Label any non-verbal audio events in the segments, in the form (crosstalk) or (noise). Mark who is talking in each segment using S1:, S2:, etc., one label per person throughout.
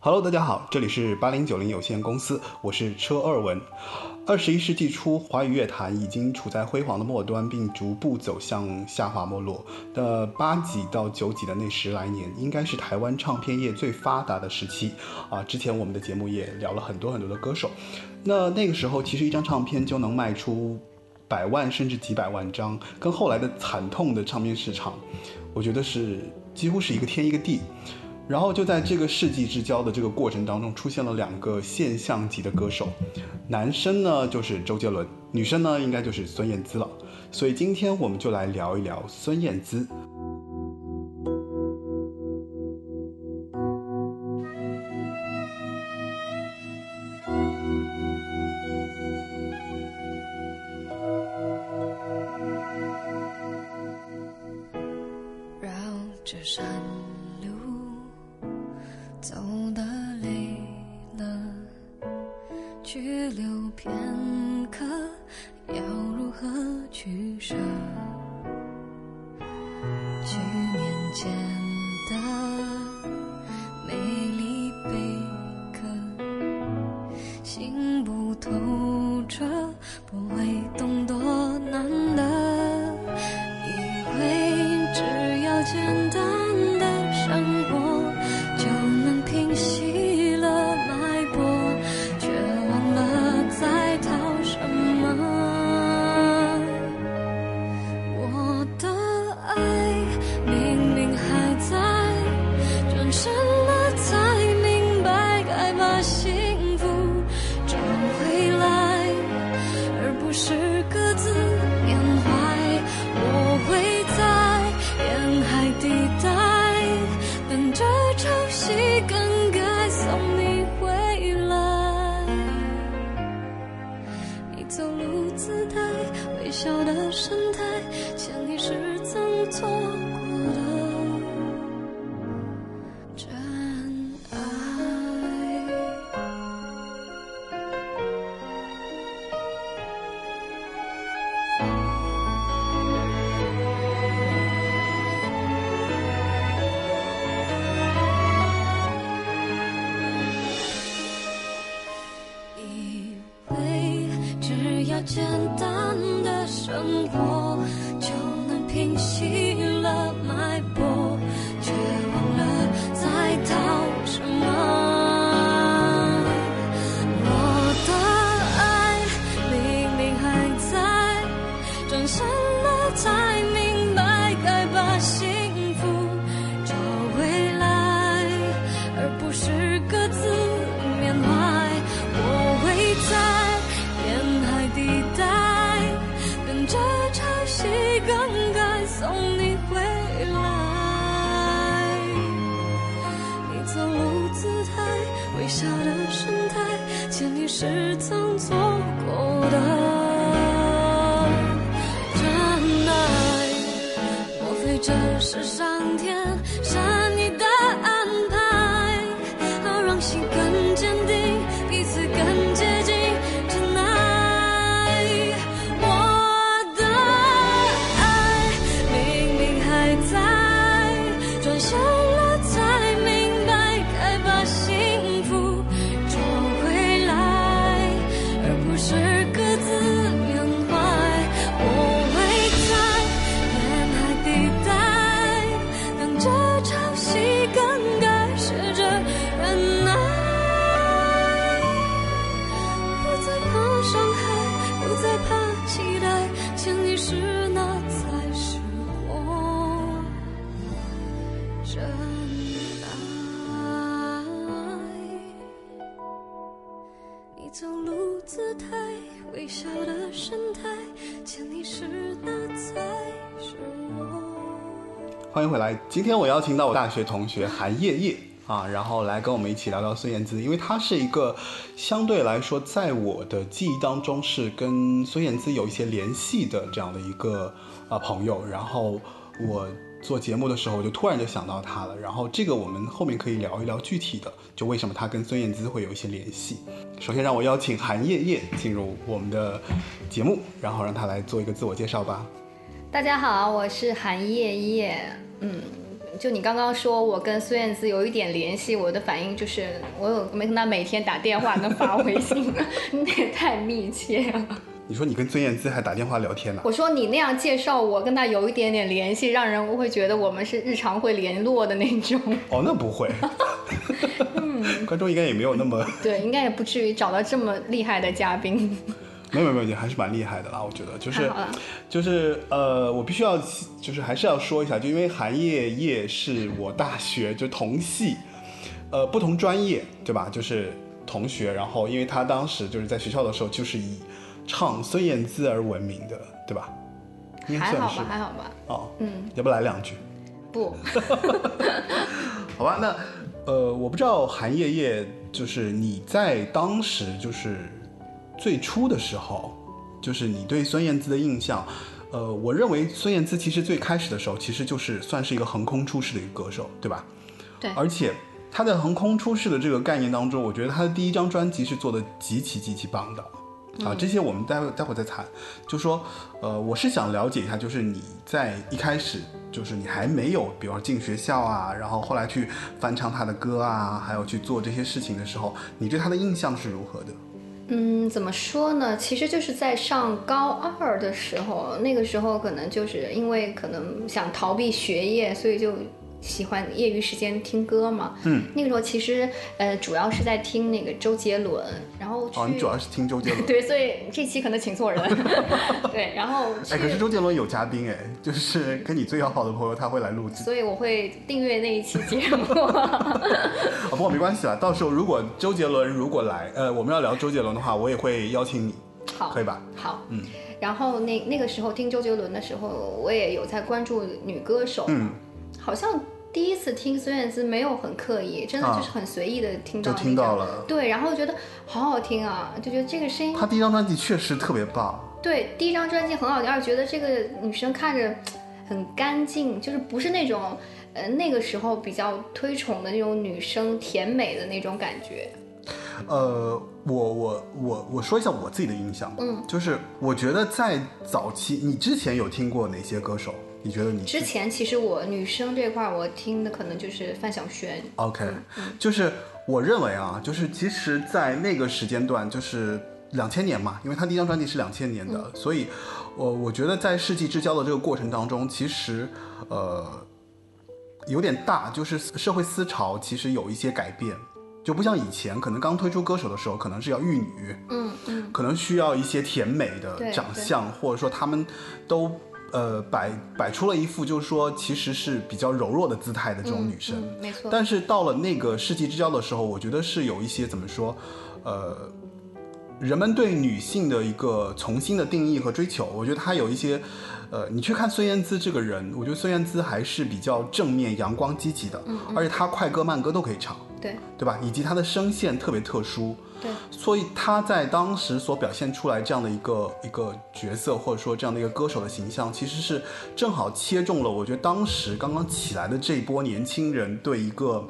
S1: Hello，大家好，这里是八零九零有限公司，我是车二文。二十一世纪初，华语乐坛已经处在辉煌的末端，并逐步走向下滑没落。那八几到九几的那十来年，应该是台湾唱片业最发达的时期啊。之前我们的节目也聊了很多很多的歌手。那那个时候，其实一张唱片就能卖出百万甚至几百万张，跟后来的惨痛的唱片市场，我觉得是几乎是一个天一个地。然后就在这个世纪之交的这个过程当中，出现了两个现象级的歌手，男生呢就是周杰伦，女生呢应该就是孙燕姿了。所以今天我们就来聊一聊孙燕姿。
S2: 绕着山路走的累了，去留片刻，要如何取舍？去年前的美丽贝壳，心不透彻，不会懂多难得。以为只要简单的生活就能平息了脉搏，却忘了在逃什么。我的爱明明还在，转身了才明白，该把幸福找回来，而不是各自缅怀。我会在沿海地带等着潮汐更改，送你回来。你走路姿态，微笑的神态，前提是曾错过的真爱。以为只要简单的生活就能平息了脉搏，却忘了在逃什么。我的爱明明还在，转身了才明白，该把幸福找回来，而不是各自缅怀。我会在沿海地带等着潮汐更改，送你回来。你走路姿态，微笑的神态，前提是曾错过的真爱。莫非这是上天善意的安排，好让心更坚定，彼此更接近？真爱，我的爱明明还在，转身了才明白，该把幸福找回来，而不是各自缅怀。我会在沿海地带。等着潮汐更改，试着忍耐，不再怕伤害，不再怕期待，前提是那才是我真爱。你走路姿态，微笑的神态，前提是那才是我。
S1: 欢迎回来，今天我邀请到我大学同学韩叶叶啊，然后来跟我们一起聊聊孙燕姿，因为她是一个相对来说，在我的记忆当中是跟孙燕姿有一些联系的这样的一个啊、朋友，然后我。做节目的时候，我就突然就想到她了。然后这个我们后面可以聊一聊具体的，就为什么她跟孙燕姿会有一些联系。首先，让我邀请韩叶叶进入我们的节目，然后让她来做一个自我介绍吧。
S3: 大家好，我是韩叶叶。嗯，就你刚刚说我跟孙燕姿有一点联系，我的反应就是我有没跟她每天打电话跟发微信， (laughs) 你也太密切了。
S1: 你说你跟孙燕姿还打电话聊天呢、
S3: 我说你那样介绍我跟她有一点点联系，让人会觉得我们是日常会联络的那种。
S1: 哦，那不会。 (laughs) 观众应该也没有那么，
S3: (laughs)
S1: (laughs)
S3: 对，应该也不至于找到这么厉害的嘉宾。
S1: 没有没有没有，你还是蛮厉害的啦，我觉得就是
S3: 太好了，
S1: 就是呃，我必须要就是还是要说一下，就因为韩业业是我大学就同系，呃，不同专业对吧？就是同学，然后因为他当时就是在学校的时候就是以唱孙燕姿而闻名的，对吧？应该
S3: 还
S1: 算
S3: 好
S1: 是
S3: 吧，还好吧，
S1: 哦，
S3: 嗯，
S1: 要不来两句？
S3: 不，
S1: 好吧，那呃，我不知道韩叶叶，就是你在当时就是最初的时候，就是你对孙燕姿的印象，呃，我认为孙燕姿其实最开始的时候，其实就是算是一个横空出世的一个歌手，对吧？
S3: 对，
S1: 而且她在横空出世的这个概念当中，我觉得她的第一张专辑是做的极其极其棒的。
S3: 嗯
S1: 啊，这些我们待会待会再谈。就说，呃，我是想了解一下，就是你在一开始，就是你还没有，比如说进学校啊，然后后来去翻唱她的歌啊，还有去做这些事情的时候，你对她的印象是如何的？
S3: 嗯，怎么说呢？其实就是在上高二的时候，那个时候可能就是因为可能想逃避学业，所以就喜欢业余时间听歌嘛。
S1: 嗯，
S3: 那个时候其实呃主要是在听那个周杰伦，然后去、
S1: 哦，你主要是听周杰伦。
S3: (laughs) 对，所以这期可能请错人。 (laughs) 对，然后去
S1: 哎，可是周杰伦有嘉宾哎，就是跟你最要好的朋友，他会来录
S3: (laughs)
S1: 制。
S3: 所以我会订阅那一期节目。 (laughs)
S1: 啊，不过没关系啦，到时候如果周杰伦如果来，呃，我们要聊周杰伦的话，我也会邀请你，
S3: 好，
S1: 可以吧？
S3: 好，
S1: 嗯。
S3: 然后那那个时候听周杰伦的时候，我也有在关注女歌手，
S1: 嗯，
S3: 好像第一次听孙燕姿没有很刻意，真的
S1: 啊
S3: 就是很随意的听到、
S1: 就听到。了。
S3: 对，然后觉得好好听啊，就觉得这个声音
S1: 他第一张专辑确实特别棒，
S3: 对，第一张专辑很好听，而且觉得这个女生看着很干净，就是不是那种呃那个时候比较推崇的那种女生甜美的那种感觉。
S1: 呃，我我我我说一下我自己的印象，
S3: 嗯，
S1: 就是我觉得在早期，你之前有听过哪些歌手？你觉得你
S3: 之前其实我女生这块儿我听的可能就是范晓萱，
S1: OK，、就是
S3: 嗯
S1: 我认为啊，就是其实，在那个时间段，就是两千年嘛，因为他第一张专辑是两千年的，
S3: 嗯
S1: 所以，我、我觉得在世纪之交的这个过程当中，其实，呃，有点大，就是社会思潮其实有一些改变，就不像以前，可能刚推出歌手的时候，可能是要玉女，
S3: 嗯嗯，
S1: 可能需要一些甜美
S3: 对
S1: 的长相，或者说他们都呃摆摆出了一副就是说其实是比较柔弱的姿态的这种女生。
S3: 嗯没错。
S1: 但是到了那个世纪之交的时候，我觉得是有一些怎么说，呃，人们对女性的一个重新的定义和追求。我觉得她有一些，呃，你去看孙燕姿这个人，我觉得孙燕姿还是比较正面、阳光、积极的，而且她快歌慢歌都可以唱，
S3: 对
S1: 对吧？以及她的声线特别特殊，
S3: 对，
S1: 所以他在当时所表现出来这样的一个一个角色，或者说这样的一个歌手的形象，其实是正好切中了我觉得当时刚刚起来的这一波年轻人对一个，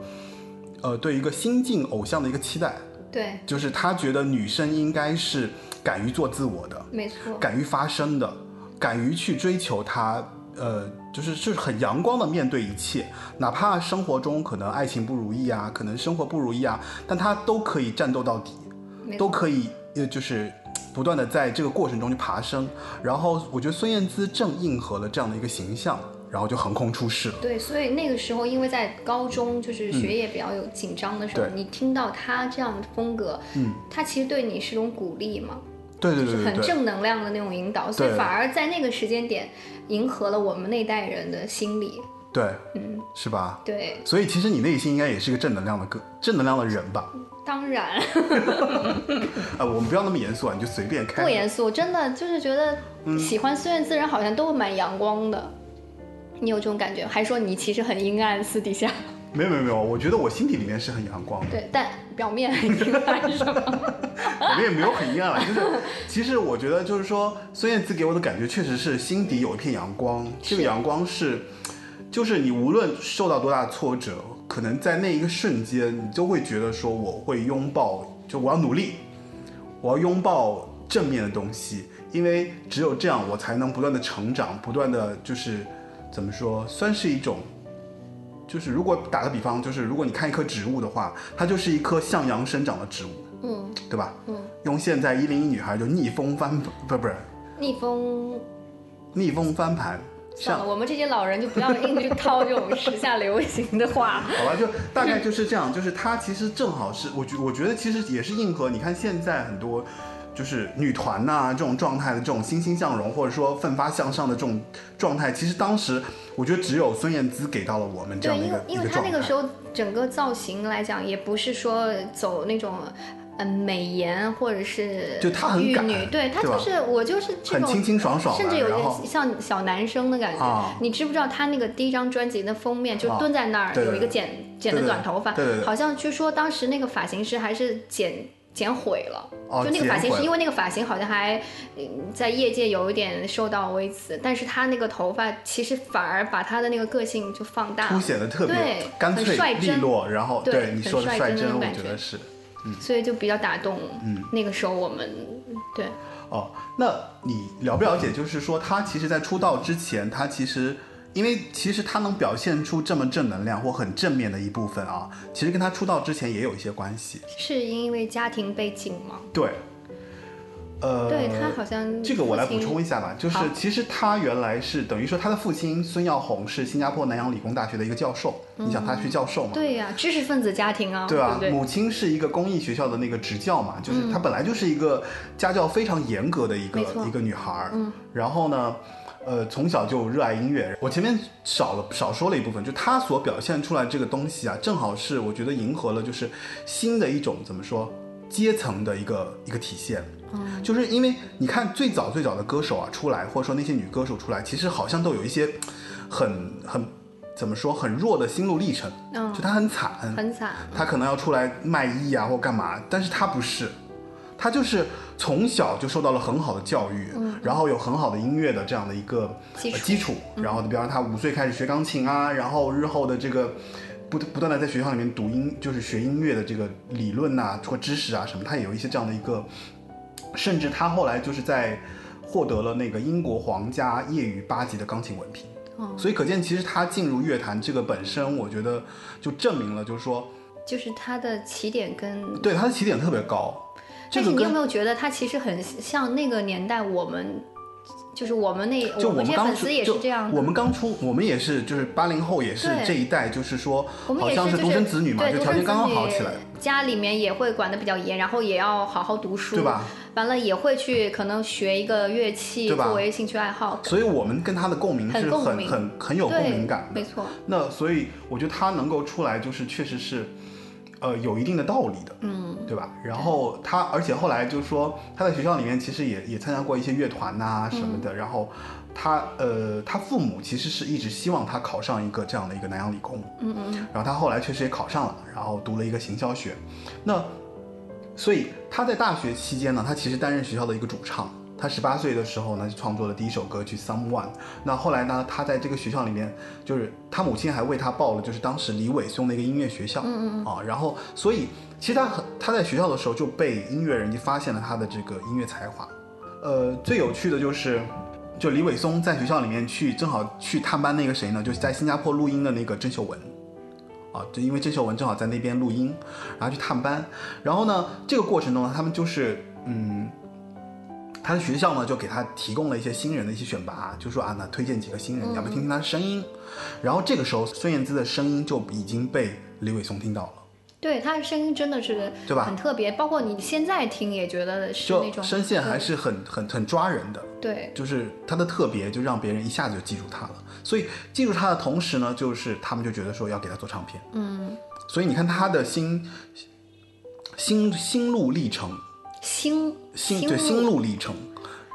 S1: 呃，对一个新晋偶像的一个期待，
S3: 对，
S1: 就是他觉得女生应该是敢于做自我的，
S3: 没错。
S1: 敢于发声的，敢于去追求他，呃，就是就是很阳光的面对一切，哪怕生活中可能爱情不如意啊，可能生活不如意啊，但他都可以战斗到底
S3: 没，错
S1: 都可以，呃，就是不断的在这个过程中去爬升。然后我觉得孙燕姿正应和了这样的一个形象，然后就横空出世了。
S3: 对，所以那个时候，因为在高中就是学业比较有紧张的时候，
S1: 嗯对
S3: 你听到他这样的风格，嗯，他其实对你是一种鼓励嘛，
S1: 对对
S3: 就
S1: 对
S3: 是
S1: 对
S3: 很
S1: 对。
S3: 正能量的那种引导，所以
S1: 对
S3: 反而在那个时间点，迎合了我们那代人的心理。
S1: 对，
S3: 嗯
S1: 是吧？
S3: 对，
S1: 所以其实你内心应该也是一个正能量的个正能量的人吧？
S3: 当然
S1: 啊、我们不要那么严肃啊，你就随便开。
S3: 不严肃，真的就是觉得
S1: 嗯
S3: 喜欢孙燕姿人好像都蛮阳光的。你有这种感觉吗，还说你其实很阴暗，私底下 (laughs)
S1: 没有没有没有，我觉得我心底里面是很阳光的。
S3: 对，但表面很阴暗，是吗？
S1: 我们也没有很阴暗了，就是其实我觉得就是说，孙燕姿给我的感觉确实是心底有一片阳光，这个阳光是，就是你无论受到多大的挫折，可能在那一个瞬间，你就会觉得说我会拥抱，就我要努力，我要拥抱正面的东西，因为只有这样，我才能不断的成长，不断的就是怎么说，算是一种。就是如果打个比方，就是如果你看一棵植物的话，它就是一棵向阳生长的植物，
S3: 嗯，
S1: 对吧？
S3: 嗯，
S1: 用现在一零一女孩就逆风翻不不是
S3: (laughs) 逆风
S1: 逆风翻盘，向
S3: 算了，我们这些老人就不要硬去套这种时下流行的话。
S1: 好吧，就大概就是这样。就是它其实正好是我觉我觉得其实也是硬核。你看现在很多就是女团呐、这种状态的这种欣欣向荣，或者说奋发向上的这种状态，其实当时我觉得只有孙燕姿给到了我 (laughs) 们这
S3: 对，
S1: 样的一
S3: 因
S1: 个一
S3: 为因为
S1: 个
S3: 她
S1: 状态。
S3: 那个时候整个造型来讲，也不是说走那种。嗯，美颜或者是
S1: 就她很
S3: 玉
S1: 敢
S3: 女，对她
S1: 对吧
S3: 就是我就是这
S1: 很
S3: 种
S1: 清清爽爽的
S3: 甚至有一
S1: 然后
S3: 点像小男生的感觉。
S1: 啊
S3: 你知不知道他那个第一张专辑的封面就
S1: 啊
S3: 蹲在那儿、
S1: 对对
S3: 有一个
S1: 对
S3: 剪剪
S1: 对
S3: 的
S1: 对
S3: 短头发，
S1: 对对对
S3: 好像据说当时那个发型师还是剪剪毁了。
S1: 哦
S3: 就那个发
S1: 剪
S3: 型
S1: 毁
S3: 师，
S1: 了
S3: 因为那个发型好像还嗯在业界有一点受到微词，但是他那个头发其实反而把他的那个个性就放大了
S1: 凸显的特别
S3: 对
S1: 干
S3: 很
S1: 脆
S3: 率
S1: 利
S3: 真
S1: 落，然后
S3: 对
S1: 你
S3: 很
S1: 说的
S3: 率
S1: 率
S3: 真的
S1: 真，
S3: 那种
S1: 我
S3: 感
S1: 觉
S3: 觉
S1: 得是。
S3: 所以就比较打动。
S1: 嗯，
S3: 那个时候我们对
S1: 哦，那你了不了解？就是说，他其实，在出道之前，他其实，因为其实他能表现出这么正能量或很正面的一部分啊，其实跟他出道之前也有一些关系。
S3: 是因为家庭背景吗？
S1: 对，呃，
S3: 对他好像
S1: 这个我来补
S3: 父亲
S1: 充一下吧，就是
S3: 好
S1: 其实他原来是等于说他的父亲孙耀红是新加坡南洋理工大学的一个教授，你想他去教授嘛？
S3: 对呀、知识分子家庭啊，
S1: 对啊，
S3: 不对？嗯
S1: 母亲是一个公益学校的那个职教嘛，就是她本来就是一个家教非常严格的一个
S3: 没错
S1: 一个女孩儿。嗯，然后呢，呃，从小就热爱音乐。我前面少了少说了一部分，就她所表现出来这个东西啊，正好是我觉得迎合了就是新的一种怎么说阶层的一个一个体现。
S3: 嗯
S1: 就是因为你看最早最早的歌手啊出来，或者说那些女歌手出来，其实好像都有一些很很怎么说很弱的心路历程，
S3: 嗯
S1: 就她很惨，
S3: 很惨，
S1: 他可能要出来卖艺啊或干嘛，但是他不是，他就是从小就受到了很好的教育，然后有很好的音乐的这样的一个
S3: 嗯基础
S1: 呃基础然后比方说他五岁开始学钢琴啊，然后日后的这个不不断的在学校里面读音，就是学音乐的这个理论呐、或知识啊什么，他也有一些这样的一个，甚至他后来就是在获得了那个英国皇家业余八级的钢琴文凭。
S3: 哦
S1: 所以可见，其实他进入乐坛这个本身，我觉得就证明了，就是说，
S3: 就是他的起点跟。
S1: 对，它的起点特别高。这
S3: 但是
S1: 个
S3: 你有
S1: 跟
S3: 没有觉得他其实很像那个年代我们，就是我们那
S1: 就
S3: 们
S1: 们
S3: 这些
S1: 刚
S3: 粉
S1: 出，
S3: 丝也
S1: 就是
S3: 这样的，
S1: 我们刚出，我们也是，就是八零后也是
S3: 对
S1: 这一代，就是说，
S3: 我们
S1: 好
S3: 也
S1: 像
S3: 是
S1: 独生子女嘛，
S3: 对
S1: 就
S3: 独
S1: 条
S3: 生
S1: 件
S3: 子
S1: 刚刚好
S3: 女
S1: 起来，
S3: 家里面也会管得比较严，然后也要好好读书，
S1: 对吧？
S3: 完了也会去可能学一个乐器
S1: 对吧
S3: 作为兴趣爱好，
S1: 所以我们跟他的共鸣
S3: 很
S1: 是
S3: 共
S1: 很
S3: 鸣
S1: 很很有共
S3: 对
S1: 鸣感
S3: 没
S1: 的。
S3: 错，
S1: 那所以我觉得他能够出来，就是确实是，呃，有一定的道理的，
S3: 嗯，
S1: 对吧？然后他，而且后来就是说，他在学校里面其实也也参加过一些乐团呐、什么的。然后他呃，他父母其实是一直希望他考上一个这样的一个南洋理工，
S3: 嗯嗯，
S1: 然后他后来确实也考上了，然后读了一个行销学。那所以他在大学期间呢，他其实担任学校的一个主唱。他十八岁的时候呢，就创作了第一首歌曲《Someone》。那后来呢，他在这个学校里面，就是他母亲还为他报了就是当时李伟松的一个音乐学校，嗯嗯啊，然后所以其实他很他在学校的时候就被音乐人就发现了他的这个音乐才华。呃，最有趣的就是，就李伟松在学校里面去正好去探班那个谁呢，就是在新加坡录音的那个郑秀文。啊，就因为郑秀文正好在那边录音，然后去探班，然后呢，这个过程中呢，他们就是嗯，他的学校呢就给他提供了一些新人的一些选拔，就说啊，那推荐几个新人，你要不要听
S3: 嗯
S1: 听他的声音？然后这个时候，孙燕姿的声音就已经被李伟松听到了，
S3: 对，他的声音真的是
S1: 对吧
S3: 很特别，包括你现在听也觉得是那
S1: 就
S3: 种
S1: 声线还是很很很抓人的。
S3: 对
S1: 就是他的特别，就让别人一下子就记住他了。所以记住他的同时呢，就是他们就觉得说要给他做唱片。嗯，所以你看他的心心心路历程，
S3: 心
S1: 心对心路历程，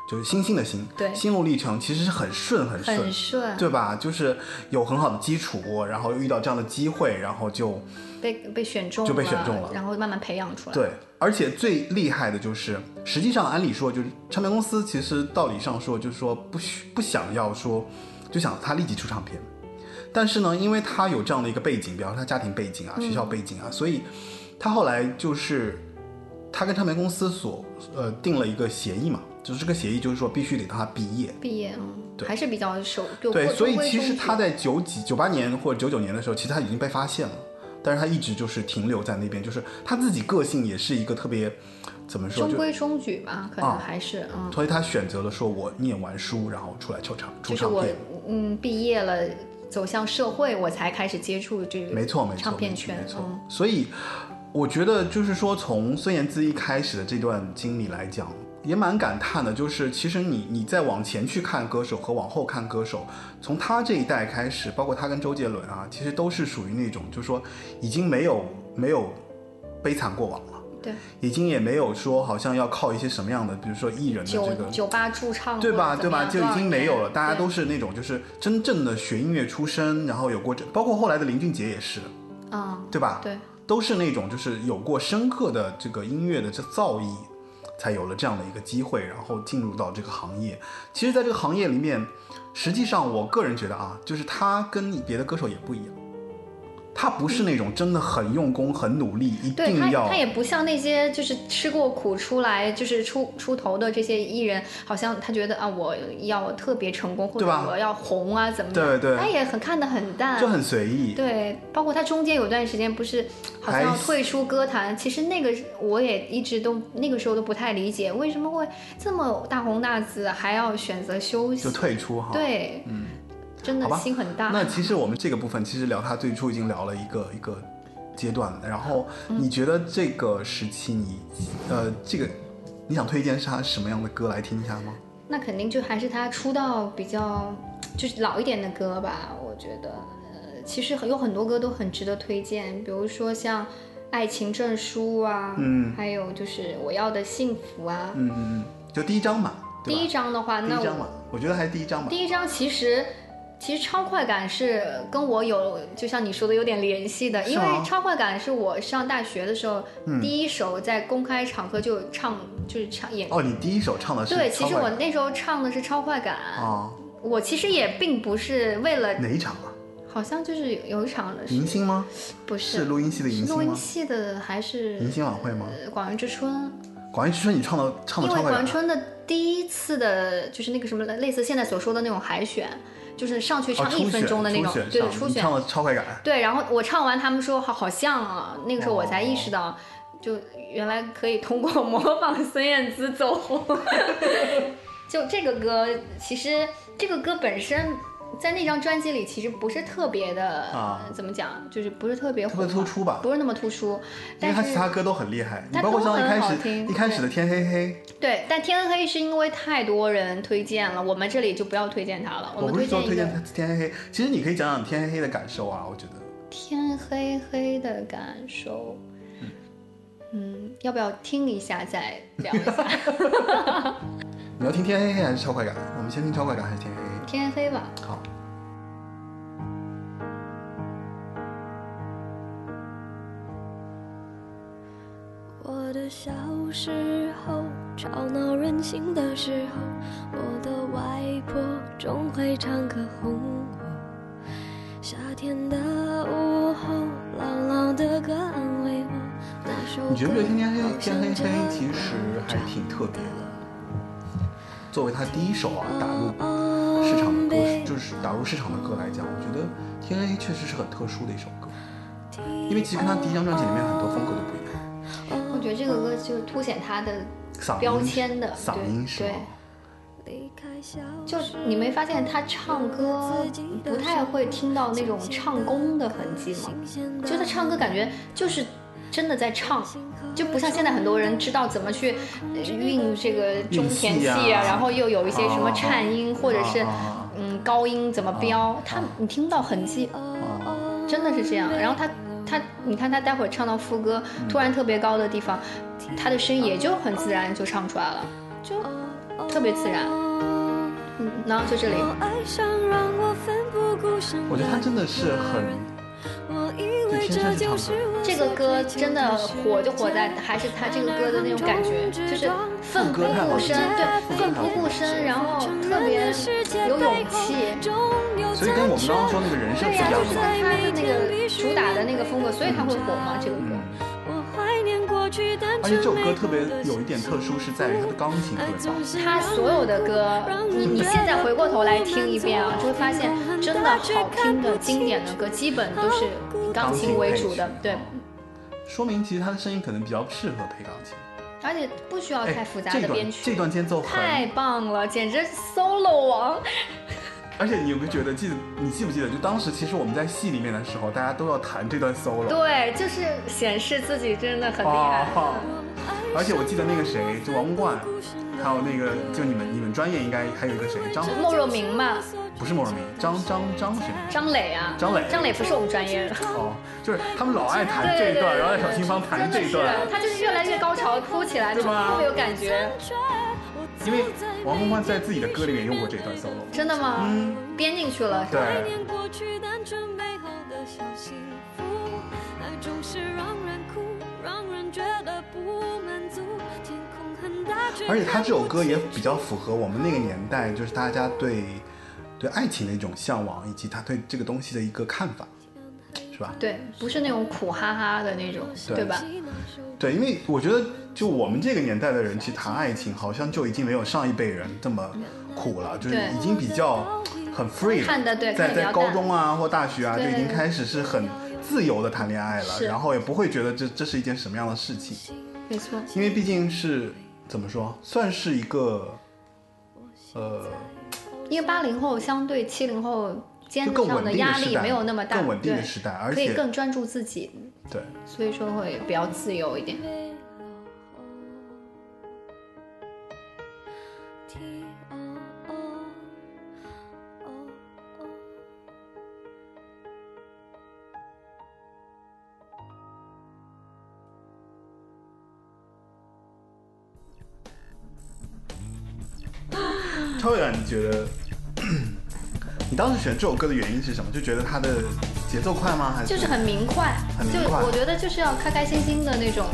S1: 就是星星的星，
S3: 对
S1: 心路历程其实是很顺很顺，
S3: 很顺，
S1: 对吧？就是有很好的基础，然后又遇到这样的机会，然后就
S3: 被被选中
S1: 就被选中了
S3: 然后慢慢培养出来，
S1: 对，而且最厉害的就是，实际上按理说，就是唱片公司其实道理上说，就是说不需不想要说，就想他立即出唱片。但是呢，因为他有这样的一个背景，比方说他家庭背景啊、学
S3: 嗯
S1: 校背景啊，所以他后来就是他跟唱片公司所呃定了一个协议嘛，就是这个协议，就是说必须得让他毕业。
S3: 毕业，嗯，
S1: 对
S3: 还是比较守就
S1: 对，
S3: 过
S1: 所以
S3: 中规
S1: 其实
S3: 中矩
S1: 他在九几九八年或者九九年的时候，其实他已经被发现了，但是他一直就是停留在那边，就是他自己个性也是一个特别怎么说，
S3: 中
S1: 就
S3: 规中矩吧，可能
S1: 啊
S3: 还是、嗯，
S1: 所以他选择了说我念完书然后出来球场出
S3: 就是
S1: 唱
S3: 我
S1: 片，
S3: 嗯毕业了走向社会，我才开始接触这个
S1: 没错没错，
S3: 唱片
S1: 没错
S3: 圈，
S1: 没错。
S3: 嗯，
S1: 所以我觉得就是说，从孙燕姿一开始的这段经历来讲。也蛮感叹的，就是其实你你再往前去看歌手和往后看歌手，从他这一代开始，包括他跟周杰伦啊，其实都是属于那种，就是说已经没有没有悲惨过往了，
S3: 嗯对，
S1: 已经也没有说好像要靠一些什么样的，比如说艺人的这
S3: 酒
S1: 个
S3: 酒吧驻唱
S1: 对吧？
S3: 或者
S1: 对
S3: 怎么
S1: 吧？
S3: 样
S1: 就已经没有了，
S3: 对
S1: 大家都是那种就是真正的学音乐出身，然后有过这，包括后来的林俊杰也是，
S3: 嗯
S1: 对吧？
S3: 对，
S1: 都是那种就是有过深刻的这个音乐的这造诣，才有了这样的一个机会，然后进入到这个行业。其实，在这个行业里面，实际上我个人觉得啊，就是他跟别的歌手也不一样，他不是那种真的很用功、很努力，一
S3: 对
S1: 定
S3: 他，
S1: 要
S3: 他也不像那些就是吃过苦出来就是出出头的这些艺人，好像他觉得啊，我要特别成功，或者
S1: 对吧
S3: 我要红啊，怎么样？
S1: 对对
S3: 他也很看得很淡，
S1: 就很随意。
S3: 对，包括他中间有段时间不是好像
S1: 还
S3: 要退出歌坛，其实那个我也一直都那个时候都不太理解，为什么会这么大红大紫，还要选择休息
S1: 就？退出哈，
S3: 对，嗯，真
S1: 好
S3: 的
S1: 吧
S3: 心很大。
S1: 那其实我们这个部分，其实聊他最初已经聊了一个一个阶段了。然后
S3: 嗯
S1: 你觉得这个时期你，呃，这个你想推荐是他什么样的歌来听一下吗？
S3: 那肯定就还是他出道比较就是老一点的歌吧，我觉得，呃，其实有很多歌都很值得推荐，比如说像《爱情证书》啊，
S1: 嗯
S3: 还有就是《我要的幸福》啊。
S1: 嗯嗯嗯，就第一张嘛，对吧？
S3: 第一张的话，
S1: 第
S3: 那
S1: 一张
S3: 我
S1: 嘛，我觉得还是第一张嘛。
S3: 第一张其实其实超快感是跟我有，就像你说的有点联系的，
S1: 是
S3: 因为
S1: 吗嗯
S3: 超快感是我上大学的时候、第一首在公开场合就唱，就是唱演。
S1: 哦，你第一首唱的是
S3: 对，其实
S1: 超
S3: 我
S1: 快
S3: 那时候唱的是超快感，
S1: 啊，
S3: 我其实也并不是为了，
S1: 哪一场啊？
S3: 好像就是有有一场的是
S1: 迎新吗？
S3: 不
S1: 是录音系的迎
S3: 是录
S1: 新
S3: 音
S1: 吗？
S3: 系的还是
S1: 迎新晚会吗？
S3: 呃广元之春，
S1: 广元之春，你唱的唱的
S3: 因为
S1: 超啊快
S3: 广
S1: 感
S3: 元春的第一次的，就是那个什么，类似现在所说的那种海选，就是上去
S1: 哦，
S3: 唱
S1: 初
S3: 一
S1: 选
S3: 分钟的那种，
S1: 初选
S3: 对
S1: 上
S3: 初
S1: 你
S3: 选
S1: 唱，的超快感。
S3: 对。然后我唱完，他们说好好像啊，那个时候我才意识
S1: 哦
S3: 到，就原来可以通过 (laughs) 模仿孙燕姿走 (laughs) 红。就这个歌，其实这个歌本身。在那张专辑里，其实不是特别的，
S1: 啊
S3: 怎么讲，就是不是特别
S1: 特别
S3: 火
S1: 突出吧
S3: 不是那么突出。
S1: 因
S3: 但
S1: 为
S3: 是
S1: 他其他歌都很厉害，你
S3: 它
S1: 包括
S3: 都
S1: 像一
S3: 很
S1: 开
S3: 好
S1: 始
S3: 听
S1: 一开始的天黑黑，
S3: 对，但《天黑》是因为太多人推荐了，我们这里就不要推荐它了。
S1: 我
S3: 们
S1: 不是
S3: 推
S1: 说
S3: 荐一
S1: 推
S3: 个
S1: 荐
S3: 《
S1: 他天黑黑，其实你可以讲讲天黑黑的感受啊，我觉得
S3: 天黑黑的感受》。嗯，要不要听一下再聊一下？
S1: (laughs) 你要听天黑黑还是超快感？我们先听超快感还是天黑黑？
S3: 天黑吧，
S1: 好，
S2: 我的小时候，吵闹任性的时候，我的外婆总会唱歌哄我。夏天的午后，姥姥的歌安慰我。那首歌
S1: 你觉不觉得天天黑
S2: 好
S1: 天
S2: 像
S1: 黑
S2: 真
S1: 黑其实还挺特别的？作为他第一首啊打入
S3: 嗯
S2: 的
S1: 市场的歌，就是打入市场的歌来讲，我觉得天黑黑确实是很特殊的一首歌，因为其实跟他第一张专辑里面很多风格都不一样，
S3: 我觉得这个歌就凸显它的，
S1: 嗓音
S3: 标签的
S1: 嗓音是吗
S3: 对？就你没发现他唱歌不太会听到那种唱功的痕迹吗？就他唱歌感觉就是真的在唱，就不像现在很多人知道怎么去呃运这个中
S1: 运
S3: 田气
S1: 气啊
S3: 然后又有一些什么颤音或者是
S1: 啊啊啊
S3: 嗯高音怎么飙，他你听到痕迹，真的是这样。然后他他你看他待会儿唱到副歌
S1: 嗯
S3: 突然特别高的地方，他的声音也就很自然就唱出来了，就特别自然。嗯，然后就这里，
S1: 我觉得他真的是很，就天生是唱歌。
S3: 这个歌真的火就火在还是他这个歌的那种感觉，就是奋不顾身，对，奋不顾身，然后特别有勇气。
S1: 所以跟我们刚刚说那个人设
S3: 对
S1: 不一
S3: 呀、就
S1: 样
S3: 是
S1: 嘛。
S3: 跟他的那个主打的那个风格，所以他会火嘛。这个歌，
S1: 嗯，
S2: 我怀念过
S1: 而且这首歌特别有一点特殊，是在于它的钢琴特
S3: 哎
S1: 别棒。
S3: 他所有的歌，你你现在回过头来听一遍啊，就会发现真的好听的经典的歌，基本都是以钢琴为主的，对。
S1: 啊说明其实他的声音可能比较适合配钢琴，哎
S3: 而且不需要哦太复杂的编曲。
S1: 这段间奏
S3: 太棒了，简直 solo 王！
S1: 而且你有没有觉得记？你记不记得？就当时其实我们在戏里面的时候，大家都要弹这段 solo。
S3: 对，就是显示自己真的很厉害。啊、
S1: 而且我记得那个谁，就王公冠，还有那个就你们你们专业应该还有一个谁，张
S3: 孟若明嘛。
S1: 不是莫若明，张张张谁？
S3: 张磊啊，
S1: 张磊，
S3: 张磊不是我们专业的。
S1: 哦，就是他们老爱弹这一段，然后小清芳弹这一段，
S3: (laughs) 他就是越来越高潮，哭起来，
S1: 对吧？
S3: 特别有感觉。
S1: 因为王洪欢在自己的歌里面用过这段 solo。
S3: 真的吗？
S1: 嗯，
S3: 编进去了。
S1: 对。
S3: (laughs)
S1: 而且他这首歌也比较符合我们那个年代，就是大家对对爱情的一种向往，以及他对这个东西的一个看法，是吧？
S3: 对，不是那种苦哈哈的那种，对吧？
S1: 对，因为我觉得，就我们这个年代的人去谈爱情，好像就已经没有上一辈人这么苦了，就是已经比较很 free 了。
S3: 看的对，
S1: 在在高中啊或大学啊，
S3: 就
S1: 已经开始是很自由的谈恋爱了，然后也不会觉得这这是一件什么样的事情。
S3: 没错，
S1: 因为毕竟是。怎么说，算是一个，呃，
S3: 因为八零后相对七零后肩上的压力没有那么大，
S1: 更稳定的时代，而
S3: 且可以更专注自己，
S1: 对，
S3: 所以说会比较自由一点。
S1: 超远，你觉得你当时选这首歌的原因是什么？就觉得它的节奏快吗？还是
S3: 就是很明快，
S1: 很明快。
S3: 我觉得就是要开开心心的那种。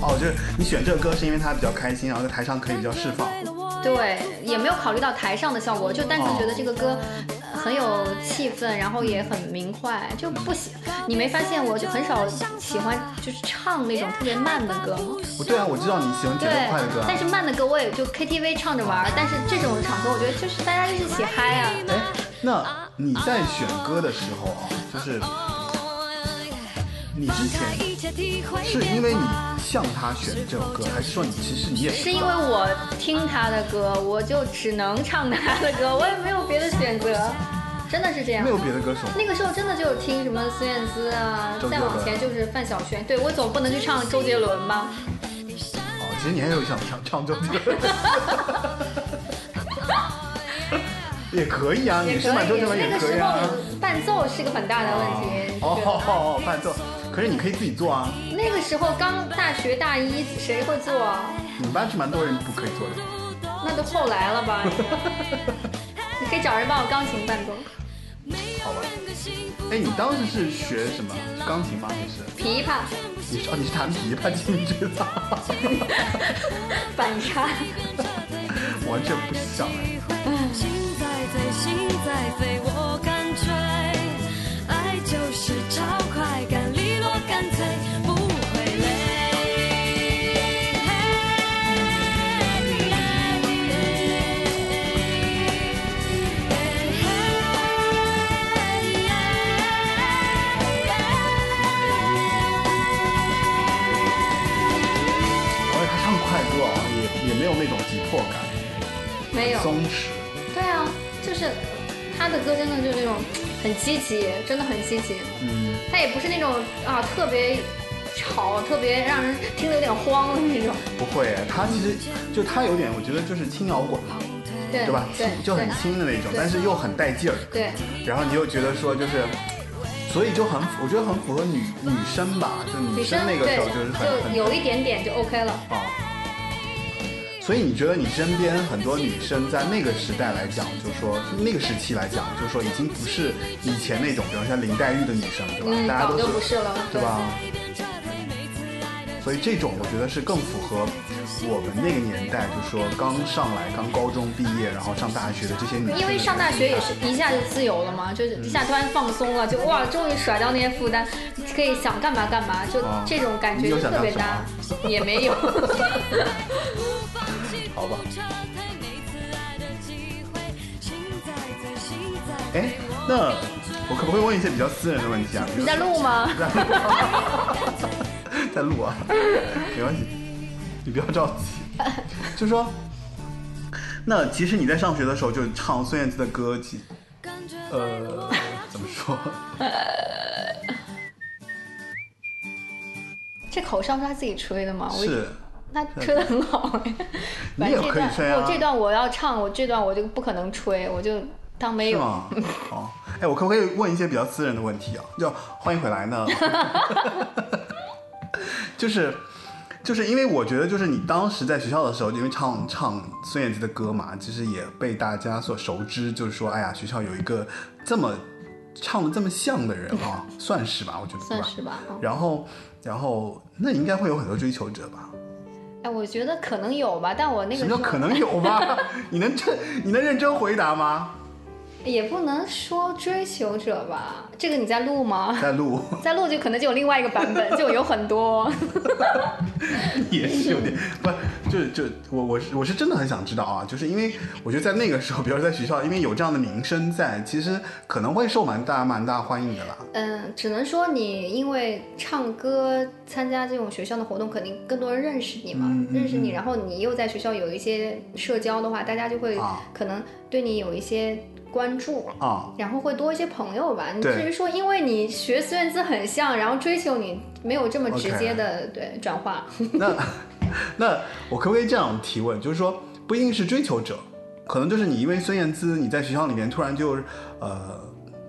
S1: 哦，就是你选这个歌是因为它比较开心，然后在台上可以比较释放。
S3: 对，也没有考虑到台上的效果，就单纯觉得这个歌很有气氛，然后也很明快，就不喜。你没发现我就很少喜欢就是唱那种特别慢的歌吗？
S1: 我对啊，我知道你喜欢节奏快的歌、啊，
S3: 但是慢的歌我也就 KTV 唱着玩，但是这种场合我觉得就是大家一起嗨呀、
S1: 啊。哎，那你在选歌的时候啊，就是你之前是因为你。向他选这首歌，还是说你其实你也
S3: 是因为我听他的歌，我就只能唱他的歌，我也没有别的选择，真的是这样，
S1: 没有别的歌手。
S3: 那个时候真的就是听什么孙燕姿啊，再往前就是范晓萱，对我总不能去唱周杰伦吧？
S1: 哦，其实你还有想唱唱周杰
S3: (laughs)
S1: 伦，也可以啊，
S3: 也
S1: 是满周杰伦也可以啊。
S3: 伴奏是个很大的问
S1: 题，哦，伴奏。可是你可以自己做啊！
S3: 那个时候刚大学大一，谁会做啊？
S1: 你们班是蛮多人不可以做的。
S3: 那都后来了吧？
S1: (laughs)
S3: 你可以找人帮我钢琴伴奏。
S1: 好吧。哎，你当时是学什么？钢琴吗？还是？
S3: 琵琶。
S1: 你是哦，你是弹琵琶进去的。 (laughs) 哦
S3: 反差。
S1: 完全不想哎。爱就是超快感，利落干脆，不会累。而且他唱快歌啊，也也没有那种急迫感，
S3: 没有
S1: 松弛。
S3: 对啊，就是他的歌真的就那种。很积极，真的很积极。
S1: 嗯，
S3: 他也不是那种啊特别吵、特别让人听得有点慌的那种。
S1: 不会，啊他其实就他有点，我觉得就是轻摇滚嘛，
S3: 对
S1: 吧？
S3: 对，
S1: 就很轻的那种，但是又很带劲儿。
S3: 对。
S1: 然后你又觉得说就是，所以就很，我觉得很符合女女生吧，就女
S3: 生
S1: 那个时候就是很
S3: 有一点点就 OK 了。
S1: 啊。所以你觉得你身边很多女生在那个时代来讲，就说那个时期来讲，就说已经不是以前那种，比如像林黛玉的女生，对吧？
S3: 嗯，
S1: 大家都
S3: 不是了，
S1: 对吧？所以这种我觉得是更符合我们那个年代，就是说刚上来、刚高中毕业，然后上大学的这些女生。
S3: 因为上大学也是一下就自由了嘛，
S1: 嗯
S3: 就是一下突然放松了，就哇，终于甩掉那些负担，可以想干嘛干嘛，就这种感觉就特别搭，也没
S1: (laughs)
S3: 有。 (laughs)
S1: 好吧。哎，那我可不可以问一些比较私人的问题啊？
S3: 你在录吗？
S1: 在录， (laughs) 在录啊，没关系，你不要着急。就说，那其实你在上学的时候就唱孙燕姿的歌，几呃，怎么说？
S3: 这口哨是他自己吹的吗？
S1: 是。
S3: 他吹的很好哎。
S1: (laughs) 你也可以吹啊！
S3: 我这段我要唱，我这段我就不可能吹，我就。当没有
S1: 吗？哦，哎，我可不可以问一些比较私人的问题啊？要欢迎回来
S3: (laughs)
S1: 呢，就是就是因为我觉得，就是你当时在学校的时候，因为唱唱孙燕姿的歌嘛，其实也被大家所熟知，就是说，哎呀，学校有一个这么唱的这么像的人啊，算是吧，我觉得
S3: 算是吧。嗯
S1: 哦、然后然后那应该会有很多追求者吧。
S3: 哎，我觉得可能有吧，但我那
S1: 什
S3: 个
S1: 么叫可能有吧？ (laughs) 你能真你能认真回答吗？
S3: 也不能说追求者吧，这个你在录吗？ (laughs)
S1: 在录，
S3: 在录就可能就有另外一个版本，就有很多。 (laughs)
S1: (laughs) 也是有点不，就是就我我是我是真的很想知道啊，就是因为我觉得在那个时候，比如在学校，因为有这样的名声在，其实可能会受蛮大蛮大欢迎的啦。
S3: 嗯，只能说你因为唱歌参加这种学校的活动，肯定更多人认识你嘛，
S1: 嗯、
S3: 认识你，然后你又在学校有一些社交的话，大家就会可能对你有一些。关注
S1: 啊，
S3: 然后会多一些朋友吧。你至于说，因为你学孙燕姿很像，然后追求你没有这么直接的对转化。
S1: 那那我可不可以这样提问？就是说，不一定是追求者，可能就是你因为孙燕姿，你在学校里面突然就呃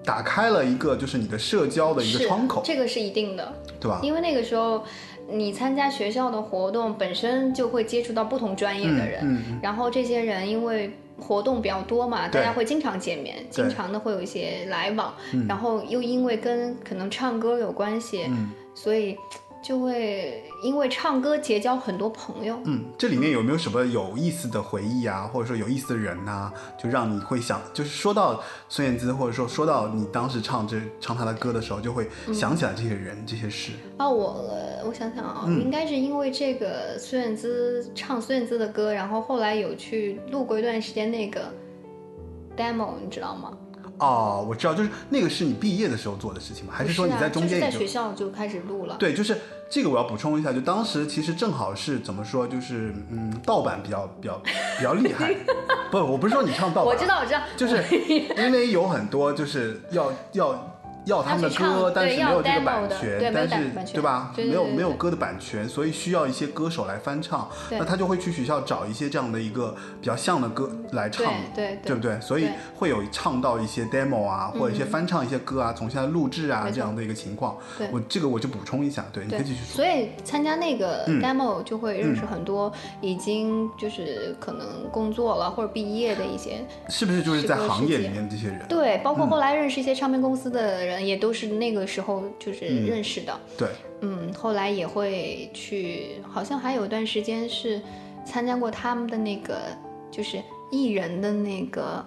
S1: 打开了一个就是你的社交的一个窗口，啊
S3: 这个是一定的，
S1: 对吧？
S3: 因为那个时候。你参加学校的活动，本身就会接触到不同专业的人，
S1: 嗯嗯、
S3: 然后这些人因为活动比较多嘛，大家会经常见面，经常的会有一些来往，然后又因为跟可能唱歌有关系，
S1: 嗯、
S3: 所以就会因为唱歌结交很多朋友。
S1: 嗯，这里面有没有什么有意思的回忆啊，或者说有意思的人呐、啊，就让你会想，就是说到孙燕姿，或者说说到你当时唱这唱她的歌的时候，就会想起来这些人、这些事。
S3: 啊，我。我想想啊，
S1: 嗯
S3: 应该是因为这个孙燕姿唱孙燕姿的歌，然后后来有去录过一段时间那个 demo，你知道吗？
S1: 哦，我知道，就是那个是你毕业的时候做的事情吗？还是说你在中间、
S3: 啊就是、在学校就开始录了？
S1: 对，就是这个我要补充一下，就当时其实正好是怎么说，就是嗯，盗版比较比较比较厉 (laughs) 害。不，我不是说你唱盗版，啊
S3: 我知道，我知道，
S1: 就是因为有很多就是要 (laughs) 要。要他们的歌，但是没有这个版权，但是对吧？没有没有歌的版权，所以需要一些歌手来翻唱。那他就会去学校找一些这样的一个比较像的歌来唱，
S3: 对
S1: 对不对？所以会有唱到一些 demo 啊，或者一些翻唱一些歌啊，从现在录制啊这样的一个情况。我这个我就补充一下，对，你可以继续说。嗯
S3: 所以参加那个 demo 就会认识很多已经就是可能工作了或者毕业的一些，
S1: 是不是就是在行业里面这些人？
S3: 对，包括
S1: 嗯
S3: 后来认识一些唱片公司的人。也都是那个时候就是认识的，
S1: 嗯、对，
S3: 嗯，后来也会去，好像还有一段时间是参加过他们的那个就是艺人的那个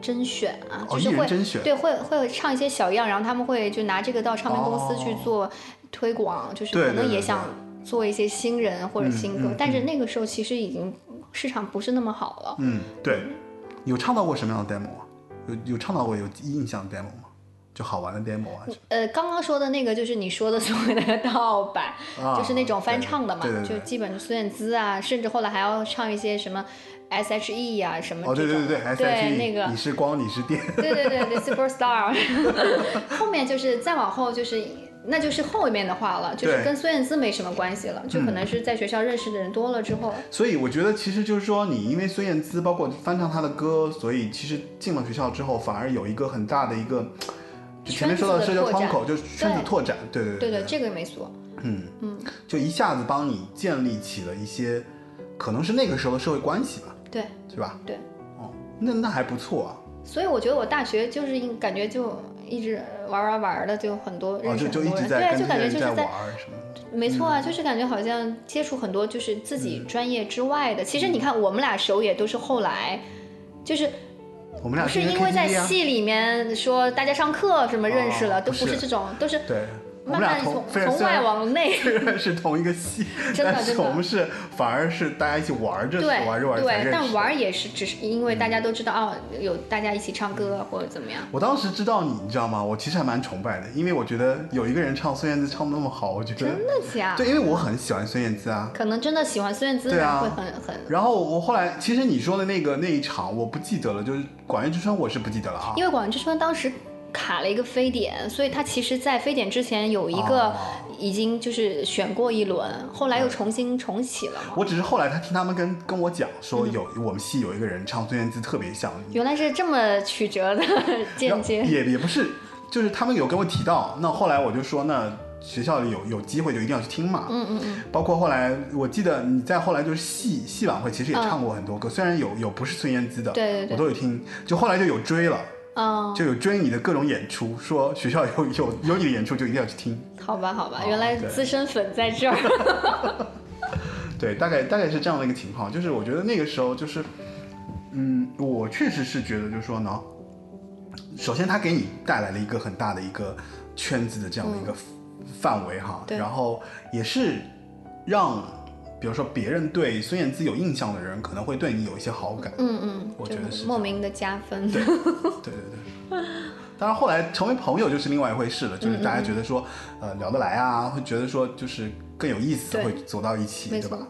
S3: 甄选啊，
S1: 哦、
S3: 就是会
S1: 甄选，
S3: 对，会会唱一些小样，然后他们会就拿这个到唱片公司
S1: 哦
S3: 去做推广，哦、就是可能也想做一些新人或者新歌，
S1: 嗯嗯、
S3: 但是那个时候其实已经市场不是那么好了，
S1: 嗯，对，有唱到过什么样的 demo 啊？有有唱到过有印象 demo 吗？就好玩的 demo 啊，
S3: 呃，刚刚说的那个就是你说的所谓的 (laughs) 盗版，
S1: 啊、
S3: 就是那种翻唱的嘛，
S1: 对对
S3: 对就基本孙燕姿啊，甚至后来还要唱一些什么 S.H.E 呀、啊、什么
S1: 哦，对对
S3: 对
S1: 对，S.H.E
S3: 那个
S1: 你是光你是电， (laughs)
S3: 对对对对 Superstar，后面就是再往后就是那就是后面的话了，就是跟孙燕姿没什么关系了，就
S1: 嗯
S3: 可能是在学校认识的人多了之后。嗯、
S1: 所以我觉得其实就是说，你因为孙燕姿包括翻唱她的歌，所以其实进了学校之后，反而有一个很大的一个。就前面说到社交窗口，就圈子拓展，对
S3: 对
S1: 对
S3: 对，这个没错。
S1: 嗯
S3: 嗯，
S1: 就一下子帮你建立起了一些，可能是那个时候的社会关系吧，
S3: 对，
S1: 是吧？
S3: 对，
S1: 哦，那那还不错啊。
S3: 所以我觉得我大学就是感觉就一直玩啊玩玩的，就很多认
S1: 哦，
S3: 识
S1: 就
S3: 很多
S1: 就一
S3: 人，
S1: 直
S3: 对啊，
S1: 跟
S3: 就感觉
S1: 人
S3: 就是
S1: 在玩
S3: 在
S1: 儿什么的。
S3: 没错
S1: 嗯
S3: 啊，就是感觉好像接触很多就是自己专业之外的。其实你看，我们俩熟也都是后来，就是
S1: 我们俩
S3: 不是因为
S1: 为
S3: 在
S1: KTV 啊
S3: 戏里面说大家上课什么认识
S1: 哦
S3: 了，都
S1: 不
S3: 不
S1: 是
S3: 是这种，都是
S1: 对，我们
S3: 慢
S1: 俩
S3: 慢
S1: 同
S3: 从
S1: 虽然
S3: 从
S1: 虽然
S3: 外往内。
S1: 虽然是同一个系，
S3: (laughs) 真的
S1: 但是
S3: 真的
S1: 我们是反而是大家一起玩着
S3: 对
S1: 玩着玩着才认识，。
S3: 对
S1: 嗯
S3: 但玩儿也是只是因为大家都知道哦，有大家一起唱歌啊或者怎么样。
S1: 我当时知道你，你知道吗？我其实还蛮崇拜的，因为我觉得有一个人唱孙燕姿唱的那么好，我觉得
S3: 真的啊假？
S1: 嗯对，因为我很喜欢孙燕姿啊。
S3: 可能真的喜欢孙燕姿的
S1: 对
S3: 人
S1: 啊
S3: 会很很，
S1: 然后我后来，其实你说的那个那一场我不记得了，就是《广乐之春》，我是不记得了啊。
S3: 因为《广之春》当时卡了一个非典，所以他其实，在非典之前有一个
S1: 哦嗯
S3: 已经就是选过一轮，后来又重新重启了嘛。
S1: 我只是后来他听他们跟跟我讲说
S3: 嗯
S1: 有、我们系有一个人唱孙燕姿特别像你，
S3: 原来是这么曲折的 (laughs) 间
S1: 然
S3: 接
S1: 后，也也不是，就是他们有跟我提到，那后来我就说那学校里有有机会就一定要去听嘛。
S3: 嗯嗯嗯，
S1: 包括后来，我记得你在后来就是戏戏晚会，其实也唱过很多歌，虽然有有不是孙燕姿的，
S3: 嗯对对对
S1: 我都有听。就后来就有追了，
S3: 嗯，
S1: 就有追你的各种演出，说学校有有有你的演出就一定要去听。
S3: 好吧好吧
S1: 哦，
S3: 原来
S1: 对
S3: 资深粉在这儿。 (laughs)
S1: 对，大概大概是这样的一个情况。就是我觉得那个时候就是，嗯，我确实是觉得就是说呢，首先它给你带来了一个很大的一个圈子的这样的一个范围哈，
S3: 嗯对
S1: 然后也是让比如说别人对孙燕姿有印象的人可能会对你有一些好感。
S3: 嗯嗯，
S1: 我
S3: 就
S1: 觉得是
S3: 莫
S1: 这样
S3: 名的加分。 (laughs)
S1: 对，对对对。当然，后来成为朋友就是另外一回事了，就是
S3: 嗯
S1: 大家觉得说，呃，聊得来啊，会觉得说就是更有意思，
S3: 对
S1: 会走到一起，
S3: 没
S1: 对吧
S3: 错？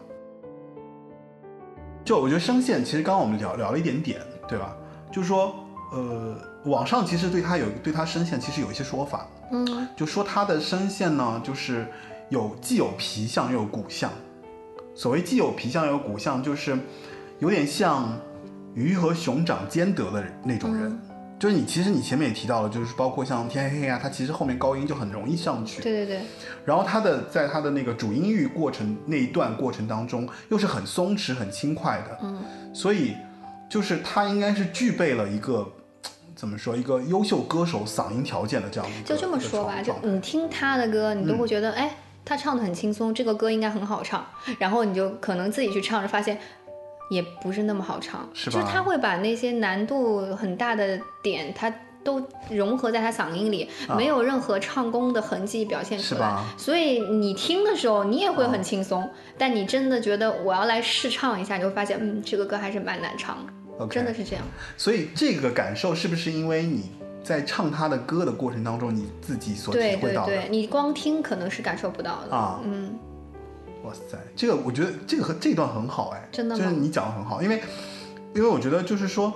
S1: 就我觉得声线，其实刚刚我们聊聊了一点点，对吧？就是说，呃，网上其实对他有对他声线其实有一些说法，
S3: 嗯，
S1: 就说他的声线呢，就是有既有皮相又有骨相。所谓既有皮相又有骨相，就是有点像鱼和熊掌兼得的那种
S3: 嗯
S1: 人。就是你，其实你前面也提到了，就是包括像天黑黑啊，他其实后面高音就很容易上去。
S3: 对对对，
S1: 然后他的在他的那个主音域过程那一段过程当中，又是很松弛、很轻快的，
S3: 嗯，
S1: 所以就是他应该是具备了一个怎么说一个优秀歌手嗓音条件的这样的一个
S3: 就这么说吧，
S1: 一个
S3: 就
S1: 状态
S3: 你听他的歌，你都会觉得，哎，他唱的很轻松，这个歌应该很好唱。然后你就可能自己去唱着，发现也不是那么好唱，
S1: 是吧
S3: 就是他会把那些难度很大的点，他都融合在他嗓音里，
S1: 啊
S3: 没有任何唱功的痕迹表现
S1: 是
S3: 出来。
S1: 吧？啊
S3: 所以你听的时候，你也会很轻松，但你真的觉得我要来试唱一下，你会发现，嗯，这个歌还是蛮难唱的
S1: OK
S3: 真的是这样。
S1: 所以这个感受是不是因为你在唱他的歌的过程当中，你自己所体
S3: 对
S1: 会
S3: 对
S1: 到的？
S3: 对，你光听可能是感受不到的。
S1: 啊
S3: 嗯，
S1: 哇塞，这个我觉得这个和这段很好哎，
S3: 真的
S1: 就
S3: 吗
S1: 是你讲的很好，因为因为我觉得就是说，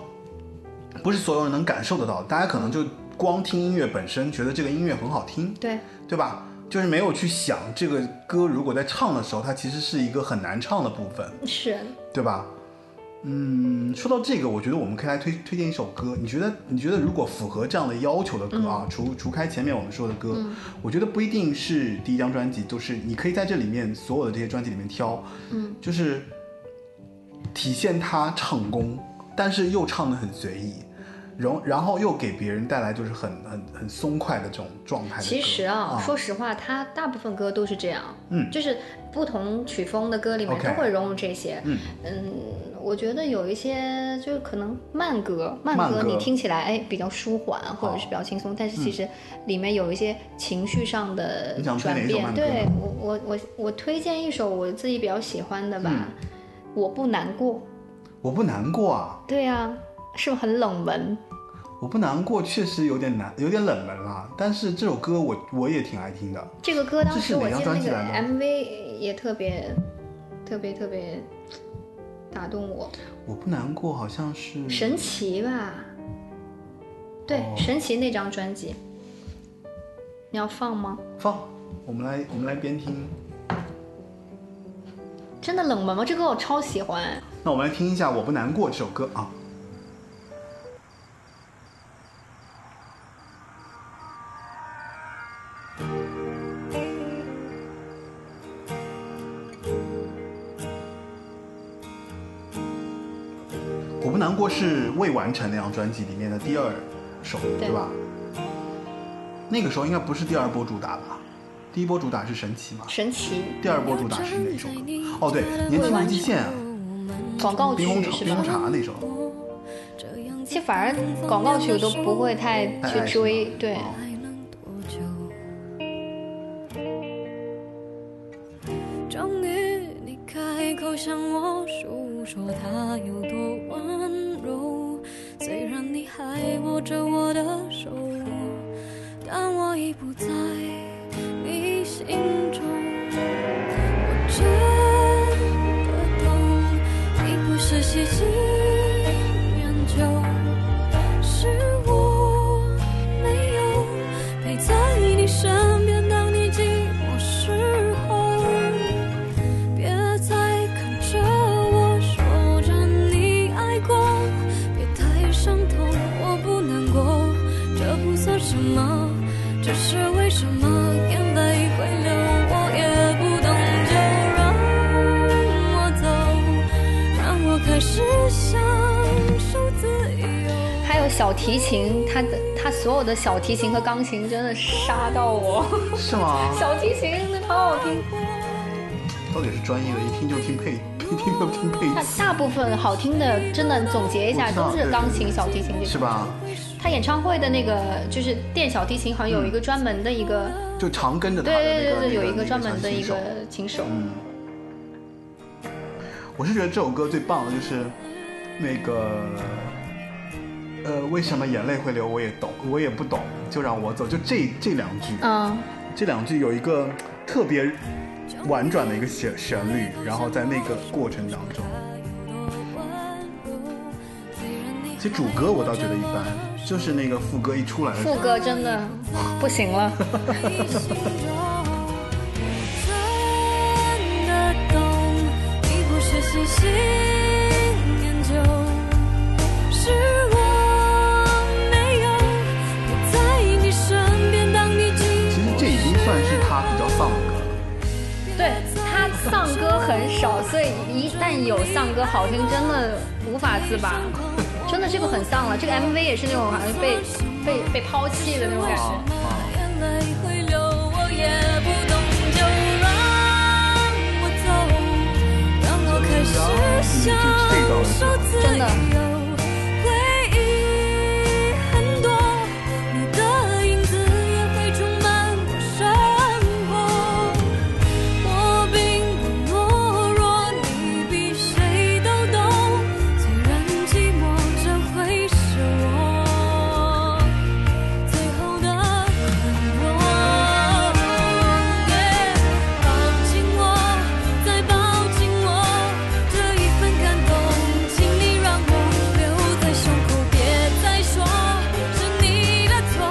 S1: 不是所有人能感受得到，大家可能就光听音乐本身，觉得这个音乐很好听，
S3: 对。
S1: 对吧？就是没有去想这个歌如果在唱的时候，它其实是一个很难唱的部分，
S3: 是，
S1: 对吧？嗯，说到这个，我觉得我们可以来推推荐一首歌。你觉得你觉得如果符合这样的要求的歌啊，
S3: 嗯
S1: 除除开前面我们说的歌，我觉得不一定是第一张专辑，就是你可以在这里面所有的这些专辑里面挑，
S3: 嗯，
S1: 就是体现他唱功，但是又唱的很随意，然后然后又给别人带来就是很很很松快的这种状态的歌。
S3: 其实啊，
S1: 啊
S3: 说实话，他大部分歌都是这样，
S1: 嗯
S3: 就是不同曲风的歌里面
S1: OK
S3: 都会融入这些，
S1: 嗯
S3: 我觉得有一些就是可能慢歌，慢
S1: 慢
S3: 歌
S1: 歌嗯
S3: 你听起来哎比较舒缓或者是比较轻松，但是其实里面有一些情绪上的
S1: 你想推哪
S3: 转
S1: 一首慢
S3: 变。
S1: 歌呢
S3: 对我我我我推荐一首我自己比较喜欢的吧，
S1: 嗯
S3: 我不难过。
S1: 我不难过啊，
S3: 对啊，是不是很冷门？
S1: 我不难过，确实有点难，有点冷门啦。但是这首歌我我也挺爱听的。
S3: 这个歌当
S1: 这是
S3: 时
S1: 哪
S3: 我
S1: 张
S3: 记得
S1: 专
S3: 那
S1: 辑
S3: 个
S1: 来的
S3: MV 也特别特别特别打动我，
S1: 我不难过，好像是
S3: 神奇吧？对，
S1: 嗯哦
S3: 神奇那张专辑，你要放吗？
S1: 放，我们来我们来边听。
S3: 真的冷门吗？这歌我超喜欢。
S1: 那我们来听一下《我不难过》这首歌啊。我不难过是未完成那张专辑里面的第二首，
S3: 对
S1: 吧？那个时候应该不是第二波主打吧？第一波主打是神奇嘛？
S3: 神奇。
S1: 第二波主打是哪首歌？哦，对，年轻无极限、啊，
S3: 广告曲
S1: 冰红茶，
S3: 是
S1: 冰
S3: 吧
S1: 红？茶那首。
S3: 其实反而广告曲我都不会太
S1: 太爱
S3: 去
S1: 是
S3: 追
S1: 吗，
S3: 对。
S1: 哦
S2: 还能多久？终于你开口向我诉说他有多温柔，虽然你还握着我的手，但我已不在你心中。我真的懂，你不是喜新厌旧。是我没有陪在你身边，当你寂寞时候，别再看着我说着你爱过，别太伤痛，我不难过，这不算什么，只是为什么眼泪会流，我也不懂，就让我走，让我开始享受自由。
S3: 还有小提琴，他的他所有的小提琴和钢琴真的杀到我。 (laughs)
S1: 是吗？
S3: 小提琴真的好好听，
S1: 到底是专业的，一听就听配，一听就听配
S3: 大
S1: 器，
S3: 大部分好听的，真的总结一下
S1: 我知道
S3: 都是钢琴、小提琴这
S1: 是
S3: 种。
S1: 吧？
S3: 他演唱会的那个就是电小提琴，好像有一个专门的一个，
S1: 就常跟着他
S3: 对
S1: 的
S3: 对
S1: 那
S3: 对
S1: 个
S3: 对，有一
S1: 那
S3: 个专门的一
S1: 小提琴手
S3: 个琴手。
S1: 嗯，我是觉得这首歌最棒的就是那个，呃，为什么眼泪会流？我也懂，我也不懂，就让我走。就这这两句，
S3: 嗯，
S1: 这两句有一个特别婉转的一个旋旋律，然后在那个过程当中，其实主歌我倒觉得一般，就是那个副歌一出来的时
S3: 副
S1: 候，
S3: 歌真的不行
S1: (laughs)
S3: 了。
S2: 真的懂，你不是喜新厌旧，是我没有陪在你身边，当你寂
S1: 其实这已经算是他比较丧的歌了。
S3: 对他丧歌很少，所以一旦有丧歌好听，真的无法自拔。真的这个很丧了，这个 MV 也是那种好像被被被抛弃的那种感觉。
S1: 啊
S2: 眼泪哦会流，我也不懂，就让我走，让我开始享受自由。回忆很多，你的影子也会充满我生活。我并不懦弱，你比谁都懂。虽然寂寞，这会是我最后的软弱。抱紧我，再抱紧我，这一份感动，请你让我留在胸口，别再说是你的错。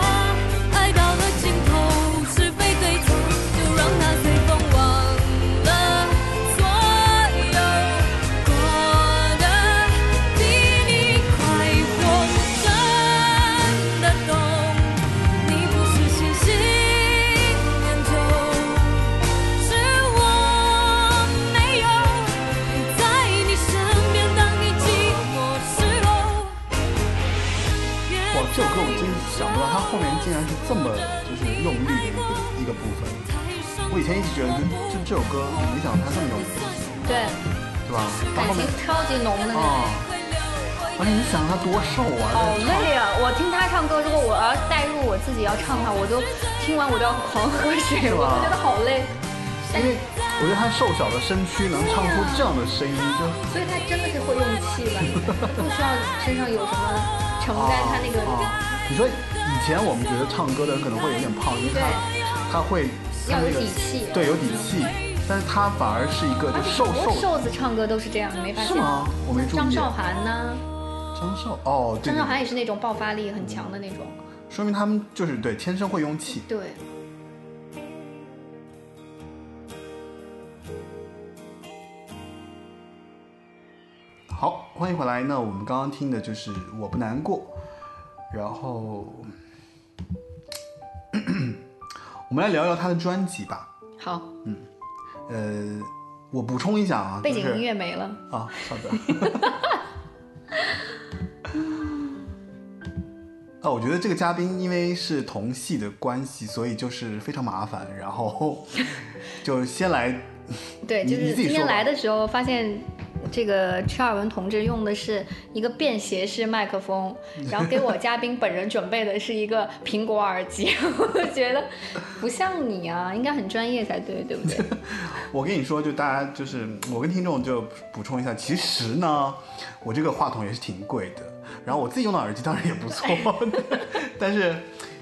S2: 爱到了尽头，是非对错，就让它随风，忘了所有，过得比你快活。我真的懂，你不是喜新厌旧，是我没有陪在你身边，当你寂寞时候。
S1: 哇，这首歌我真是想不到，它后面竟然是这么就是用力的一个一个部分。我以前一直觉得就这首歌，没想到它这么有力，
S3: 对，
S1: 对吧？它
S3: 感
S1: 后
S3: 情
S1: 面
S3: 超级浓的那种。
S1: 啊，而且你想他多瘦啊，
S3: 好累啊！我听他唱歌，如果我要代入我自己要唱他，我都听完我都要狂喝水，
S1: 是吧
S3: 我都觉得好累。但是，
S1: 我觉得他瘦小的身躯能唱出这样的声音，就
S3: 所以他真的是会用气吧，不需要身上有什么承
S1: 啊
S3: 担他那个。
S1: 啊，你说以前我们觉得唱歌的人可能会有点胖，因为他他会他
S3: 要
S1: 那
S3: 有
S1: 个
S3: 底气
S1: 对，有底气，但是他反而是一个就
S3: 而且
S1: 瘦
S3: 很多
S1: 瘦的，
S3: 瘦子唱歌都是这样，你没发现
S1: 是吗？我没注
S3: 张
S1: 意。
S3: 韶涵呢？
S1: 张韶哦，对
S3: 张
S1: 对
S3: 韶
S1: 对
S3: 涵也是那种爆发力很强的那种。
S1: 说明他们就是对天生会用气。
S3: 对，
S1: 好，欢迎回来。那我们刚刚听的就是《我不难过》，然后 (clears throat) 我们来聊聊他的专辑吧。
S3: 好，
S1: 呃，我补充一下啊，
S3: 背景音
S1: 乐
S3: 乐没了。
S1: 啊，稍等。 (laughs) 啊，我觉得这个嘉宾因为是同系的关系，所以就是非常麻烦。然后就先来，
S3: 对，就是今天来的时候发现。这个车尔文同志用的是一个便携式麦克风，然后给我嘉宾本人准备的是一个苹果耳机， (laughs) 我就觉得不像你啊，应该很专业才对，
S1: (laughs)
S3: 对不对？
S1: 我跟你说，就大家就是我跟听众就补充一下，其实呢，我这个话筒也是挺贵的，然后我自己用的耳机当然也不错， (laughs) 但是。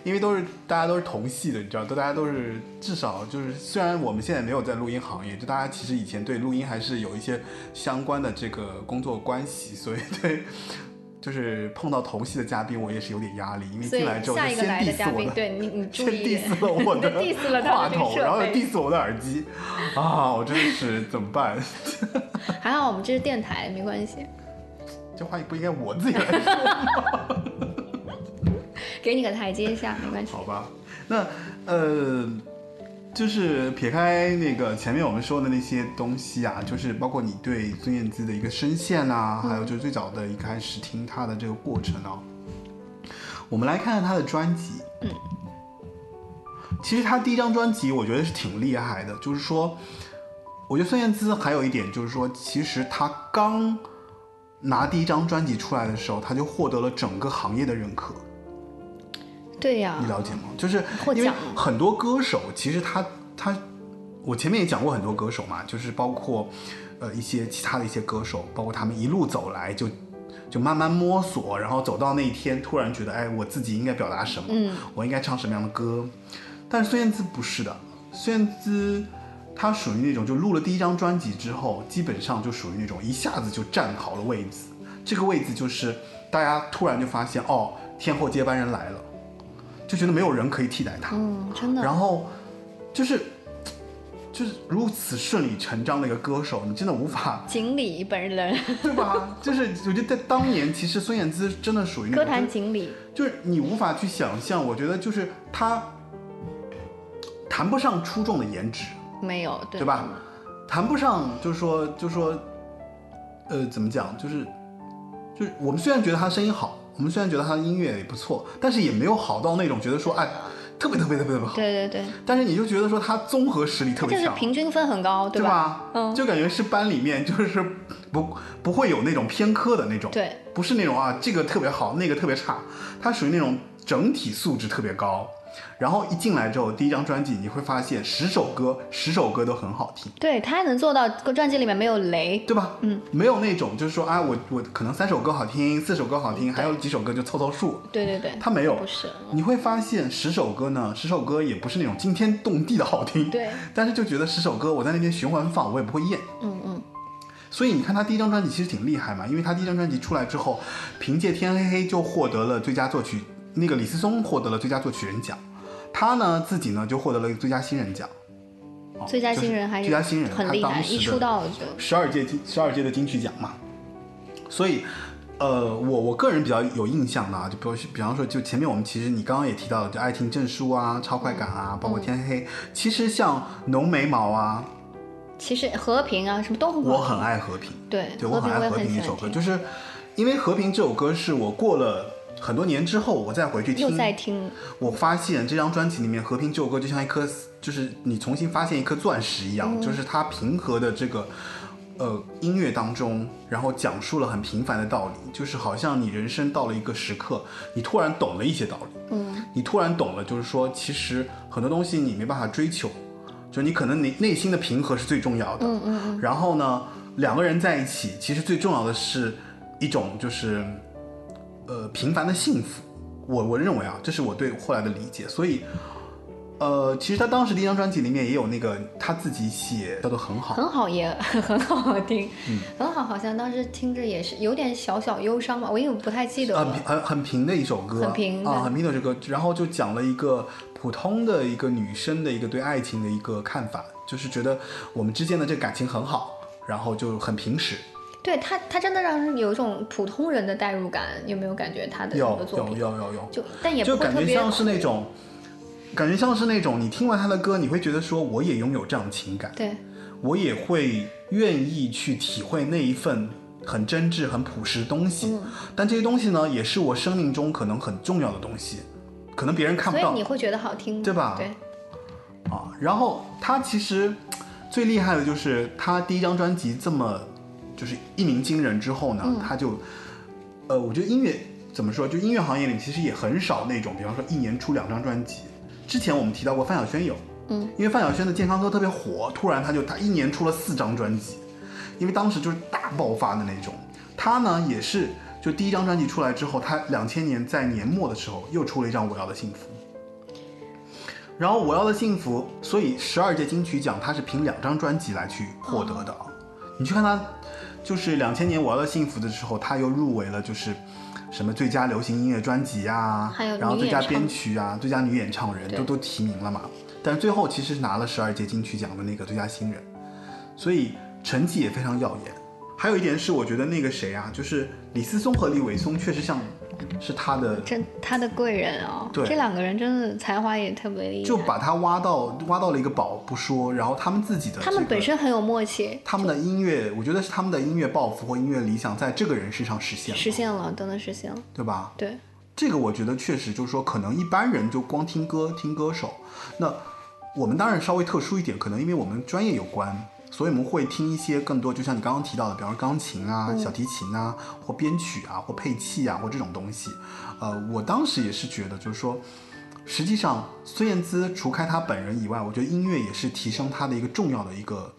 S1: 因为都是大家都是同系的，你知道，都大家都是至少就是，虽然我们现在没有在录音行业，就大家其实以前对录音还是有一些相关的这个工作关系，所以对，就是碰到同系的嘉宾，我也是有点压力，因为进来之后
S3: 下一个来
S1: 的
S3: 嘉宾，对你
S1: (laughs)
S3: 你注意
S1: 先 diss 了
S3: (laughs)
S1: 我的
S3: diss 了
S1: 话筒，然后又 diss 我的耳机，啊，我真的是怎么办？ (laughs)
S3: 还好我们这是电台，没关系。
S1: 这话不应该我自己来说吗？
S3: 给你个台阶下，没关系。
S1: 好吧，那呃，就是撇开那个前面我们说的那些东西啊，就是包括你对孙燕姿的一个声线啊，嗯、还有就是最早的一开始听她的这个过程啊，我们来看看她的专辑。
S3: 嗯，
S1: 其实她第一张专辑我觉得是挺厉害的，就是说，我觉得孙燕姿还有一点就是说，其实她刚拿第一张专辑出来的时候，她就获得了整个行业的认可。
S3: 对呀、啊，
S1: 你了解吗？就是因为很多歌手，其实他他，我前面也讲过很多歌手嘛，就是包括呃一些其他的一些歌手，包括他们一路走来就就慢慢摸索，然后走到那一天，突然觉得哎，我自己应该表达什么，
S3: 嗯，
S1: 我应该唱什么样的歌。但是孙燕姿不是的，孙燕姿她属于那种就录了第一张专辑之后，基本上就属于那种一下子就站好了位置，这个位置就是大家突然就发现哦，天后接班人来了。就觉得没有人可以替代他，
S3: 嗯，真的。
S1: 然后，就是，就是如此顺理成章的一个歌手，你真的无
S3: (laughs)
S1: 法。
S3: 锦鲤本
S1: (laughs)
S3: 人，
S1: 对吧？就是我觉得在当年，其实孙燕姿真的属于
S3: 歌坛锦鲤，
S1: 就是你无法去想象。我觉得就是她谈不上出众的颜值，
S3: 没有，对
S1: 对吧？谈不上，就是说，就是说，呃，怎么讲？就是，就是我们虽然觉得她声音好。我们虽然觉得他的音乐也不错，但是也没有好到那种觉得说哎，特别特别特别特别好。
S3: 对对对。
S1: 但是你就觉得说他综合实力特别
S3: 强，就是平均分很高，
S1: 对
S3: 吧？对吧嗯，
S1: 就感觉是班里面 (laughs) 就是不不会有那种偏科的那种，
S3: 对，
S1: 不是那种啊这个特别好，那个特别差，他属于那种整体素质特别高。然后一进来之后，第一张专辑你会发现十首歌，十首歌都很好听。
S3: 对他能做到专辑里面没有雷，
S1: 对吧？
S3: 嗯，
S1: 没有那种就是说啊，我我可能三首歌好听，四首歌好听，还有几首歌就凑凑数。
S3: 对对对，
S1: 他没有。
S3: 嗯不是，
S1: 你会发现十首歌呢，十首歌也不是那种惊天动地的好听。
S3: 对。
S1: 但是就觉得十首歌我在那边循环放，我也不会厌。
S3: 嗯嗯。
S1: 所以你看他第一张专辑其实挺厉害嘛，因为他第一张专辑出来之后，凭借《天黑黑》就获得了最佳作曲。那个李思松获得了最佳作曲人奖，他呢自己呢就获得了最佳新人奖，哦、
S3: 最佳新人还
S1: 是最佳新人
S3: 很厉害，一出道就
S1: 十二届金十二届的金曲奖嘛。所以，呃，我我个人比较有印象的啊，就比如比方说，就前面我们其实你刚刚也提到，就《爱情证书》啊，《超快感》啊，包括《天黑》嗯，其实像《浓眉毛》啊，
S3: 其实《和平》啊，什么都很
S1: 我很爱《和平》
S3: 对，
S1: 对我很爱《和平》一首歌，就是因为《和平》这首歌是我过了。很多年之后，我再回去听，
S3: 又在听，
S1: 我发现这张专辑里面《和平》这首歌就像一颗，就是你重新发现一颗钻石一样，
S3: 嗯、
S1: 就是它平和的这个，呃，音乐当中，然后讲述了很平凡的道理，就是好像你人生到了一个时刻，你突然懂了一些道理，
S3: 嗯，
S1: 你突然懂了，就是说，其实很多东西你没办法追求，就你可能你内心的平和是最重要的，
S3: 嗯嗯嗯，
S1: 然后呢，两个人在一起，其实最重要的是一种就是。呃，平凡的幸福，我我认为啊，这是我对后来的理解。所以，呃，其实他当时第一张专辑里面也有那个他自己写叫做很好，
S3: 很好也 (laughs) 很好听，
S1: 嗯，
S3: 很好，好像当时听着也是有点小小忧伤吧，我因为不太记得
S1: 了。啊很很很平的一首歌，
S3: 很平
S1: 啊，很平的这歌，然后就讲了一个普通的一个女生的一个对爱情的一个看法，就是觉得我们之间的这感情很好，然后就很平实。
S3: 对他，他真的让人有一种普通人的代入感，有没有感觉他的
S1: 有
S3: 作品
S1: 有有有有，
S3: 就但也
S1: 就感觉像是那种，感觉像是那种你听完他的歌，你会觉得说我也拥有这样的情感，
S3: 对，
S1: 我也会愿意去体会那一份很真挚、很朴实的东西。
S3: 嗯
S1: 但这些东西呢，也是我生命中可能很重要的东西，可能别人看不
S3: 所以
S1: 到
S3: 你会觉得好听，
S1: 对吧
S3: 对，
S1: 啊。然后他其实最厉害的就是他第一张专辑这么就是一鸣惊人之后呢，他就呃，我觉得音乐怎么说，就音乐行业里其实也很少那种，比方说一年出两张专辑。之前我们提到过范晓萱有，
S3: 嗯，
S1: 因为范晓萱的健康歌特别火，突然她就她一年出了四张专辑，因为当时就是大爆发的那种。她呢也是就第一张专辑出来之后，她两千年在年末的时候又出了一张《我要的幸福》，然后《我要的幸福》，所以十二届金曲奖她是凭两张专辑来去获得
S3: 哦
S1: 的。你去看她，就是两千年《我要的幸福》的时候，她又入围了就是什么最佳流行音乐专辑啊，
S3: 还有
S1: 然后
S3: 女
S1: 最
S3: 演
S1: 佳
S3: 唱
S1: 编曲啊、最佳女演唱人
S3: 对
S1: 都都提名了嘛。但是最后其实是拿了十二届金曲奖的那个最佳新人，所以成绩也非常耀眼。还有一点是，我觉得那个谁啊，就是李思松和李伟松，确实像是他的，
S3: 真他的贵人哦，
S1: 对
S3: 这两个人真的才华也特别厉害，
S1: 就把他挖到挖到了一个宝不说，然后他们自己的、
S3: 他们本。身很有默契，
S1: 他们的音乐，我觉得是他们的音乐抱负或音乐理想，在这个人身上实现了，
S3: 实现了，都能实现了，
S1: 对吧？
S3: 对，
S1: 这个我觉得确实就是说，可能一般人就光听歌听歌手，那我们当然稍微特殊一点，可能因为我们专业有关，所以我们会听一些更多，就像你刚刚提到的，比方说钢琴啊、
S3: 嗯
S1: 小提琴啊，或编曲啊，或配器啊，或这种东西。呃，我当时也是觉得，就是说，实际上孙燕姿除开她本人以外，我觉得音乐也是提升她的一个重要的一个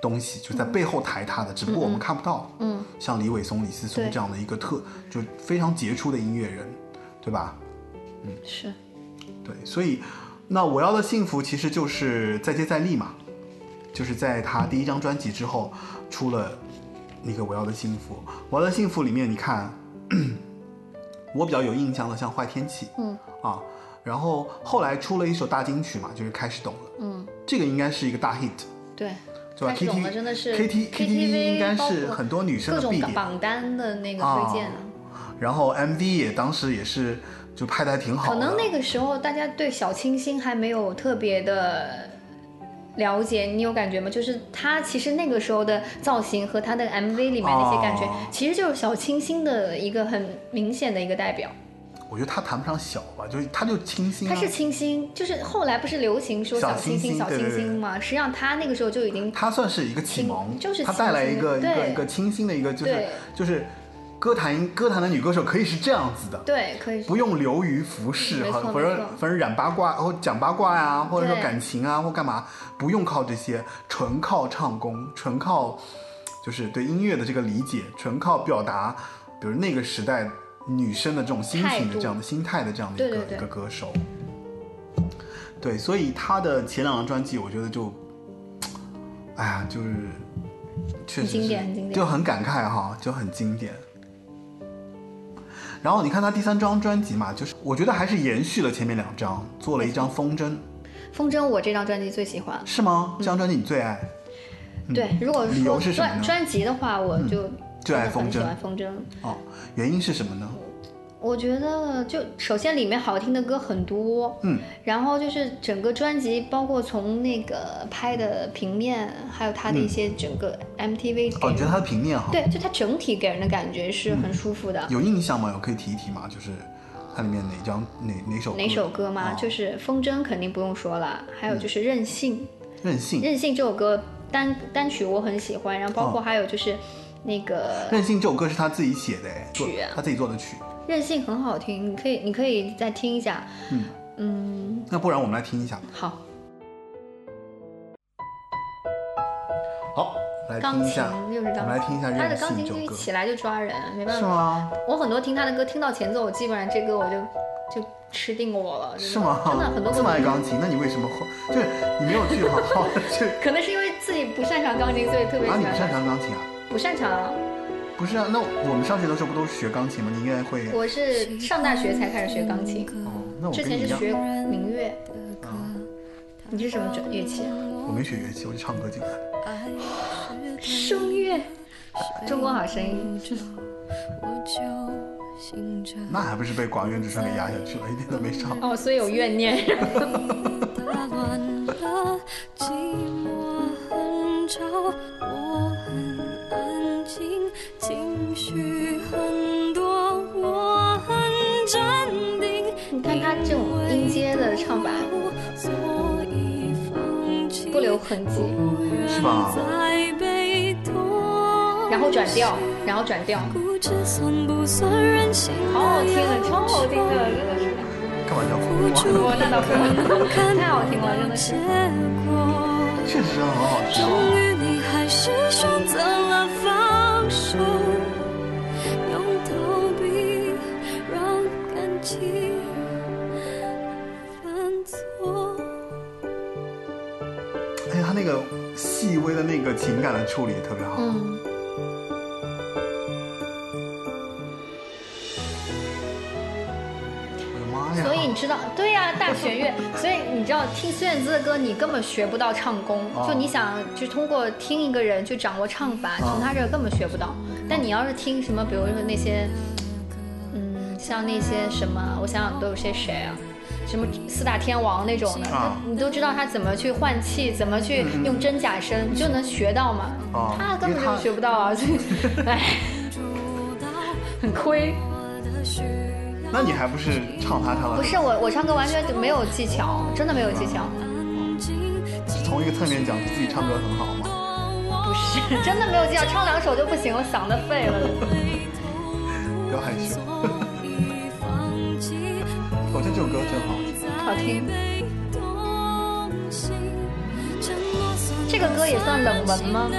S1: 东西，就在背后抬她的，只不过我们看不到。
S3: 嗯，
S1: 像李伟松、李思松
S3: 对
S1: 这样的一个特，就非常杰出的音乐人，对吧？
S3: 是，
S1: 对，所以那我要的幸福其实就是再接再厉嘛，就是在他第一张专辑之后出了那个我要的幸福。我要的幸福里面，你看 (clears throat) 我比较有印象的像坏天气
S3: 嗯
S1: 啊，然后后来出了一首大金曲嘛，就是开始懂了，
S3: 嗯，
S1: 这个应该是一个大 hit。
S3: 对，
S1: 对吧
S3: 开始懂了
S1: KTV
S3: 真的是
S1: K T K T V 应该是很多女生
S3: 各
S1: 的必
S3: 种
S1: 点，
S3: 榜单的那个
S1: 啊
S3: 推荐。
S1: 然后 MV 也当时也是就拍的还挺好
S3: 可
S1: 的，
S3: 能那个时候大家对小清新还没有特别的了解，你有感觉吗？就是他其实那个时候的造型和他的 MV 里面那些感觉，
S1: 哦
S3: 其实就是小清新的一个很明显的一个代表。
S1: 我觉得他谈不上小吧，就是他就清新、啊，
S3: 他是清新，就是后来不是流行说
S1: 小
S3: 小清
S1: 清新
S3: 小
S1: 对
S3: 清
S1: 对对
S3: 新嘛？实际上他那个时候就已经
S1: 他算是一个启
S3: 清
S1: 蒙，
S3: 就是
S1: 他带来一个一
S3: 清新
S1: 个
S3: 对
S1: 一个清新的一个就是
S3: 对
S1: 就是歌坛歌坛的女歌手可以是这样子的，
S3: 对可以
S1: 不用流于服饰
S3: 没
S1: 和
S3: 错
S1: 或
S3: 没
S1: 者
S3: 错
S1: 或者染八卦或讲八卦呀、或者说
S3: 对
S1: 感情啊或干嘛，不用靠这些，纯靠唱功，纯靠就是对音乐的这个理解，纯靠表达，比如那个时代女生的这种心情
S3: 态
S1: 的
S3: 度
S1: 这样的心态的这样的一个
S3: 对对对
S1: 一个歌手。对，所以他的前两张专辑，我觉得就，哎呀，就是确实
S3: 很经
S1: 是
S3: 典很经典
S1: 就很感慨哈，就很经典。然后你看他第三张专辑嘛，就是我觉得还是延续了前面两张，做了一张风筝，
S3: 风筝，我这张专辑最喜欢。
S1: 是吗？这张专辑你最爱？
S3: 对，如果
S1: 嗯理由
S3: 说
S1: 是什么
S3: 专
S1: 呢
S3: 专辑的话，我就
S1: 就爱风
S3: 很喜
S1: 筝
S3: 欢风筝。
S1: 哦，原因是什么呢？
S3: 我觉得就首先里面好听的歌很多，
S1: 嗯，
S3: 然后就是整个专辑，包括从那个拍的平面，还有它的一些整个 MTV 给
S1: 嗯哦，你
S3: 人
S1: 觉得它嗯的平面哈？，
S3: 对，就它整体给人的感觉是很舒服的。
S1: 有印象吗？有可以提一提吗？就是它里面哪张哪哪首歌
S3: 哪首歌嘛，
S1: 哦
S3: 就是《风筝》肯定不用说了，还
S1: 嗯
S3: 有就是《任性》
S1: 任性，
S3: 任性》这首歌单单曲我很喜欢，然后包括
S1: 哦
S3: 还有就是那个
S1: 任性这首歌是他自己写的哎，做
S3: 曲啊
S1: 他自己做的曲。
S3: 任性很好听，你可以你可以再听一下。
S1: 嗯
S3: 嗯，
S1: 那不然我们来听一下吧。
S3: 好，
S1: 好，来
S3: 钢
S1: 听一
S3: 琴
S1: 下，
S3: 又是
S1: 我
S3: 钢
S1: 们来
S3: 琴，
S1: 听一下
S3: 他的
S1: 任
S3: 钢
S1: 性
S3: 琴
S1: 这
S3: 就一
S1: 首歌，
S3: 起来就抓人，没办
S1: 是
S3: 法。
S1: 吗？
S3: 我很多听他的歌，听到前奏，我基本上这歌我就就吃定我了。真的
S1: 是吗？
S3: 真的很多
S1: 这么爱
S3: 歌。
S1: 钢琴，那你为什么会就是你没有去好好的
S3: (laughs)
S1: 去
S3: 可能是因为自己不擅长钢琴，所以特别
S1: 啊？
S3: 喜
S1: 你不擅
S3: 欢它。
S1: 长钢琴啊？
S3: 不擅长啊，
S1: 不是啊，那我们上学的时候不都是学钢琴吗？你应该会。
S3: 我是上大学才开始学钢琴，
S1: 哦，那我
S3: 之
S1: 跟
S3: 前
S1: 你
S3: 是
S1: 一样，啊
S3: 学民乐。你是什么专乐器啊？
S1: 我没学乐器，我就唱歌进来的。
S3: 声乐，中国好声音。
S1: 那还不是被广院之春给压下去了，一点都没唱。
S3: 哦，所以有怨念。
S2: 打乱了寂寞很吵，我很安静，静
S3: 痕迹，
S1: 是吧？
S3: 然后转调，然后转调，好好听啊，超好听的，
S2: (laughs)
S3: 真的是。
S1: 干嘛要哭
S3: 啊？那倒不，太好听了，真的是。
S1: (laughs) 确实很好啊听、哦。哎，他那个细微的那个情感的处理也特别好。嗯。我的妈呀！
S3: 所以你知道，对呀、啊，大弦乐。 (laughs) 所以你知道，听孙燕姿的歌，你根本学不到唱功。哦、就你想，就通过听一个人去掌握唱法，从他这儿根本学不到。哦、但你要是听什么，比如说那些。嗯像那些什么，我想想都有些谁啊，什么四大天王那种的，啊、你都知道他怎么去换气，怎么去用真假声，嗯、你就能学到嘛。啊、他根本就学不到啊，所以， (laughs) 哎，很亏。
S1: 那你还不是唱他唱的？
S3: 不是我，我唱歌完全没有技巧，真的没有技巧。
S1: 从一个侧面讲，自己唱歌很好吗？
S3: 不是， (laughs) 真的没有技巧，唱两首就不行，我嗓子废了。
S1: 不要害羞。我觉得这首歌真好，
S3: 好听。这个歌也算冷门吗？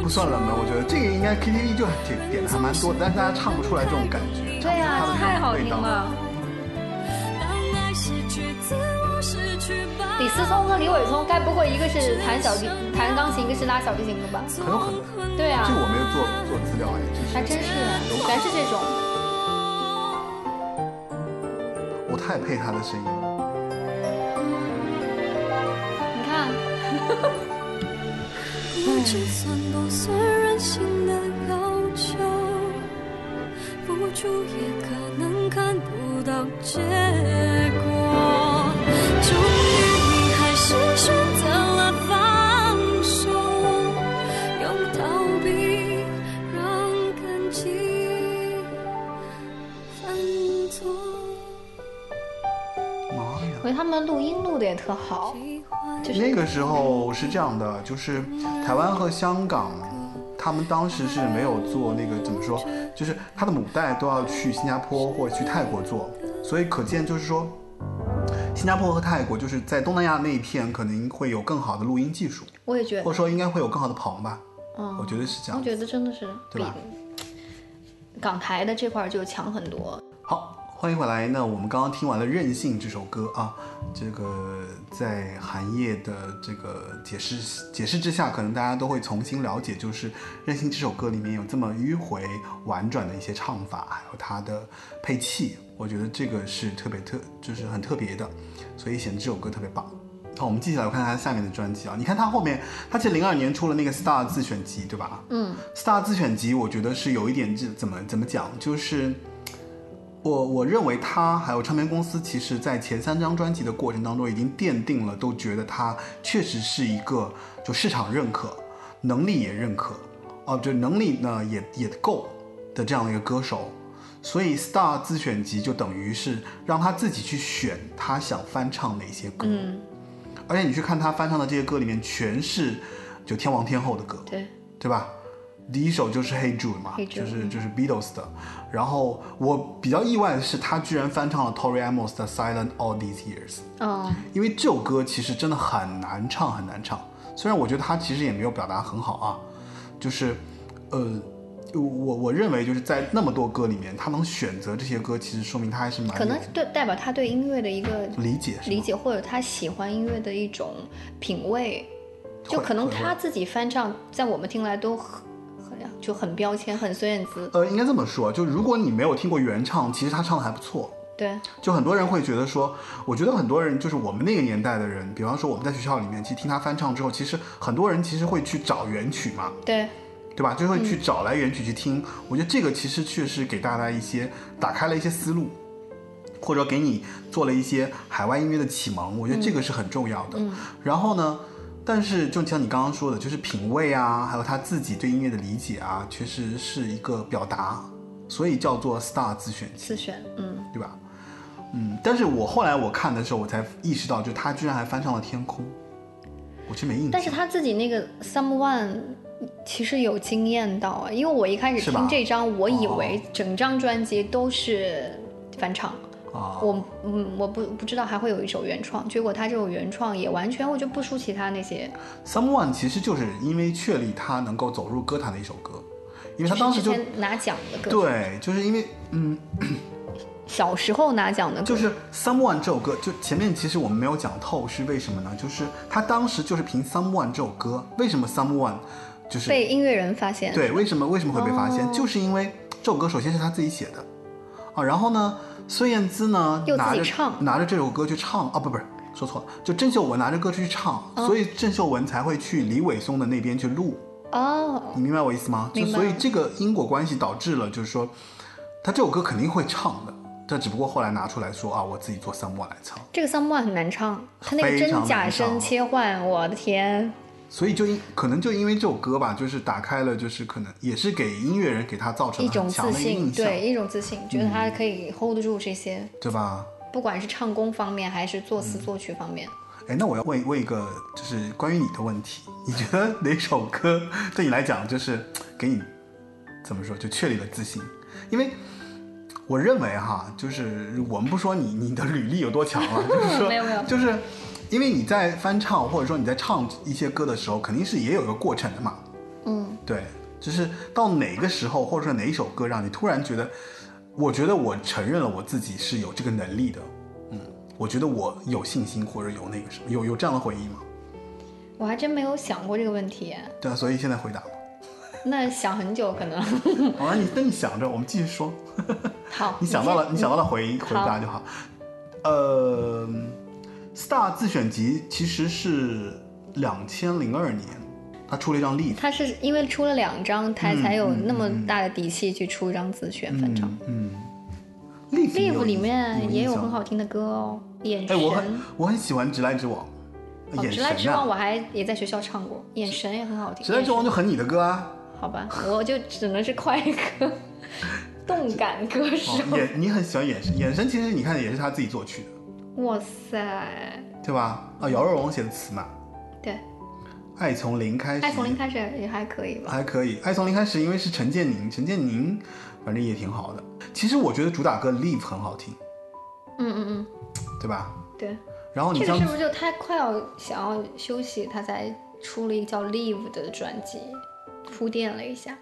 S1: 不算冷门，我觉得这个应该 KTV 就点点的还蛮多，但是大家唱不出来这种感觉。
S3: 对呀、啊，太好听了。李思聪和李伟聪，该不会一个是弹小提弹钢琴，一个是拉小提琴的吧？
S1: 很有可能。
S3: 对啊。
S1: 这我没有做做资料哎，就是、
S3: 还真是，全是这种。
S1: 我太配他的声音了。
S3: 你看，
S2: 付出也可能看不到结果，终于你还是选择了放手，用逃避让感情犯错。
S3: 我觉得他们录音录的也特好，就是
S1: 那个时候是这样的，就是台湾和香港，他们当时是没有做那个怎么说，就是他的母带都要去新加坡或者去泰国做，所以可见就是说，新加坡和泰国就是在东南亚那一片可能会有更好的录音技术，
S3: 我也觉得，
S1: 或者说应该会有更好的棚吧，嗯，我觉得是这样，
S3: 我觉得真的是
S1: 对吧？
S3: 港台的这块就强很多。
S1: 好。欢迎回来。那我们刚刚听完了《任性》这首歌啊，这个在韩叶的这个解释解释之下，可能大家都会重新了解，就是《任性》这首歌里面有这么迂回婉转的一些唱法，还有它的配器，我觉得这个是特别特，就是很特别的，所以显得这首歌特别棒。好，我们接下来看他下面的专辑啊，你看他后面，他其实零二年出了那个 Star 自选集，对吧？
S3: 嗯
S1: ，Star 自选集，我觉得是有一点这怎么怎么讲，就是。我我认为他还有唱片公司，其实在前三张专辑的过程当中，已经奠定了，都觉得他确实是一个就市场认可，能力也认可，哦、呃，就能力呢也也够的这样的一个歌手，所以 Star 自选集就等于是让他自己去选他想翻唱哪些歌，
S3: 嗯，
S1: 而且你去看他翻唱的这些歌里面，全是就天王天后的歌，
S3: 对，
S1: 对吧？第一首就是 Hey Jude 嘛，
S3: 嗯
S1: 就是就是 Beatles 的。然后我比较意外的是，他居然翻唱了 Tori Amos 的 Silent All These Years。
S3: 哦，
S1: 因为这首歌其实真的很难唱，很难唱。虽然我觉得他其实也没有表达很好啊，就是，呃，我我认为就是在那么多歌里面，他能选择这些歌，其实说明他还是蛮
S3: 可能对代表他对音乐的一个
S1: 理解
S3: 理解，或者他喜欢音乐的一种品味。就可能他自己翻唱，在我们听来都很。就很标签，很孙燕姿。
S1: 呃，应该这么说，就如果你没有听过原唱，其实她唱的还不错。
S3: 对，
S1: 就很多人会觉得说，我觉得很多人就是我们那个年代的人，比方说我们在学校里面，其实听她翻唱之后，其实很多人其实会去找原曲嘛。
S3: 对，
S1: 对吧？就会去找来原曲去听。嗯、我觉得这个其实确实给大家一些打开了一些思路，或者给你做了一些海外音乐的启蒙。我觉得这个是很重要的。
S3: 嗯、
S1: 然后呢？但是，就像你刚刚说的，就是品味啊，还有他自己对音乐的理解啊，确实是一个表达，所以叫做 star 自选。
S3: 自选，嗯，
S1: 对吧？嗯，但是我后来我看的时候，我才意识到，就他居然还翻唱了《天空》。我其实没印象。
S3: 但是他自己那个 Someone 其实有惊艳到啊，因为我一开始
S1: 是
S3: 听
S1: 吧
S3: 这张，我以
S1: 哦
S3: 为整张专辑都是翻唱。
S1: 啊，
S3: 我嗯，我不不知道还会有一首原创，结果他这首原创也完全我就不输其他那些，
S1: Someone 其实就是因为确立他能够走入歌坛的一首歌，因为他当时
S3: 就
S1: 就是
S3: 之前拿奖的歌，，
S1: 对，就是因为嗯，
S3: 小时候拿奖的歌，
S1: 就是《Someone》这首歌，就前面其实我们没有讲透是为什么呢？就是他当时就是凭《Someone》这首歌，为什么《Someone》就是
S3: 被音乐人发现，
S1: 对，为什么为什么会被发现？
S3: 哦
S1: 就是因为这首歌首先是他自己写的啊，然后呢，孙燕姿呢
S3: 又自己
S1: 拿着
S3: 唱
S1: 拿着这首歌去唱啊，不不是说错了，就郑秀文拿着歌去唱，所以郑秀文才会去李伟松的那边去录，
S3: 哦，
S1: 你明白我意思吗？就
S3: 明白
S1: 所以这个因果关系导致了，就是说他这首歌肯定会唱的，他只不过后来拿出来说啊，我自己做 someone 来唱，
S3: 这个 Someone 很难唱，他那个
S1: 非
S3: 真
S1: 常
S3: 假
S1: 难
S3: 声
S1: 唱
S3: 切换，我的天，
S1: 所以就因可能就因为这首歌吧，就是打开了，就是可能也是给音乐人给他造成
S3: 一
S1: 了很
S3: 种
S1: 强
S3: 自
S1: 的一个
S3: 信，
S1: 印象，嗯
S3: 对，一种自信，觉得他可以 hold 得住这些，
S1: 对吧？
S3: 不管是唱功方面还是作词作曲方面，
S1: 哎，那我要问问一个，就是关于你的问题，你觉得哪首歌对你来讲就是给你怎么说，就确立了自信？因为我认为哈，就是我们不说你你的履历有多强了，就是说
S3: (laughs) 没有没有
S1: (laughs) 就是因为你在翻唱或者说你在唱一些歌的时候，肯定是也有一个过程的嘛，
S3: 嗯，
S1: 对，就是到哪个时候或者说哪一首歌让你突然觉得，我觉得我承认了我自己是有这个能力的，嗯，我觉得我有信心或者有那个什么，有有这样的回忆吗？
S3: 我还真没有想过这个问题，
S1: 对啊，所以现在回答吧。
S3: 那想很久
S1: (laughs)
S3: 可能，
S1: 好啊了，你那你想着，我们继续说。
S3: 好，
S1: 你想到
S3: (laughs)
S1: 了，你想到了回回
S3: 好
S1: 答就好。呃，Star 自选集其实是两千零二年，他出了一张立体。
S3: 他是因为出了两张，他
S1: 嗯
S3: 才有那么大的底气去出一张自选翻唱。
S1: 嗯，立体
S3: Live 里面也有
S1: 印象
S3: 很好听的歌哦，眼
S1: 哎，
S3: 神。
S1: 我很我很喜欢《直来直往》，
S3: 哦
S1: 眼
S3: 直
S1: 神
S3: 来直往，我
S1: 啊，
S3: 还也在学校唱过，眼神也很好听。
S1: 直来直往就很你的歌啊。
S3: 眼神好吧，我就只能是快歌，动感歌手
S1: 哦。眼，你很喜欢眼神，眼神其实你看也是他自己作曲的，
S3: 哇塞，
S1: 对吧？啊，姚若龙写的词嘛，
S3: 对，
S1: 《爱从零开始》。
S3: 爱从零开始也还可以吧。
S1: 还可以，《爱从零开始》因为是陈建宁，陈建宁反正也挺好的。其实我觉得主打歌《Leave》很好听，
S3: 嗯嗯嗯，
S1: 对吧？
S3: 对，
S1: 然哦后你
S3: 这个
S1: 像
S3: 是不是就他快要想要休息，他才出了一个叫《Leave》的专辑，铺垫了一下。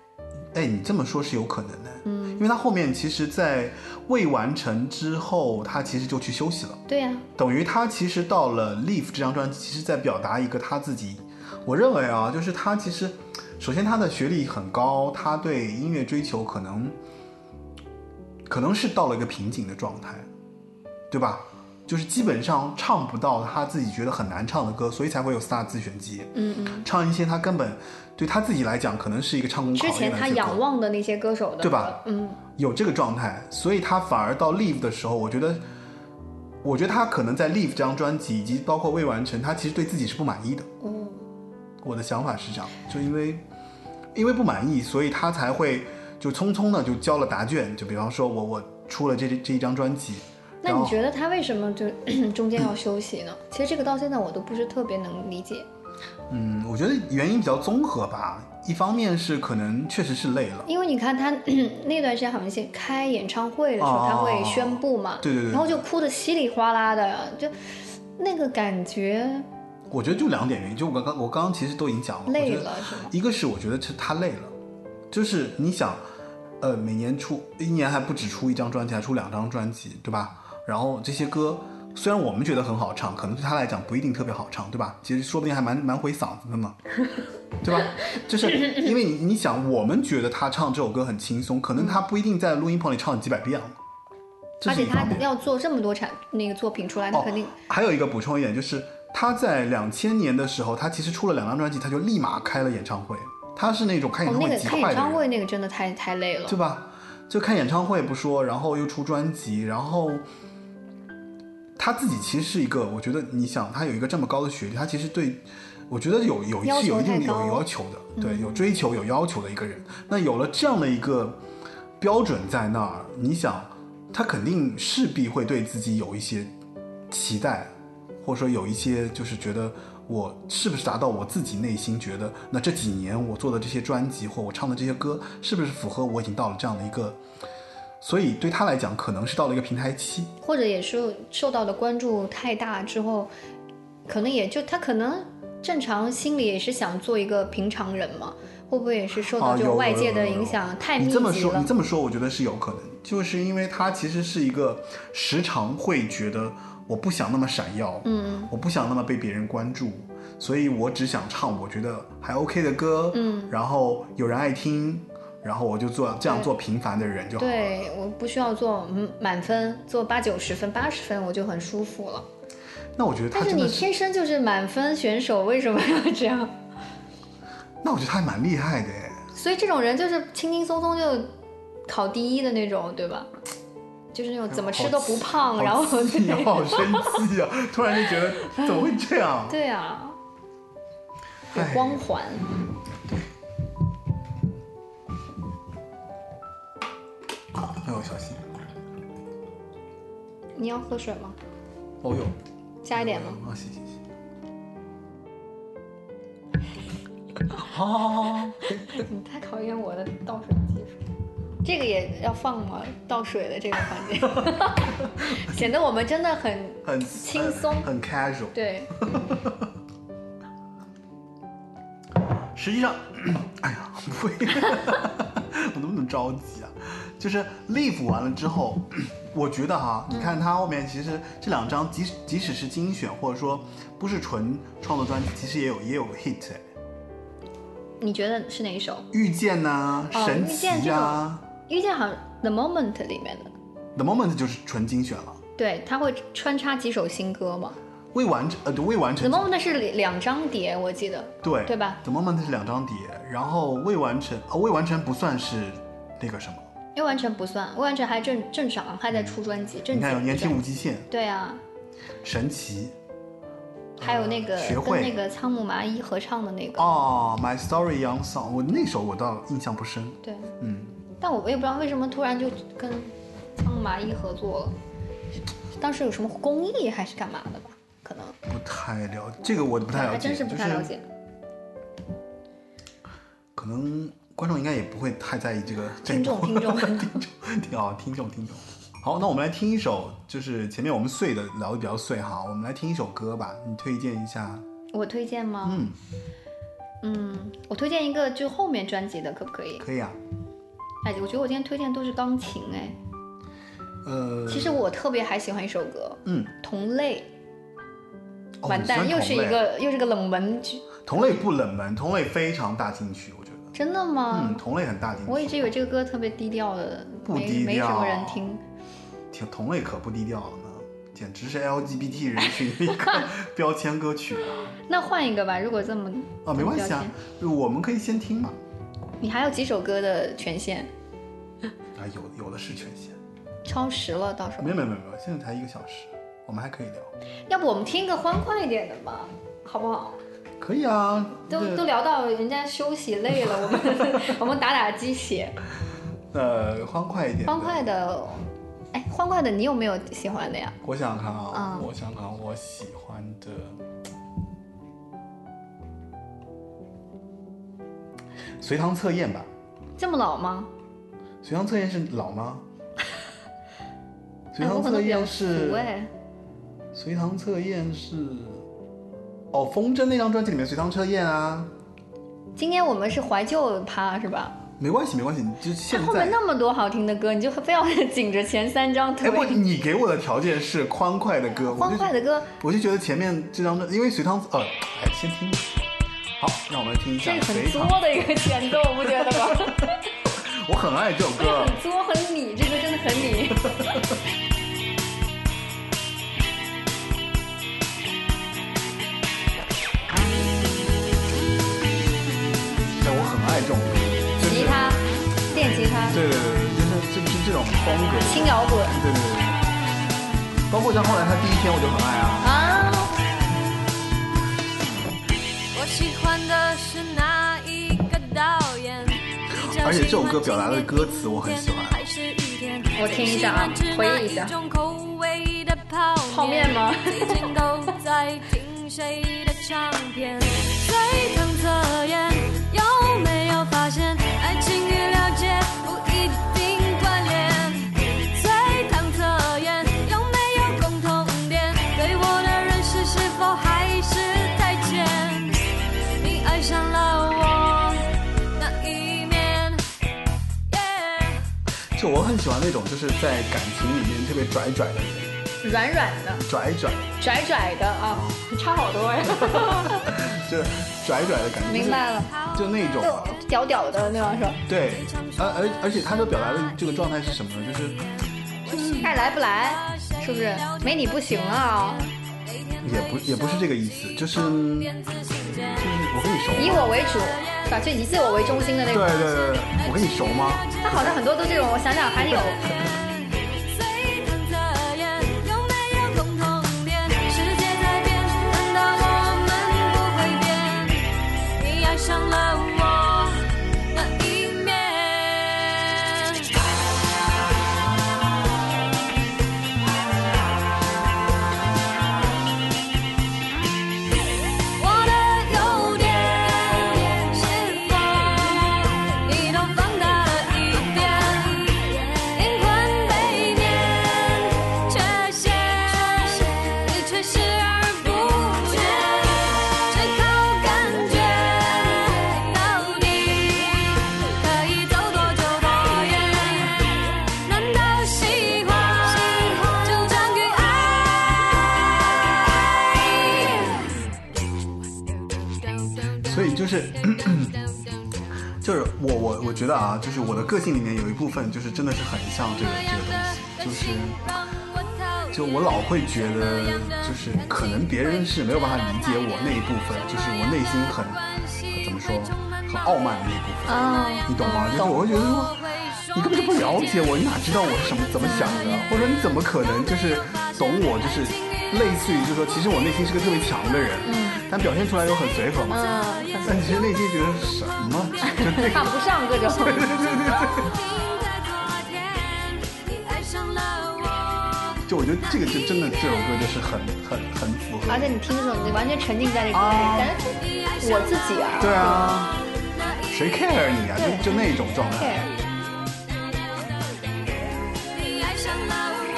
S1: 哎，你这么说是有可能的，嗯，因为他后面其实，在未完成之后，他其实就去休息了。
S3: 对呀、
S1: 等于他其实到了《Leaf》这张专辑，其实在表达一个他自己。我认为啊，就是他其实，首先他的学历很高，他对音乐追求可能，可能是到了一个瓶颈的状态，对吧？就是基本上唱不到他自己觉得很难唱的歌，所以才会有 Star 自选集，
S3: 嗯嗯。
S1: 唱一些他根本对他自己来讲可能是一个唱功考
S3: 之
S1: 验
S3: 前
S1: 的一
S3: 他
S1: 些歌
S3: 仰望的那些歌手的，
S1: 对吧？
S3: 嗯，
S1: 有这个状态，所以他反而到 Leave 的时候，我觉得，我觉得他可能在 Leave 这张专辑以及包括未完成，他其实对自己是不满意的。
S3: 哦，
S1: 我的想法是这样，就因为因为不满意，所以他才会就匆匆的就交了答卷，就比方说我我出了这这一张专辑，
S3: 那
S1: 然
S3: 你
S1: 后
S3: 觉得他为什么就 (clears throat) 中间要休息呢？其实这个到现在我都不是特别能理解，
S1: 嗯，我觉得原因比较综合吧，一方面是可能确实是累了。
S3: 因为你看他 (clears throat) 那段时间好像是开演唱会的时候
S1: 哦
S3: 他会宣布嘛，
S1: 对对对
S3: 然后就哭得稀里哗啦的，就那个感觉
S1: 我觉得就两点原因，就我刚刚我刚刚其实都已经讲了，我
S3: 累
S1: 觉得
S3: 了是吗？
S1: 一个是我觉得是他累了，就是你想，呃，每年出一年还不止出一张专辑，还出两张专辑，对吧？然后这些歌虽然我们觉得很好唱，可能对他来讲不一定特别好唱，对吧？其实说不定还蛮蛮毁嗓子的呢，对吧？
S3: (laughs)
S1: 就是因为你你想，我们觉得他唱这首歌很轻松，可能他不一定在录音棚里唱几百遍了，这
S3: 而
S1: 是
S3: 且
S1: 一
S3: 他
S1: 方面。哦
S3: 要做这么多产那个作品出来，他肯定、
S1: 还有一个补充一点就是，他在两千年的时候，他其实出了两张专辑，他就立马开了演唱会。他是那种开演
S3: 哦
S1: 唱
S3: 那
S1: 会
S3: 个
S1: 极
S3: 开
S1: 快的
S3: 演
S1: 人，
S3: 唱会那个真的太太累了
S1: 对，吧？就看演唱会不说，然后又出专辑，然后他自己其实是一个，我觉得你想他有一个这么高的学历，他其实对，我觉得有有
S3: 要
S1: 是
S3: 求
S1: 有一
S3: 太
S1: 定有
S3: 高嗯
S1: 有要求的，对，有追求有要求的一个人。那有了这样的一个标准在那儿，你想他肯定势必会对自己有一些期待，或者说有一些就是觉得我是不是达到我自己内心觉得，那这几年我做的这些专辑或我唱的这些歌，是不是符合我已经到了这样的一个？所以对他来讲，可能是到了一个平台期，
S3: 或者也是受到的关注太大之后，可能也就他可能正常心里也是想做一个平常人嘛，会不会也是受
S1: 哦
S3: 到这种外界的影响、
S1: 啊、
S3: 太
S1: 密集了？你这么说，
S3: 你
S1: 这么说，我觉得是有可能，就是因为他其实是一个时常会觉得我不想那么闪耀，
S3: 嗯，
S1: 我不想那么被别人关注。所以我只想唱我觉得还 OK 的歌，
S3: 嗯，
S1: 然后有人爱听，然后我就做这样做平凡的人就好了。
S3: 对，我不需要做嗯满分，做八九十分、八十分我就很舒服了。
S1: 那我觉得他
S3: 但
S1: 是
S3: 你天生就是满分选手，为什么要这样？ (laughs)
S1: 那我觉得他还蛮厉害的哎。
S3: 所以这种人就是轻轻松松就考第一的那种，对吧？就是那种怎么吃都不胖，然后
S1: 你哦好生气啊！突然就觉得怎么会这
S3: (laughs)
S1: 样？
S3: 对啊。
S1: (laughs)
S3: 有光环。
S1: 哎呦，小心！
S3: 你要喝水吗？
S1: 哦哟，
S3: 加一点吗？
S1: 啊，行行
S3: (laughs)
S1: 行。好好好好好。
S3: 你太考验我的倒水技术。这个也要放吗？倒水的这个环
S1: (laughs)
S3: 节， (laughs) 显得我们真的很
S1: 很
S3: 轻松
S1: 很 casual。
S3: 对。
S1: 实际上， (clears throat) 哎呀，不会， (laughs) 我能不能着急啊？就是 Live 完了之后， (clears throat) 我觉得哈，你看它后面其实这两张，即使即使是精选或者说不是纯创作专辑，其实也有也有 hit 哎。
S3: 你觉得是哪一首？
S1: 遇见呐、
S3: 哦
S1: 神
S3: 遇见
S1: 奇
S3: 这
S1: 啊
S3: 遇见好像《The Moment》里面的，
S1: ，The Moment 就是纯精选了，
S3: 对，他会穿插几首新歌嘛。
S1: 未完成呃对未完
S3: 《The
S1: 成
S3: Moment》是两两张碟，我记得。
S1: 对
S3: 对吧
S1: ？The Moment 是两张碟，然后未完成呃未完成不算是那个什么，
S3: 未完成不算，未完成还正正常，还在出专辑，正
S1: 你看有
S3: 经
S1: 年
S3: 不算
S1: 轻无极限、
S3: 对啊，
S1: 神奇
S3: 还有那个
S1: 呃学会
S3: 跟那个仓木麻衣合唱的那个，
S1: 哦，My Story Young Song，我那首我倒印象不深，
S3: 对，
S1: 嗯，
S3: 但我也不知道为什么突然就跟仓木麻衣合作了，当时有什么公益还是干嘛的吧？可能
S1: 不太了这个我不太了解，
S3: 还真是不太了
S1: 就是
S3: 解。
S1: 可能观众应该也不会太在意这个
S3: 听众，听众，
S1: (laughs) 听啊，听众，听众。好，那我们来听一首，就是前面我们碎的聊的比较碎哈，我们来听一首歌吧，你推荐一下。
S3: 我推荐吗？
S1: 嗯，
S3: 嗯，我推荐一个就后面专辑的，可不可以？
S1: 可以啊。
S3: 哎，我觉得我今天推荐都是钢琴哎。
S1: 呃，
S3: 其实我特别还喜欢一首歌，
S1: 嗯，
S3: 同类。
S1: 哦
S3: 完蛋，
S1: 你喜
S3: 又
S1: 欢
S3: 是
S1: 同
S3: 一
S1: 类
S3: 个又是个冷门剧，
S1: 同类不冷门，同类非常大进去，我觉得。
S3: 真的吗？
S1: 嗯，同类很大进
S3: 我一
S1: 去，
S3: 直以为这个歌特别低调的，
S1: 不
S3: 没
S1: 低
S3: 没什么
S1: 调
S3: 人听。
S1: 挺同类可不低调了呢，简直是 LGBT 人群的一个标签歌曲啊！
S3: 那换一个吧，如果这么
S1: 啊，没关系啊，我们可以先听嘛。
S3: 你还有几首歌的权限？
S1: 啊，有有的是权限。
S3: 超时了，到时候
S1: 没有没有没有没有，现在才一个小时，我们还可以聊。
S3: 要不我们听一个欢快一点的吧，好不好？
S1: 可以啊，
S3: 都
S1: 那
S3: 都聊到人家休息累了，
S1: (laughs)
S3: 我们我们打打鸡血，
S1: 呃欢快一点，
S3: 欢快。的。哎，欢快的，你有没有喜欢的呀？
S1: 我想想看啊，
S3: 嗯
S1: 我想想看我喜欢的。隋唐测验吧，
S3: 这么老吗？
S1: 隋唐测验是老
S3: (laughs)
S1: 吗？隋
S3: 哎，
S1: 唐
S3: 我可
S1: 测
S3: 能比较
S1: 验
S3: 土
S1: 是
S3: 哎。
S1: 隋唐测验是，哦，风筝那张专辑里面隋唐测验啊，
S3: 今天我们是怀旧趴是吧？
S1: 没关系没关系，你就现
S3: 它后面
S1: 在。
S3: 那么多好听的歌，你就非要紧着前三张
S1: 哎，
S3: 推。
S1: 不，你给我的条件是欢快的歌，我
S3: 欢
S1: 就
S3: 快的歌
S1: 我就觉得前面这张专，因为隋唐呃，哎，先听。好，让我们来听一
S3: 这
S1: 下
S3: 是很
S1: 隋唐。
S3: 作的一个前奏，
S1: (laughs)
S3: 不觉得吗？
S1: 我很爱这首歌
S3: (laughs) 很作很你，这个真的很你。
S1: 但我很爱这种歌。就是
S3: 吉。他，电吉他，
S1: 对对对对，就是这就是这种风格。
S3: 轻摇滚
S1: 对对对对。包括像后来他第一天我就很爱啊。
S3: 啊，
S2: 我喜欢的是哪一个导演？
S1: 而且这首歌表达的歌词我很喜欢
S2: 我
S3: 我听一下啊回忆一下
S2: 种口味的泡
S3: 泡面吗
S2: 最近都在听谁的相片，随堂测验，有没有发现爱情与了解不一定关联？随堂测验，有没有共同点？对我的认识是否还是太浅？你爱上了我哪一面？Yeah
S1: 就我很喜欢那种就是在感情里面特别拽拽的人，
S3: 软软的，
S1: 拽拽，
S3: 拽拽的啊，差好
S1: (laughs)
S3: 多呀、
S1: 就是拽拽的感觉，
S3: 明白了，哦
S1: 就那种。啊
S3: 就屌屌的那种说，
S1: 对，而而而且他这表达的这个状态是什么呢？就是
S3: 爱来不来，是不是？没你不行啊，
S1: 也不也不是这个意思，就是就是我跟你熟
S3: 以
S1: 吗？
S3: 我为主，是吧？就以自我为中心的那
S1: 对
S3: 种。
S1: 对对对，我跟你熟吗？
S3: 他好像很多都这种，我想想还有，
S2: 随堂测验，有没有共同点？世界在变，难道我们不会变？你爱上了我哪一面？我的优点是否你都放大了一点？灵魂背面缺陷，你却视而不见，只靠感觉，到底可以走多久多远？难道喜欢就长于爱？
S1: 所以就是。 (clears throat) 就是我我我觉得啊，就是我的个性里面有一部分就是真的是很像这个这个东西，就是就我老会觉得，就是可能别人是没有办法理解我那一部分，就是我内心很呃怎么说，很傲慢的那一部分，
S3: 啊
S1: 你懂吗？就是我会觉得说，你根本就不了解我，你哪知道我是什么怎么想的？或者你怎么可能就是懂我？就是类似于就是说，其实我内心是个特别强的人，
S3: 嗯
S1: 但表现出来又很随和嘛。但其实内心觉得什么？就这
S3: 看不上各种。
S1: (laughs) 就我觉得这个就真的这首歌就是很很很符合
S3: 而。且你听的时候，你完全沉浸在这个歌里，
S1: 啊
S3: 感觉我自己啊，
S1: 对啊，谁 care 你啊？就就那种状态。
S3: 对，
S2: 你爱上了我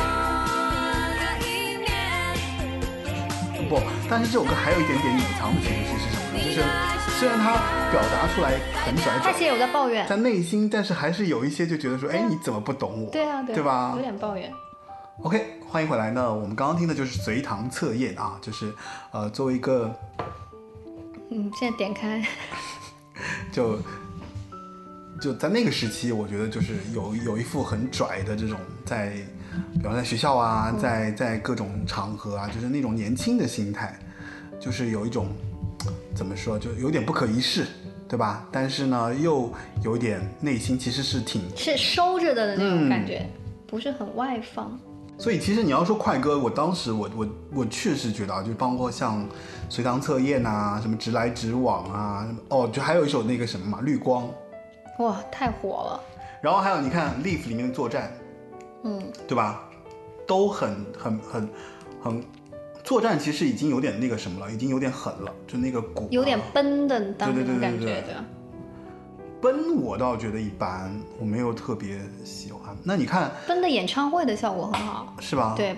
S2: 哪一面？
S1: 不，但是这首歌还有一点点隐藏的情绪是什么呢？就是虽然它表达出来很拽
S3: 他其实
S1: 拽，
S3: 有在抱怨，
S1: 在内心，但是还是有一些就觉得说，哎，你怎么不懂我？
S3: 对啊，对啊，
S1: 对吧
S3: 有点抱怨，
S1: ？OK，欢迎回来呢。我们刚刚听的就是随堂测验啊，就是呃，作为一个
S3: 嗯，现在点开，
S1: 就就在那个时期，我觉得就是有有一副很拽的这种在，比方在学校啊，在在各种场合啊，就是那种年轻的心态，就是有一种怎么说，就有点不可一世，对吧？但是呢，又有点内心其实是挺，
S3: 是嗯收着的那
S1: 嗯
S3: 种感觉，不是很外放。
S1: 所以其实你要说快歌，我当时我我我确实觉得啊，就包括像随堂测验啊，什么直来直往啊，什么哦，就还有一首那个什么嘛，绿光，
S3: 哇，太火了，
S1: 然后还有你看《Leaf》里面的作战，
S3: 嗯，
S1: 对吧？都很很很很，作战其实已经有点那个什么了，已经有点狠了，就那个鼓啊、
S3: 有点奔的当
S1: 对对对
S3: 那种
S1: 对
S3: 感觉
S1: 对对
S3: 的。
S1: 奔，我倒觉得一般，我没有特别喜欢。那你看
S3: 奔的演唱会的效果很好，
S1: 是吧？。
S3: 对，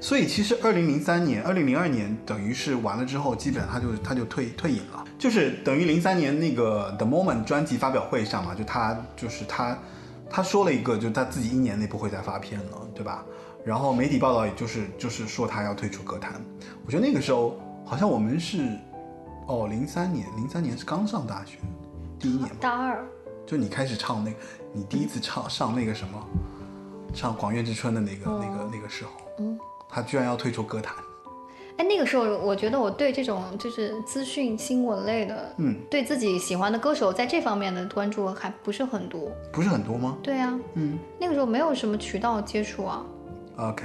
S1: 所以其实二零零三年、二零零二年等于是完了之后，基本上他就他就退退隐了，就是等于零三年那个 The Moment 专辑发表会上嘛，就他就是他他说了一个，就他自己一年内不会再发片了，对吧？然后媒体报道也就是就是说他要退出歌坛，我觉得那个时候好像我们是哦零三年，零三年是刚上大学第一年嘛，
S3: 大二，
S1: 就你开始唱那个，你第一次唱上那个什么，唱《广院之春》的那个、那个那个时候，
S3: 嗯，
S1: 他居然要退出歌坛，
S3: 哎，那个时候我觉得我对这种就是资讯新闻类的，
S1: 嗯，
S3: 对自己喜欢的歌手在这方面的关注还不是很多。
S1: 不是很多吗？
S3: 对啊，
S1: 嗯
S3: 那个时候没有什么渠道接触啊，
S1: ，OK。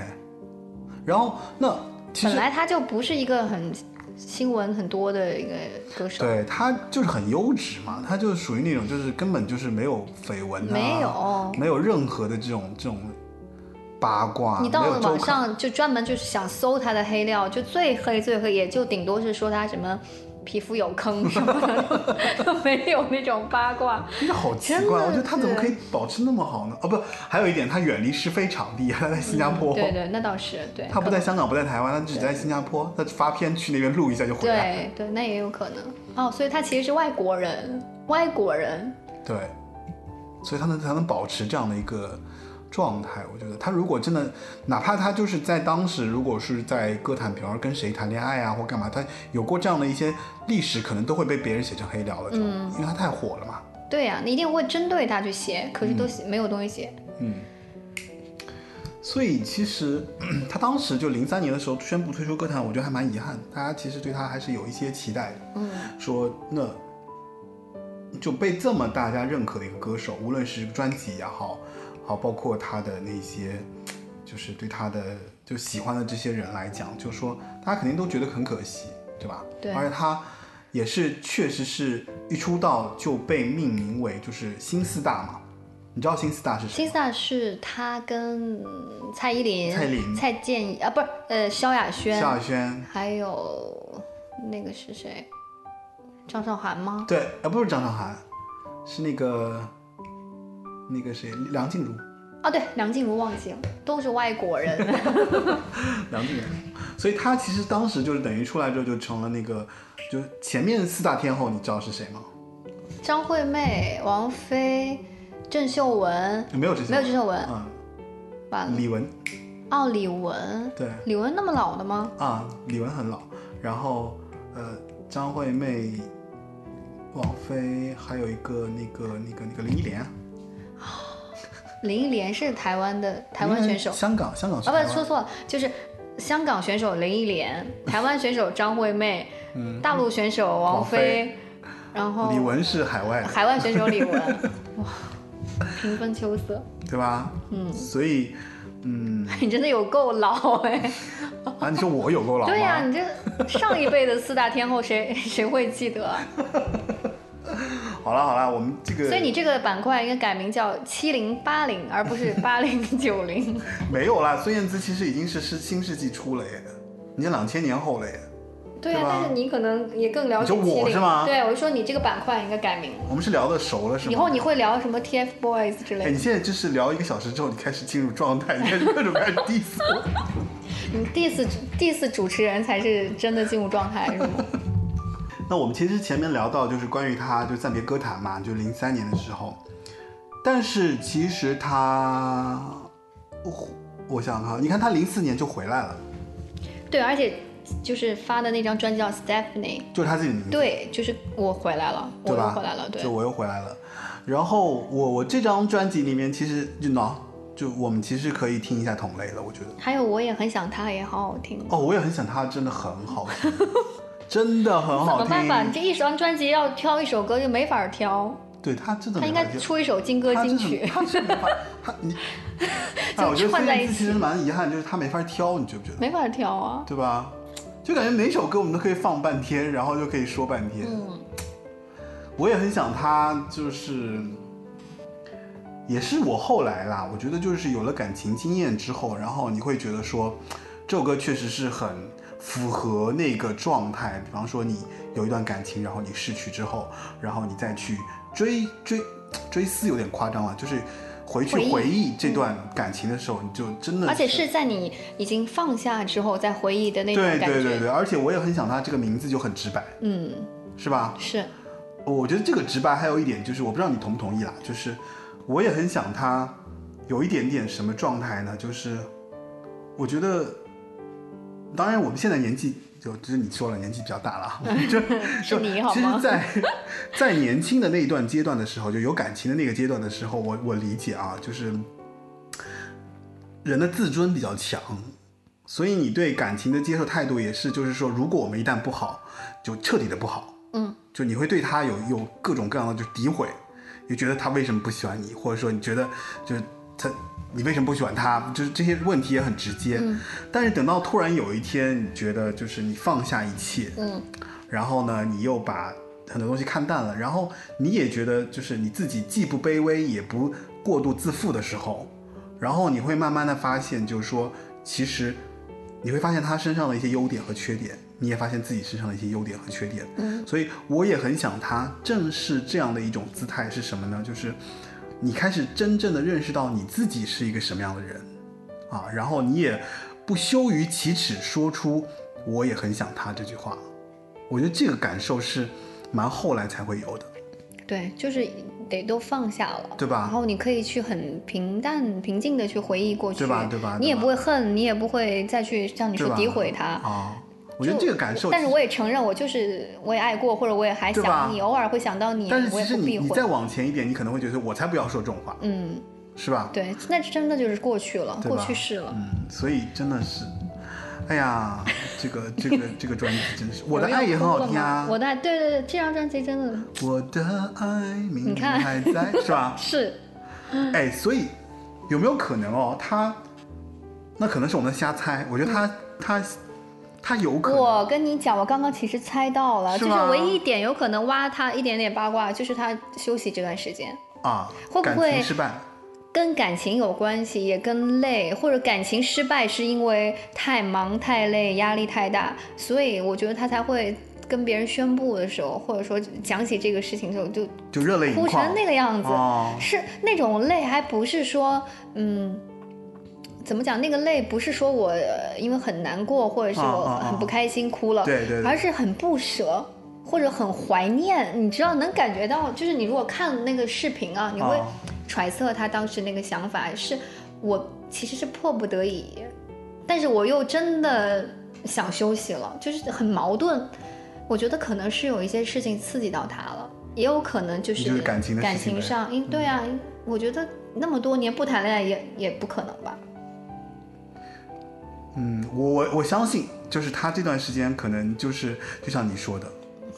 S1: 然后那其
S3: 本
S1: 实
S3: 来他就不是一个很新闻很多的一个歌手，
S1: 对他就是很优质嘛，他就是属于那种就是根本就是没有绯闻、啊，
S3: 没有
S1: 没有任何的这种这种八卦，
S3: 你到了网
S1: 没有周
S3: 上就专门就是想搜他的黑料，就最黑最黑，也就顶多是说他什么皮肤有坑什么的， (laughs) 都没有那种八卦。
S1: 刊，真的好奇
S3: 真
S1: 怪，
S3: 的
S1: 我觉得他
S3: 是
S1: 怎么可以保持那么好呢？哦不，还有一点，他远离是非场地，他在新加坡，
S3: 嗯对对，那倒是对。
S1: 哦他不
S3: 可
S1: 在香港，不在台湾，他只在新加坡，他发片去那边录一下就回来。
S3: 对对，那也有可能哦。所以他其实是外国人，外国人
S1: 对，所以他能才能保持这样的一个状态。我觉得他如果真的，哪怕他就是在当时，如果是在歌坛，比方说跟谁谈恋爱啊，或干嘛，他有过这样的一些历史，可能都会被别人写成黑料了，就、因为他太火了嘛。
S3: 对呀、你一定会针对他去写，可是
S1: 嗯
S3: 都写、没有东西写。
S1: 所以其实 (clears throat) 他当时就零三年的时候宣布退出歌坛，我觉得还蛮遗憾，大家其实对他还是有一些期待的。
S3: 嗯，
S1: 说那就被这么大家认可的一个歌手，无论是专辑也好，好包括他的那些，就是对他的就喜欢的这些人来讲，就说大家肯定都觉得很可惜，对吧？
S3: 对
S1: 而且他也是确实是一出道就被命名为就是新四大嘛，你知道新四大是谁
S3: 新
S1: 吗？
S3: 四大是他跟蔡依林、
S1: 蔡依林
S3: 蔡健雅啊，不是呃萧亚轩，
S1: 萧亚轩。
S3: 还有那个是谁？张韶涵吗？
S1: 对，呃，不是张韶涵，是那个那个谁，梁静茹。
S3: 啊，对，梁静茹忘记了，都是外国人。
S1: (laughs) 梁静茹，所以她其实当时就是等于出来之后就成了那个，就前面四大天后，你知道是谁吗？
S3: 张惠妹、王菲、郑秀文，
S1: 没有这些，
S3: 没有郑秀文，
S1: 嗯，
S3: 完了。
S1: 李玟，
S3: 哦，李玟，
S1: 对，
S3: 李玟那么老的吗？
S1: 啊，李玟很老，然后呃，张惠妹、王菲，还有一个那个那个那个林忆莲啊，
S3: 林忆莲是台湾的台湾
S1: 林忆
S3: 选
S1: 莲
S3: 手，啊，
S1: 香港香港选
S3: 不，说错了，就是香港选手林
S1: (laughs)
S3: 忆莲，台湾选手张惠妹，大陆选手王
S1: 王菲
S3: 菲，然后
S1: 嗯李玟是海外的，
S3: 海外选手李
S1: (laughs)
S3: 玟，哇，平分秋色， (laughs)
S1: 对吧？嗯，所以嗯
S3: 你真的有够老哎！
S1: 啊，你说我有够老吗？
S3: 对呀、你这上一辈的四大天后谁 (laughs) 谁会记得啊？
S1: 好了好了，我们这个
S3: 所以你这个板块应该改名叫七零八零，而不
S1: (laughs)
S3: 是八零九零。
S1: 没有啦，孙燕姿其实已经是是新世纪初了耶，你这两千年后了耶。
S3: 对呀、
S1: 对吧
S3: 但是你可能也更了解
S1: 你说我
S3: 七零
S1: 是吗
S3: 对，我就说你这个板块应该改名了，
S1: 我们是聊的熟了是吗？
S3: 以后你会聊什么 TFBOYS 之
S1: 哎，
S3: 类
S1: 你
S3: 的。
S1: 现在就是聊一个小时之后，你开始进入状态，你 (laughs) 开始各种开始 diss 我。
S3: 你 diss diss 主持人才是真的进入状态，是
S1: (laughs)
S3: 吗？
S1: 那我们其实前面聊到就是关于他就暂别歌坛嘛，就零三年的时候，但是其实他，我我想想看，你看他零四年就回来了，
S3: 对，而且就是发的那张专辑叫 Stephanie，
S1: 就是他自己的名字。
S3: 对，就是我回来了，我
S1: 对
S3: 又
S1: 吧？
S3: 回来了，对
S1: 就。我又回来了。然后我我这张专辑里面，其实就喏，就我们其实可以听一下同类了，我觉得。
S3: 还有我也很想他，也好好听。
S1: 哦，我也很想他，真的很好
S3: (laughs)
S1: 听，真的很
S3: 怎
S1: 好
S3: 么
S1: 听。
S3: 办法？你这一张专辑要挑一首歌就没法挑，
S1: 对他真的
S3: 他
S1: 没
S3: 应
S1: 法
S3: 该
S1: 接
S3: 出一首金歌
S1: 他
S3: 金
S1: 真是
S3: 曲。
S1: 他是没法，他
S3: (laughs)
S1: 你，哎，我觉得
S3: 串
S1: 孙
S3: 在
S1: 燕
S3: 一
S1: 姿
S3: 起
S1: 其实蛮遗憾，就是他没法挑，你觉不觉得？
S3: (laughs) 没法挑啊。
S1: 对吧？就感觉每首歌我们都可以放半天，然后就可以说半天。
S3: 嗯，
S1: 我也很想他，就是也是我后来啦，我觉得就是有了感情经验之后，然后你会觉得说，这首歌确实是很符合那个状态。比方说你有一段感情，然后你逝去之后，然后你再去追追追思，有点夸张了，就是回去
S3: 回忆嗯
S1: 回忆这段感情的时候，你就真的
S3: 而且是在你已经放下之后再回忆的那种
S1: 对
S3: 感觉。
S1: 对对对，而且我也很想他这个名字就很直白，
S3: 嗯，
S1: 是吧？
S3: 是
S1: 我觉得这个直白还有一点就是，我不知道你同不同意啦，就是我也很想他有一点点什么状态呢？就是我觉得，当然我们现在年纪就就是你说了年纪比较大了啊，就就是
S3: 你
S1: (laughs)
S3: 好
S1: 其实
S3: 吗
S1: 在在年轻的那一段阶段的时候，就有感情的那个阶段的时候，我我理解啊，就是人的自尊比较强，所以你对感情的接受态度也是，就是说，如果我们一旦不好，就彻底的不好。
S3: 嗯，
S1: 就你会对他有有各种各样的就诋毁，你觉得他为什么不喜欢你，或者说你觉得就是他你为什么不喜欢他，就是这些问题也很直接。
S3: 嗯
S1: 但是等到突然有一天，你觉得就是你放下一切，
S3: 嗯，
S1: 然后呢，你又把很多东西看淡了，然后你也觉得就是你自己既不卑微也不过度自负的时候，然后你会慢慢的发现，就是说，其实你会发现他身上的一些优点和缺点，你也发现自己身上的一些优点和缺点。
S3: 嗯，
S1: 所以我也很想他正是这样的一种姿态是什么呢？就是你开始真正的认识到你自己是一个什么样的人啊，然后你也不羞于启齿说出“我也很想他”这句话。我觉得这个感受是蛮后来才会有的。
S3: 对，就是得都放下了，
S1: 对吧？
S3: 然后你可以去很平淡、平静的去回忆过去，
S1: 对吧？对吧？
S3: 你也不会恨，你也不会再去像你说诋毁他
S1: 啊、哦。我觉得这个感受，
S3: 但是我也承认，我就是我也爱过，或者我也还想你，偶尔会想到你，
S1: 但是其
S3: 实
S1: 你你再往前一点，你可能会觉得我才不要说这种话，
S3: 嗯，
S1: 是吧？
S3: 对，那真的就是过去了，过去式了，
S1: 嗯，所以真的是。哎呀，这个这个
S3: (laughs)
S1: 这个专辑真是，我的爱也很好听啊！
S3: 我的爱，对对对，这张专辑真的。
S1: 我的爱，明天还在，是吧？
S3: 是。
S1: 哎，所以有没有可能哦？他那可能是我们瞎猜，我觉得他、嗯、他他有可能。
S3: 我跟你讲，我刚刚其实猜到了，
S1: 是
S3: 就是唯一一点有可能挖他一点点八卦，就是他休息这段时间
S1: 啊，
S3: 会不会
S1: 失败？
S3: 跟感情有关系，也跟累，或者感情失败是因为太忙、太累、压力太大，所以我觉得他才会跟别人宣布的时候，或者说讲起这个事情的时候，就
S1: 就热泪
S3: 哭成那个样子，
S1: 哦、
S3: 是那种累，还不是说嗯。怎么讲？那个累不是说我呃因为很难过，或者是我很不开心哭了，
S1: 啊啊啊对,对对，
S3: 而是很不舍。或者很怀念，你知道能感觉到，就是你如果看那个视频啊，你会揣测他当时那个想法是，我其实是迫不得已，但是我又真的想休息了，就是很矛盾。我觉得可能是有一些事情刺激到他了，也有可能就是
S1: 感情
S3: 感情上，因对啊，嗯、我觉得那么多年不谈恋爱也也不可能吧。
S1: 嗯，我我我相信，就是他这段时间可能就是就像你说的。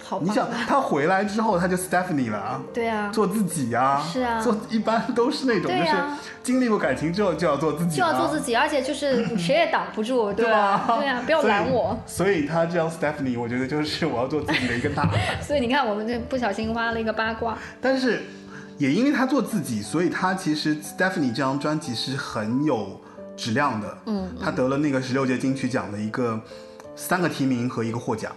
S3: 好
S1: 你想他回来之后，他就 Stephanie 了啊，
S3: 对啊，
S1: 做自己呀、啊，
S3: 是啊，
S1: 做一般都是那种、
S3: 啊、
S1: 就是经历过感情之后就要做自己，啊
S3: 就要做自己，而且就是谁也挡
S1: (laughs)
S3: 不住，对
S1: 吧？
S3: 对啊，不要拦我。
S1: 所以他这样 Stephanie，我觉得就是我要做自己的一个大。 (laughs)
S3: 所以你看，我们这不小心挖了一个八卦。
S1: 但是也因为他做自己，所以他其实 Stephanie 这张专辑是很有质量的，
S3: 嗯，
S1: 他得了那个十六届金曲奖的一个三个提名和一个获奖。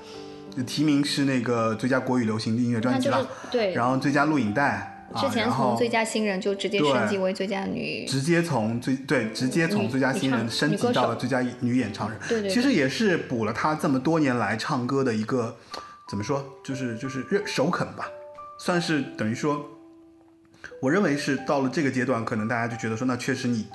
S1: 提名是那个最佳国语流行音乐专辑啦、
S3: 就是，对，
S1: 然后最佳录影带，啊
S3: 之前从最佳新人就直接升级为最佳女，
S1: 直接从最对直接从最佳新人升级到了最佳女演唱人，
S3: 对,对对，
S1: 其实也是补了她这么多年来唱歌的一个怎么说，就是就是首肯吧，算是等于说，我认为是到了这个阶段，可能大家就觉得说，那确实你。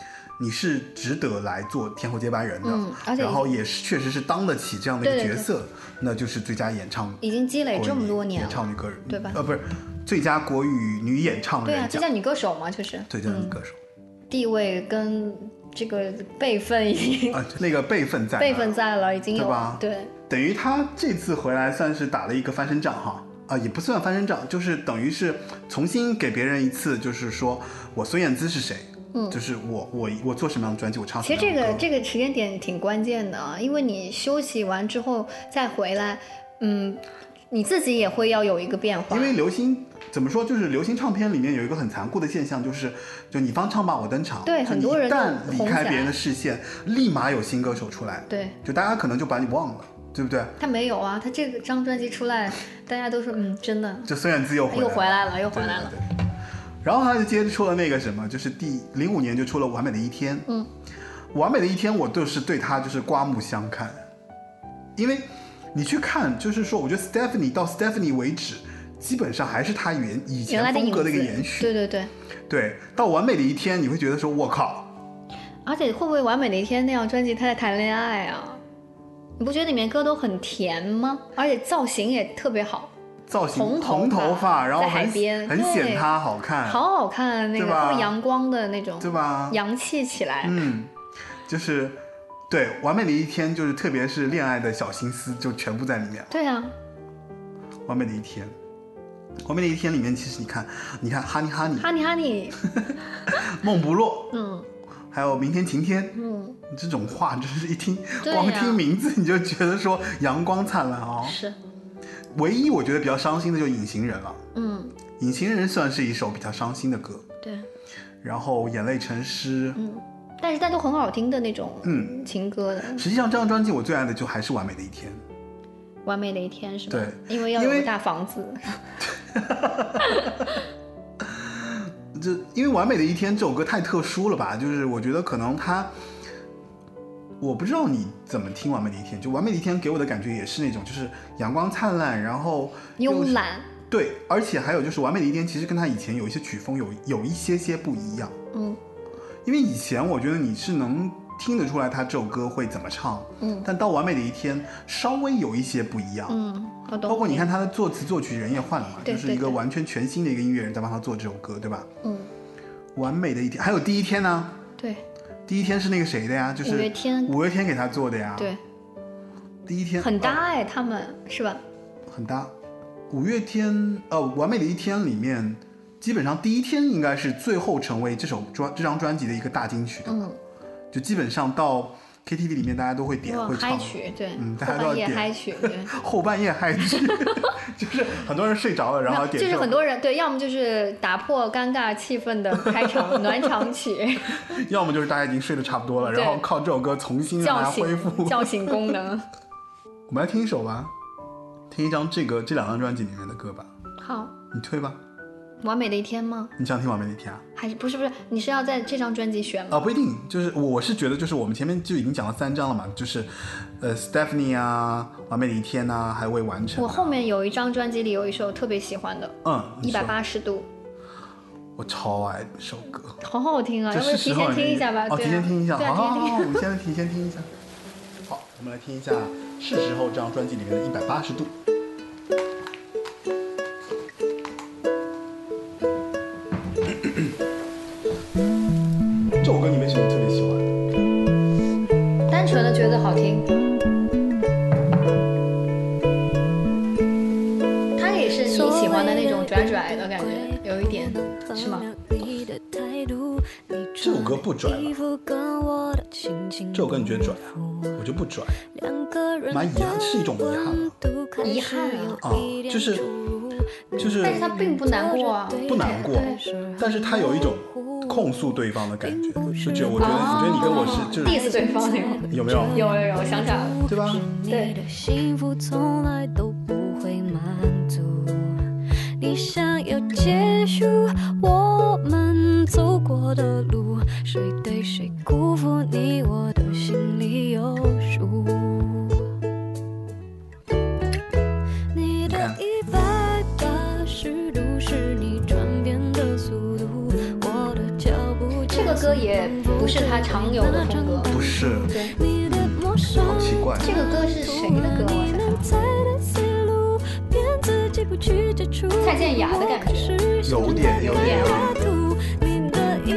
S1: 你是值得来做天后接班人的，
S3: 嗯、而且
S1: 然后也是确实是当得起这样的一个角色，
S3: 对对对
S1: 那就是最佳演唱，
S3: 已经积累这么多年
S1: 演唱女歌人，
S3: 对吧？
S1: 呃，不是最佳国语女演唱人，
S3: 对啊，最佳女歌手嘛，就是
S1: 最佳女歌手、
S3: 嗯，地位跟这个辈分已经
S1: 啊，那个辈分在
S3: 辈分在了，已经有
S1: 对吧？
S3: 对，
S1: 等于她这次回来算是打了一个翻身仗哈。啊、呃，也不算翻身仗，就是等于是重新给别人一次，就是说我孙燕姿是谁，
S3: 嗯，
S1: 就是我我我做什么样的专辑，我唱什
S3: 么样的。其实这个
S1: 这
S3: 个时间点挺关键的啊，因为你休息完之后再回来，嗯，你自己也会要有一个变化。
S1: 因为流行怎么说，就是流行唱片里面有一个很残酷的现象，就是就你方唱罢我登场，
S3: 对，很多人
S1: 一旦离开别人的视线，立马有新歌手出来，
S3: 对，
S1: 就大家可能就把你忘了。对不对？
S3: 他没有啊，他这个张专辑出来，大家都说嗯，真的。
S1: 就孙燕姿又回
S3: 又回来了，又回来了。
S1: 对对对然后他就接着出了那个什么，就是第零五年就出了《完美的一天》。
S3: 嗯，
S1: 《完美的一天》我就是对他就是刮目相看，因为你去看，就是说，我觉得 Stephanie 到 Stephanie 为止，基本上还是他原以前风格的一个延续。
S3: 对对对。
S1: 对，到《完美的一天》，你会觉得说，我靠！
S3: 而且会不会《完美的一天》那张专辑他在谈恋爱啊？你不觉得里面歌都很甜吗？而且造型也特别好，
S1: 造型
S3: 红
S1: 红
S3: 头
S1: 发，然后
S3: 海边
S1: 很显她好看，
S3: 好好看，那个特别阳光的那种，
S1: 对吧？
S3: 洋气起来，
S1: 嗯，就是对完美的一天，就是特别是恋爱的小心思就全部在里面。
S3: 对啊，
S1: 完美的一天，完美的一天里面，其实你看，你看哈尼哈尼，
S3: 哈尼哈尼，
S1: 梦不落，
S3: 嗯。
S1: 还有明天晴天，
S3: 嗯，
S1: 这种话真是一听，
S3: 啊、
S1: 光听名字你就觉得说阳光灿烂哦。
S3: 是，
S1: 唯一我觉得比较伤心的就隐形人了。
S3: 嗯，
S1: 隐形人算是一首比较伤心的歌。
S3: 对。
S1: 然后眼泪成诗，
S3: 嗯，但是但都很好听的那种
S1: 嗯
S3: 情歌的。
S1: 实际上，这张专辑我最爱的就还是《完美的一天》。
S3: 完美的一天是吧？
S1: 对
S3: 因为要有
S1: 因为
S3: 个大房子。
S1: 这因为《完美的一天》这首歌太特殊了吧？就是我觉得可能它，我不知道你怎么听《完美的一天》，就《完美的一天》给我的感觉也是那种就是阳光灿烂，然后又
S3: 慵懒，
S1: 对，而且还有就是《完美的一天》其实跟他以前有一些曲风有有一些些不一样，
S3: 嗯
S1: 因为以前我觉得你是能听得出来他这首歌会怎么唱，
S3: 嗯
S1: 但到《完美的一天》稍微有一些不一样，
S3: 嗯，我懂。
S1: 包括你看，他的作词作曲人也换了嘛，
S3: 对
S1: 就是一
S3: 对
S1: 个
S3: 对
S1: 完全全新的一个音乐人在帮他做这首歌，对吧？
S3: 嗯，
S1: 完美的一天，还有第一天呢、
S3: 对
S1: 第一天是那个谁的呀？就是
S3: 五月天
S1: 五月天给他做的呀。，
S3: 对，
S1: 第一天
S3: 很搭
S1: 呃
S3: 哎，他们是吧？
S1: 很搭。五月天呃，《完美的一天》里面，基本上第一天应该是最后成为这首专这张专辑的一个大金曲的，
S3: 嗯，
S1: 就基本上到 KTV 里面大家都会点
S3: 哇
S1: 会
S3: 嗨
S1: 唱。
S3: 曲，对，
S1: 嗯
S3: 后
S1: 大家都要
S3: 半夜
S1: 点
S3: 嗨曲，对。
S1: 后半夜嗨曲，就是很多人睡着 (laughs) 了，然后
S3: 那
S1: 点
S3: 就
S1: 这
S3: 是
S1: 首
S3: 很多人对，要么就是打破尴尬气氛的开场暖
S1: (laughs)
S3: 场曲，
S1: 要么就是大家已经睡得差不多了，
S3: 对
S1: 然后靠这首歌重新让
S3: (laughs) 叫
S1: 大家嗯恢
S3: 醒
S1: 复。
S3: 叫醒功能。 (laughs)
S1: 我们来听一首吧，听一张这个这两张专辑里面的歌吧，
S3: 好，
S1: 你推吧。
S3: 完美的一天吗？
S1: 你想听《完美的一天》啊？
S3: 还是不是不是？你是要在这张专辑选吗？
S1: 啊，不一定，就是我我是觉得，就是我们前面就已经讲了三张了嘛，就是，呃，Stephanie 啊，《完美的一天》呐，还未完成。啊
S3: 我后面有一张专辑里有一首特别喜欢的
S1: 嗯，
S3: 《一
S1: 你说
S3: 百，八十度
S1: 我超爱这首歌，》，
S3: 好好听啊！
S1: 这
S3: 要不
S1: 是
S3: 提
S1: 时候
S3: 前
S1: 有
S3: 听一下吧？
S1: 哦，提
S3: 对啊
S1: 前听一下，
S3: 对
S1: 好
S3: 啊，
S1: 好
S3: 提前
S1: 好，
S3: 听。
S1: 好我们现在提前听一下。好，我们来听一下，是时候这张专辑里面的一百八十度。 (coughs) 这首歌你为什么特别喜欢？
S3: 单纯的觉得好听。它也是你喜欢的那种拽拽的感觉，有一点是吗？？
S4: 这首歌不拽吧这首歌你觉得拽啊？我就不拽。蛮遗憾是一种遗憾啊
S2: 遗憾
S1: 啊就是就是
S3: 但是它并不难过啊。
S4: 不难过
S3: 对
S4: 但是他有一种控诉对方的感觉，就只有我觉得，
S3: 哦
S4: 你觉得你跟我是就是
S2: 哦
S3: diss 对方那种。
S4: 有没有？
S3: 有有有，想起来了。
S4: 对吧？
S3: 对
S2: 你的幸福从来都不会满足，你想要结束我们走过的路，谁对谁辜负，你我都心里有数。你的
S1: 看
S2: 一百八十度是你转变的速度，我的脚步
S3: 这个歌也不是他常有的风格。
S1: 不是，
S3: 对，
S2: 你的陌生
S1: 好奇怪。
S3: 这个歌是谁的歌？我想想，蔡健雅的感觉。
S1: 有点有点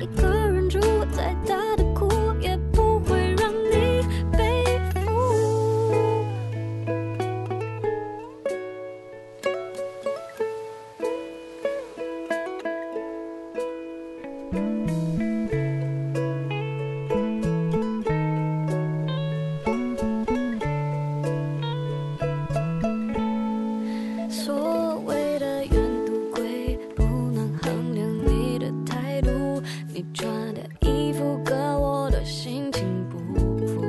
S2: 一个人住，再大的哭也不会让你背负。所谓的远渡归，不能衡量你的态度。你穿的衣服跟我的心情不符，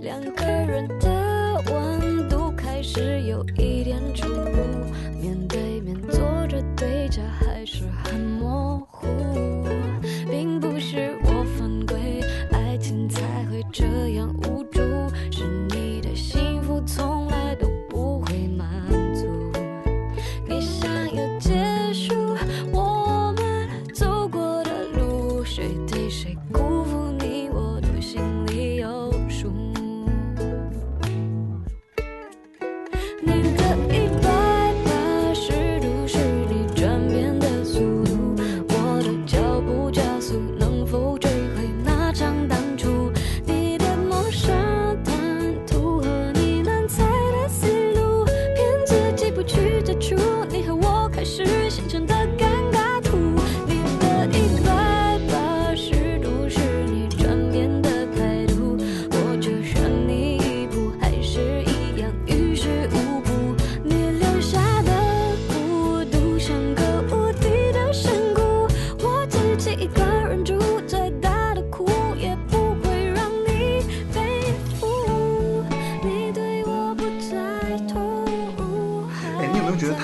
S2: 两个人的温度开始有一点出入。面对面坐着对着，还是很模糊。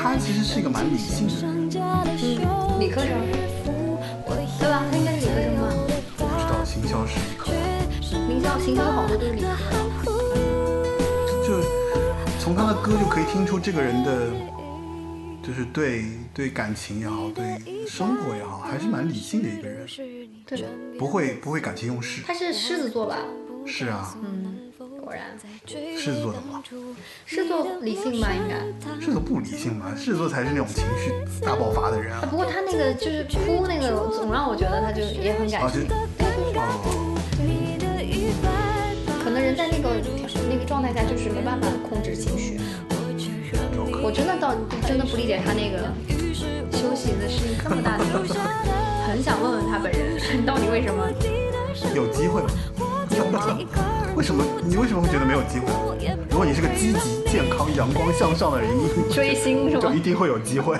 S1: 哎理性的人。
S3: 嗯，理科生，对吧？他应该是理科生吧？
S1: 我不知道，行销是理科。
S3: 行销，行销好多都是理科。
S1: 就从他的歌就可以听出这个人的，就是对对感情也好，对生活也好，还是蛮理性的一个人。
S3: 对的，
S1: 不会不会感情用事。
S3: 他是狮子座吧？
S1: 是啊，
S3: 嗯，果然。
S1: 狮子座的吗？
S3: 狮子座理性吧，应该。
S1: 狮子座不理性吧？狮子座才哦是那种情绪大爆发的人啊。
S3: 不过他那个就是哭那个，总让我觉得他就也很感
S1: 啊，就
S3: 性。
S1: 哦，
S3: 可能人在那个那个状态下，就是没办法控制情绪。
S1: 有可能
S3: 我真的到真的不理解他那个休息的事情这么大 (laughs) 的一个，很想问问他本人，你到底为什么？
S1: 有 (laughs) 机会吗？有吗？为什么 (laughs) 你为什么会觉得没有机会？如果你是个积极、健康、阳光向上的人，你
S3: 追星是
S1: 就
S3: 吗
S1: 一？定会有机会。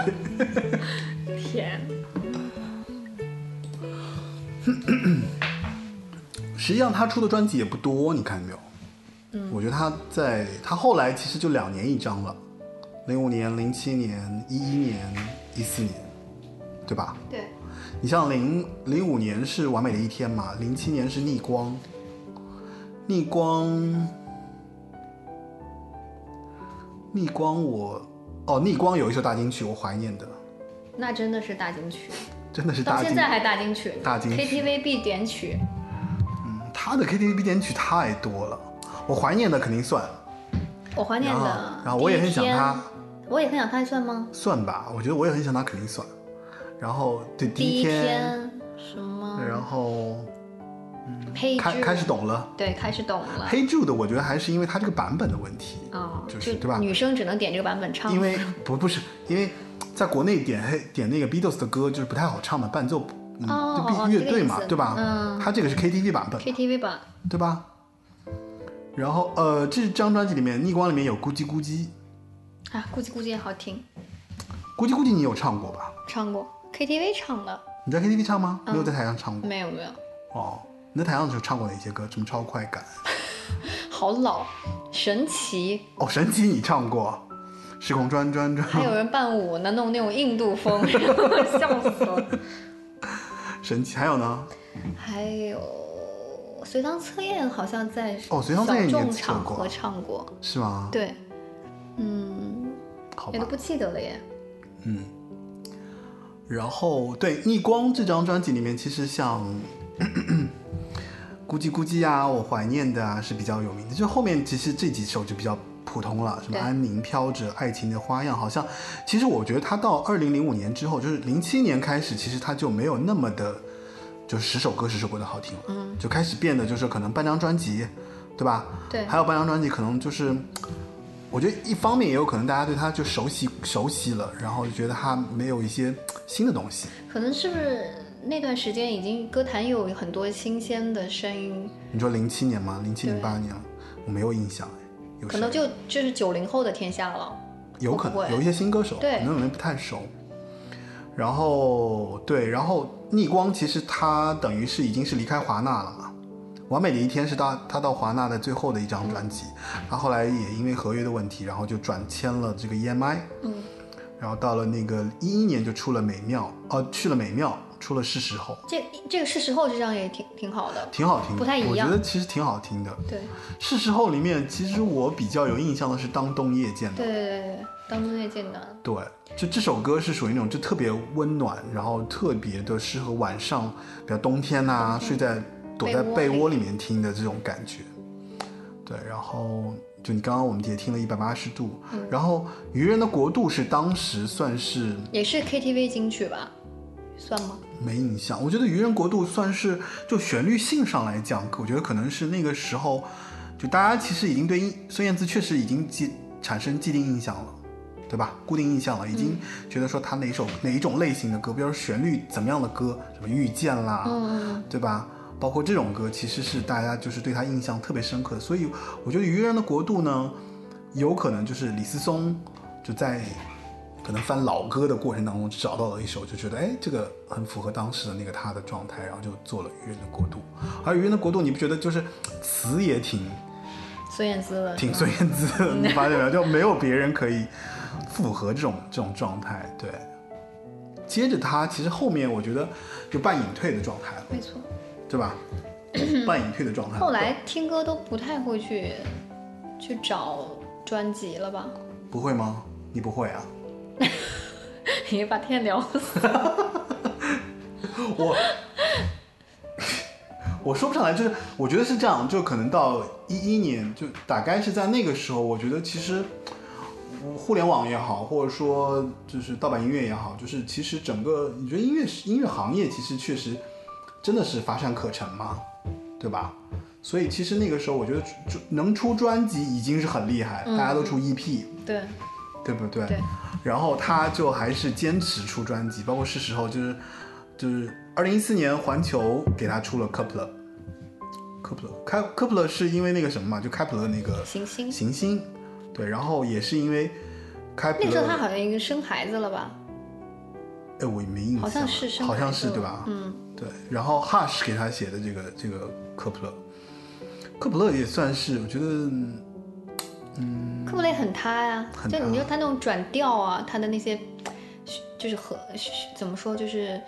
S3: 天，
S1: 实际上他出的专辑也不多，你看见没有？嗯，我觉得他在他后来其实就两年一张了，零五年、零七年、一一年、一四年，对吧？
S3: 对，
S1: 你像零零五年是《完美的一天》嘛，零七年是《逆光》，逆光，逆光我哦，逆光有一首大金曲，我怀念的，
S3: 那真的是大金曲，
S1: 真的是
S3: 到
S1: 大
S3: 现
S1: 金。
S3: 在还大金曲呢
S1: 大金曲
S3: ，KTV 必点曲。
S1: 他的 KTV 点曲太多了，我怀念的肯定算，
S3: 我怀念
S1: 然后
S3: 的，
S1: 然后我也很想他，
S3: 我也很想他，算吗？
S1: 算吧，我觉得我也很想他，肯定算。然后对第
S3: 第
S1: 一
S3: 一
S1: 天，
S3: 天什么？
S1: 然后
S3: 黑啊
S1: 开
S3: 剧
S1: 开始懂了。
S3: 对，开始懂了。
S1: 黑 Jude 我觉得还是因为他这个版本的问题，
S3: 啊，
S1: 就是对吧
S3: 女生只能点这个版本唱，
S1: 因为不不是因为在国内点黑点那个 Beatles 的歌就是不太好唱嘛，伴奏嗯、
S3: 哦
S1: 就
S3: 哦哦
S1: 必乐队
S3: 这
S1: 嘛，
S3: 个意思
S1: 对吧？
S3: 嗯
S1: 他这个是 KTV 版本，
S3: KTV 版
S1: 对吧？然后呃，这张专辑里面《逆光》里面有咕叽咕叽，
S3: 啊，估计估计也好听，
S1: 咕叽咕叽你有唱过吧？
S3: 唱过 KTV 唱的，
S1: 你在 KTV 唱吗？
S3: 嗯
S1: 没有在台上唱过、
S3: 没有没有，
S1: 哦。你在台上就唱过哪些歌？什么超快感？
S3: 好老，神奇，
S1: 哦，神奇你唱过，时空转转转，
S3: 还有人伴舞呢，弄那种印度风， (laughs) 笑死了。
S1: 神奇还有呢？
S3: 还有随堂测验好像在
S1: 哦随堂测验
S3: 小
S1: 你也
S3: 众
S1: 测
S3: 场
S1: 过
S3: 合唱过，
S1: 是吗？，
S3: 对，嗯，
S1: 好
S3: 也
S1: 吧
S3: 都。不记得了耶。
S1: 然后对《逆光》这张专辑里面，其实像 (coughs) 咳咳咕叽咕叽呀、我怀念的啊是比较有名的，就后面其实这几首就比较普通了，什么
S3: 对
S1: 安宁、飘着、爱情的花样，好像其实我觉得他到二零零五年之后，就是零七年开始，其实他就没有那么的，就十首歌十首歌的好听了，嗯，就开始变得就是可能半张专辑，对吧？
S3: 对
S1: 还有半张专辑可能就是。我觉得一方面也有可能大家对他就熟悉熟悉了，然后就觉得他没有一些新的东西，
S3: 可能是不是那段时间已经歌坛有很多新鲜的声音，
S1: 你说零七年吗？零七
S3: 对
S1: 零八年，我没有印象哎，有
S3: 可能
S1: 谁
S3: 就就是九零后的天下了。
S1: 有可
S3: 会
S1: 能有一些新歌手，
S3: 对
S1: 可能我们不太熟。然后对，然后逆光其实他等于是已经是离开华纳了嘛。完美的一天是他他到华纳的最后的一张专辑，他后来也因为合约的问题，然后就转签了这个 E EMI，
S3: 嗯，
S1: 然后到了那个一一年就出了美妙，呃，去了美妙，出了是时候，
S3: 这这个是时候这张也挺挺好的，
S1: 挺好听的，
S3: 不太一
S1: 我
S3: 样
S1: 觉得其实挺好听的。
S3: 对
S1: 是时候里面，其实我比较有印象的是《当冬夜见》
S3: 对
S1: 的，
S3: 对对对，当中那件的，
S1: 对，就这首歌是属于那种就特别温暖，然后特别的适合晚上，比如冬天呐、啊睡在躲在被
S3: 被窝里
S1: 窝里面听的这种感觉。对，然后就你刚刚我们也听了一百八十度，
S3: 嗯
S1: 然后《愚人的国度》是当时算是
S3: 也是 KTV 金曲吧，算吗？
S1: 没印象。我觉得《愚人国度》算是就旋律性上来讲，我觉得可能是那个时候，就大家其实已经对孙燕姿确实已经既产生既定印象了，对吧？固定印象了，已经觉得说她哪首哪一种类型的歌，比如说旋律怎么样的歌，什么遇见啦，
S3: 嗯，
S1: 对吧？包括这种歌，其实是大家就是对他印象特别深刻的。所以我觉得《愚人的国度》呢，有可能就是李思松就在可能翻老歌的过程当中找到了一首，就觉得哎，这个很符合当时的那个他的状态，然后就做了《愚人的国度》。而《愚人的国度》，你不觉得就是词也挺
S3: 孙燕姿的，
S1: 挺孙燕姿的，你发现没有？就没有别人可以符合这种这种状态。对，接着他其实后面我觉得就半隐退的状态了，
S3: 没错，
S1: 对
S3: (coughs)
S1: 吧？半隐退的状态。
S3: 后来听歌都不太会去去找专辑了吧？ (laughs)
S1: 不会吗？你不会啊？
S3: 你把天聊死。
S1: 我 (laughs) 我说不上来，就是我觉得是这样，就可能到一一年，就大概是在那个时候，我觉得其实嗯互联网也好，或者说就是盗版音乐也好，就是其实整个你觉得音乐音乐行业其实确实真的是乏善可陈嘛，对吧？所以其实那个时候，我觉得出出能出专辑已经是很厉害，
S3: 嗯
S1: 大家都出 E EP，
S3: 对
S1: 对不对？
S3: 对，
S1: 然后他就还是坚持出专辑，包括是时候就是就是二零一四年环球给他出了科普勒，科普勒开科普勒是因为那个什么嘛，就开普勒那个
S3: 行星。
S1: 行星，对，然后也是因为开普
S3: 那时候他
S1: 勒，
S3: 好像已经生孩子了吧？
S1: 哎，我没印象了，
S3: 好像是生孩子了，
S1: 好像是对吧？
S3: 嗯，
S1: 对，然后 Hush 给他写的这个这个科普勒，科普勒也算是我觉得嗯
S3: 科布雷很他呀、
S1: 很
S3: 就
S1: 他
S3: 你说他那种转调啊，他的那些就是和怎么说，就是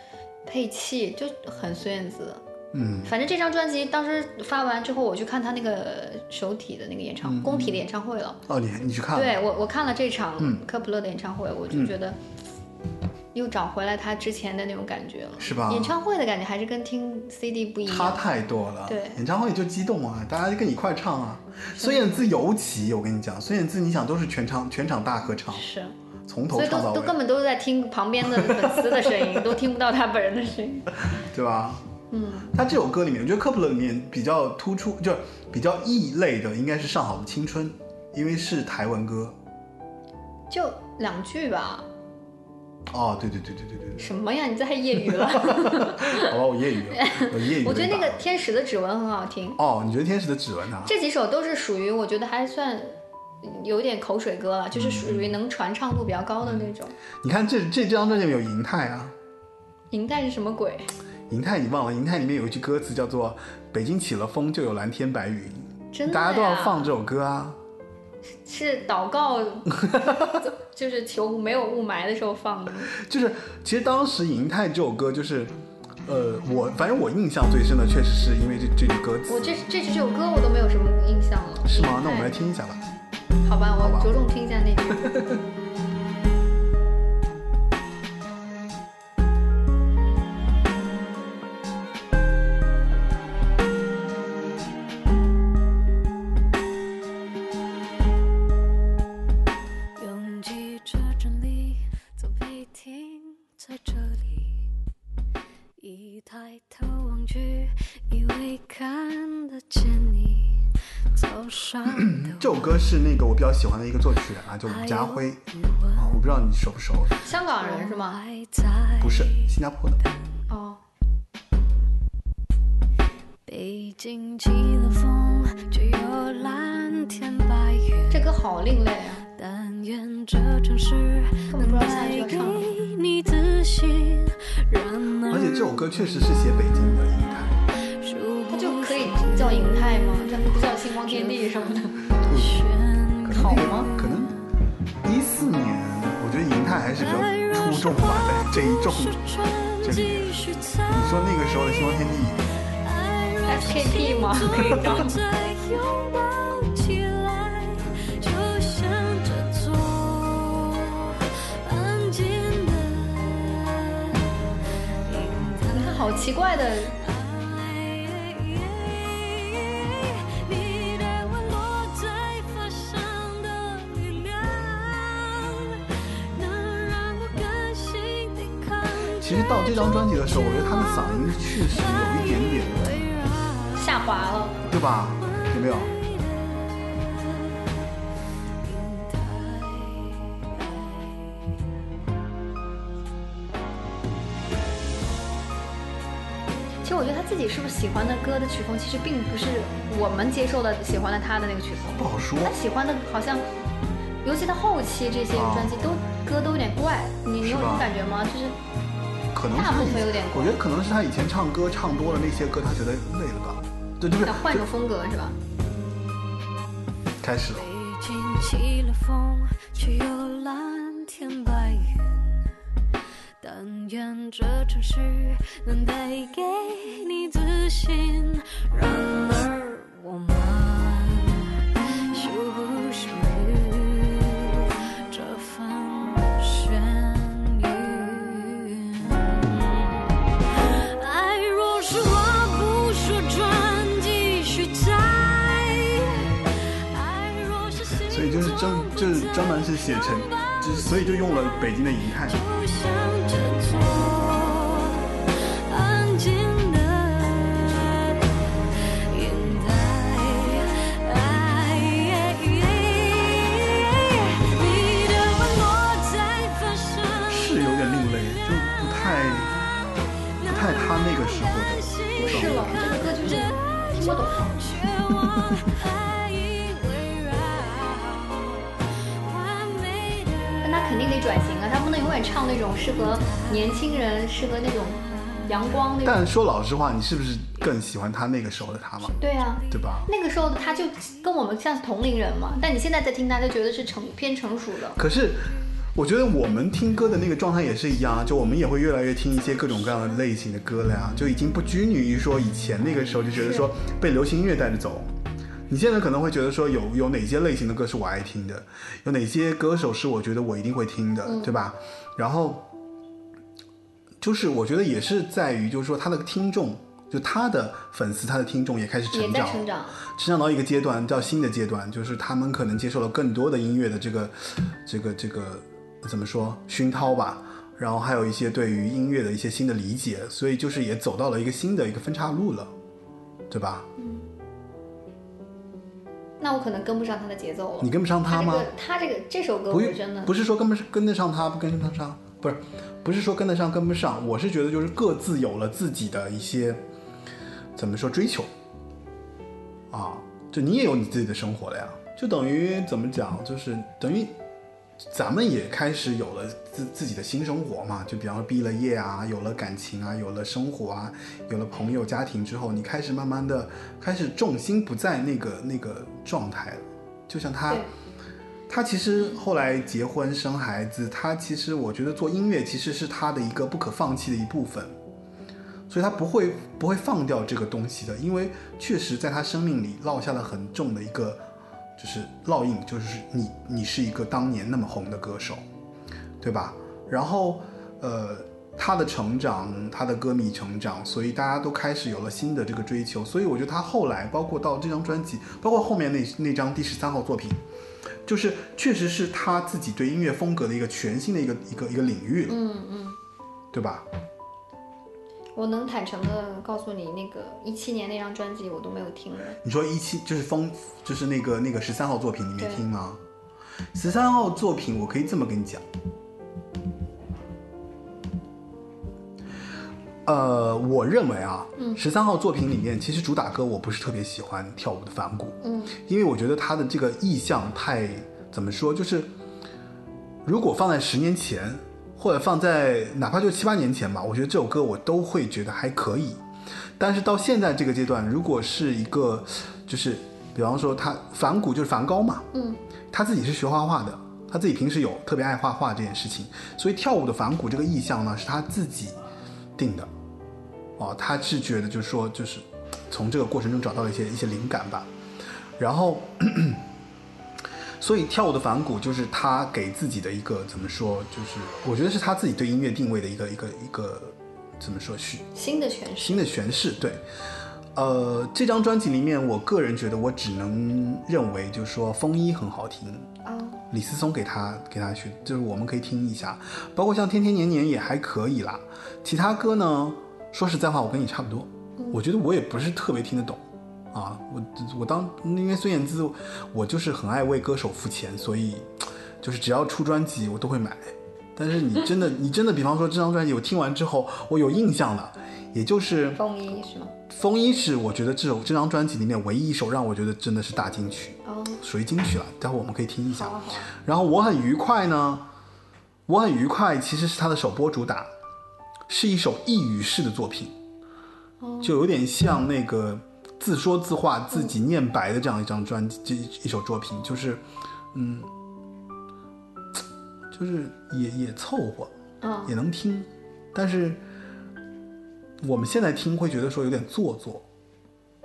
S3: 配器就很孙燕姿。
S1: 嗯
S3: 反正这张专辑当时发完之后，我去看他那个首体的那个演
S1: 嗯
S3: 唱，工体的演唱会了。
S1: 哦，你你去看了
S3: 对我，我看了这场
S1: 嗯
S3: 科普勒的演唱会，我就觉得又找回来他之前的那种感觉了，
S1: 是吧
S3: 演唱会的感觉还是跟听 CD 不一
S1: 差
S3: 样。
S1: 太多了。
S3: 对
S1: 演唱会就激动啊，大家就跟你一块唱啊。孙燕姿尤其，我跟你讲，孙燕姿你想都是全场全场大合唱，
S3: 是，
S1: 从头
S3: 所以
S1: 唱
S3: 都
S1: 到
S3: 都
S1: 尾，
S3: 根本都是在听旁边的粉丝的声音，都听不到他本人的声音。
S1: 对吧？
S3: 嗯，
S1: 他这首歌里面，我觉得科普勒里面比较突出，就是比较异类的，应该是《上好的青春》，因为是台文歌。
S3: 就两句吧。
S1: 哦，对对对对对对
S3: 什么呀？你在业余了？
S1: 对，好吧，我业余了，我业余了一把。
S3: 我觉得那个《天使的指纹》很好听。
S1: 哦，你觉得《天使的指纹》啊？
S3: 这几首都是属于我觉得还算有点口水歌了，
S1: 嗯
S3: 就是属于能传唱度比较高的那种。
S1: 你看这这张专辑里面有银泰啊，
S3: 银带是什么鬼？
S1: 银泰你忘了？银泰里面有一句歌词叫做“北京起了风就有蓝天白云”，
S3: 真的
S1: 大家都要
S3: 呀
S1: 放这首歌啊。
S3: 是祷告，就是求没有雾霾的时候放的。
S1: 就是其实当时《银泰》这首歌就是，呃，我反正我印象最深的确实是因为这这句歌
S3: 我
S1: 词，
S3: 这这这首歌我都没有什么印象了。
S1: 是吗？那我们来
S3: 哎
S1: 听一下吧。
S3: 好吧，
S1: 好吧
S3: 我着重听一下那句。
S2: 拥挤车站里，座位停在这里。一抬头望去，以为看得见你。早上
S3: (coughs)
S1: 这首歌是那个我比较喜欢的一个作曲人啊，
S3: 哎
S1: 叫伍家辉啊，我不知道你熟不熟，
S3: 香港人是吗？
S1: 不是新加坡的，
S3: 哦，
S2: 北京起了风，却有蓝天白云。
S3: 这歌好另类啊！
S2: 但愿这城市
S3: 根本
S2: 能
S3: 不知道下一
S2: 带给
S3: 句要唱什么。
S2: 你自信。然
S1: 而且这首歌确实是写北京的银泰，
S3: 它就可以叫银泰吗？它不叫星光天地什么的。
S1: 可
S3: 好
S1: 能那
S3: 吗
S1: 个可能一四年，我觉得银泰还是比较出众吧，在这一 (laughs) 众，这里面你说那个时候的星光天地，
S3: SKP 吗？可以叫。你看，好奇怪的，
S2: 你带我落在发上的力量，能让我甘心抵抗
S1: 其实到这张专辑的时候，我觉得他的嗓音确实有一点点。
S2: 围绕。
S3: 下滑了。
S1: 对吧？有没有？
S3: 其实我觉得他自己是不是喜欢的歌的曲风，其实并不是我们接受的喜欢的他的那个曲
S1: 不
S3: 风。
S1: 好说。
S3: 他喜欢的好像，尤其他后期这些
S1: 啊
S3: 专辑都歌都有点怪，你你
S1: 是
S3: 有
S1: 吧
S3: 这种感觉吗？就是
S1: 可能是他
S3: 大部
S1: 以
S3: 分
S1: 前
S3: 有点
S1: 我觉得可能是他以前唱歌唱多了那些歌，他觉得累了吧？对对不对
S3: 想？换一种风格是吧？
S1: 开始了
S2: 北京起了风，却有蓝天白云。但愿这城市能带给你自信。然而我们是不属于这份眩晕？爱若是我不说穿，继续猜。爱若是心
S1: 所以就是专
S2: 中不
S1: 就是专门
S2: 在
S1: 是写成
S2: 相伴，
S1: 就是所以就用了北京的银汉
S2: 就。像这座安静的云台，你的温暖在翻身，
S1: 是有点另类，就不太不太他那个时候的。
S3: 不是了，这个歌就是听不懂。
S2: 绝望爱已围绕，完美的。
S3: 但他肯定得转型啊，他不能永远唱那种适合年轻人、适合那种阳光那种。
S1: 但说老实话，你是不是更喜欢他那个时候的他嘛？
S3: 对啊，
S1: 对吧？
S3: 那个时候他就跟我们像同龄人嘛，但你现在在听他，就觉得是成偏成熟的。
S1: 可是我觉得我们听歌的那个状态也是一样啊，就我们也会越来越听一些各种各样的类型的歌了呀，就已经不拘泥于说以前那个时候就觉得说被流行音乐带着走。你现在可能会觉得说有有哪些类型的歌是我爱听的，有哪些歌手是我觉得我一定会听的，
S3: 嗯
S1: 对吧？然后就是我觉得也是在于，就是说他的听众，就他的粉丝，他的听众也开始
S3: 也在成长，
S1: 成长到一个阶段，到新的阶段，就是他们可能接受了更多的音乐的这个、这个、这个怎么说熏陶吧，然后还有一些对于音乐的一些新的理解，所以就是也走到了一个新的一个分岔路了，对吧？
S3: 那我可能跟不上他的节奏了。
S1: 你跟不上
S3: 他
S1: 他
S3: 这
S1: 吗？
S3: 个他这个这首歌，
S1: 不
S3: 我
S1: 是
S3: 真的
S1: 不是说跟不上跟得上他，不跟得上他，不是不是说跟得上跟不上，我是觉得就是各自有了自己的一些怎么说追求啊，就你也有你自己的生活了呀，就等于怎么讲，就是等于咱们也开始有了自自己的新生活嘛，就比方说毕了业啊，有了感情啊，有了生活啊，有了朋友家庭之后，你开始慢慢的开始重心不在那个那个状态了，就像他
S3: 对。
S1: 他其实后来结婚生孩子，他其实我觉得做音乐其实是他的一个不可放弃的一部分，所以他不会不会放掉这个东西的，因为确实在他生命里落下了很重的一个就是烙印，就是你你是一个当年那么红的歌手，对吧？然后呃，他的成长，他的歌迷成长，所以大家都开始有了新的这个追求，所以我觉得他后来包括到这张专辑，包括后面那那张第十三号作品。就是确实是他自己对音乐风格的一个全新的一个一个一个领域了，
S3: 嗯嗯，
S1: 对吧？
S3: 我能坦诚的告诉你，那个一七年那张专辑我都没有听过。
S1: 你说一期就是风，就是那个那个十三号作品，你没
S3: 对
S1: 听吗？十三号作品，我可以这么跟你讲，呃，我认为啊，
S3: 嗯
S1: 十三号作品里面其实主打歌我不是特别喜欢《跳舞的反骨》，
S3: 嗯，
S1: 因为我觉得他的这个意象太怎么说，就是如果放在十年前，或者放在哪怕就七八年前吧，我觉得这首歌我都会觉得还可以。但是到现在这个阶段，如果是一个就是比方说他梵谷就是梵高嘛，
S3: 嗯，
S1: 他自己是学画画的，他自己平时有特别爱画画这件事情，所以跳舞的梵谷这个意象呢是他自己定的。哦，他是觉得就是说就是从这个过程中找到了一些一些灵感吧。然后， (coughs) 所以跳舞的反骨就是他给自己的一个怎么说，就是我觉得是他自己对音乐定位的一个一个一个怎么说需
S3: 新的诠释，
S1: 新的诠释。对，呃，这张专辑里面，我个人觉得我只能认为就是说风衣很好听，
S3: 啊，
S1: 李思松给他给他去，就是我们可以听一下，包括像《天天年年》也还可以啦。其他歌呢，说实在话，我跟你差不多，我觉得我也不是特别听得懂啊。我我当因为孙燕姿，我就是很爱为歌手付钱，所以就是只要出专辑我都会买。但是你真的你真的，比方说这张专辑我听完之后，我有印象了，也就是《
S3: 风衣是吗？
S1: 风衣》是我觉得这首这张专辑里面唯一一首让我觉得真的是大金曲，
S3: 哦，
S1: 属于金曲了。待会我们可以听一下。
S3: 好啊好啊，
S1: 然后我很愉快呢，我很愉快其实是他的首播主打，是一首抑郁式的作品，就有点像那个自说自话、自己念白的这样一张专辑，这一首作品就是，嗯，就是也也凑合，
S3: 嗯，
S1: 也能听，但是我们现在听会觉得说有点做作，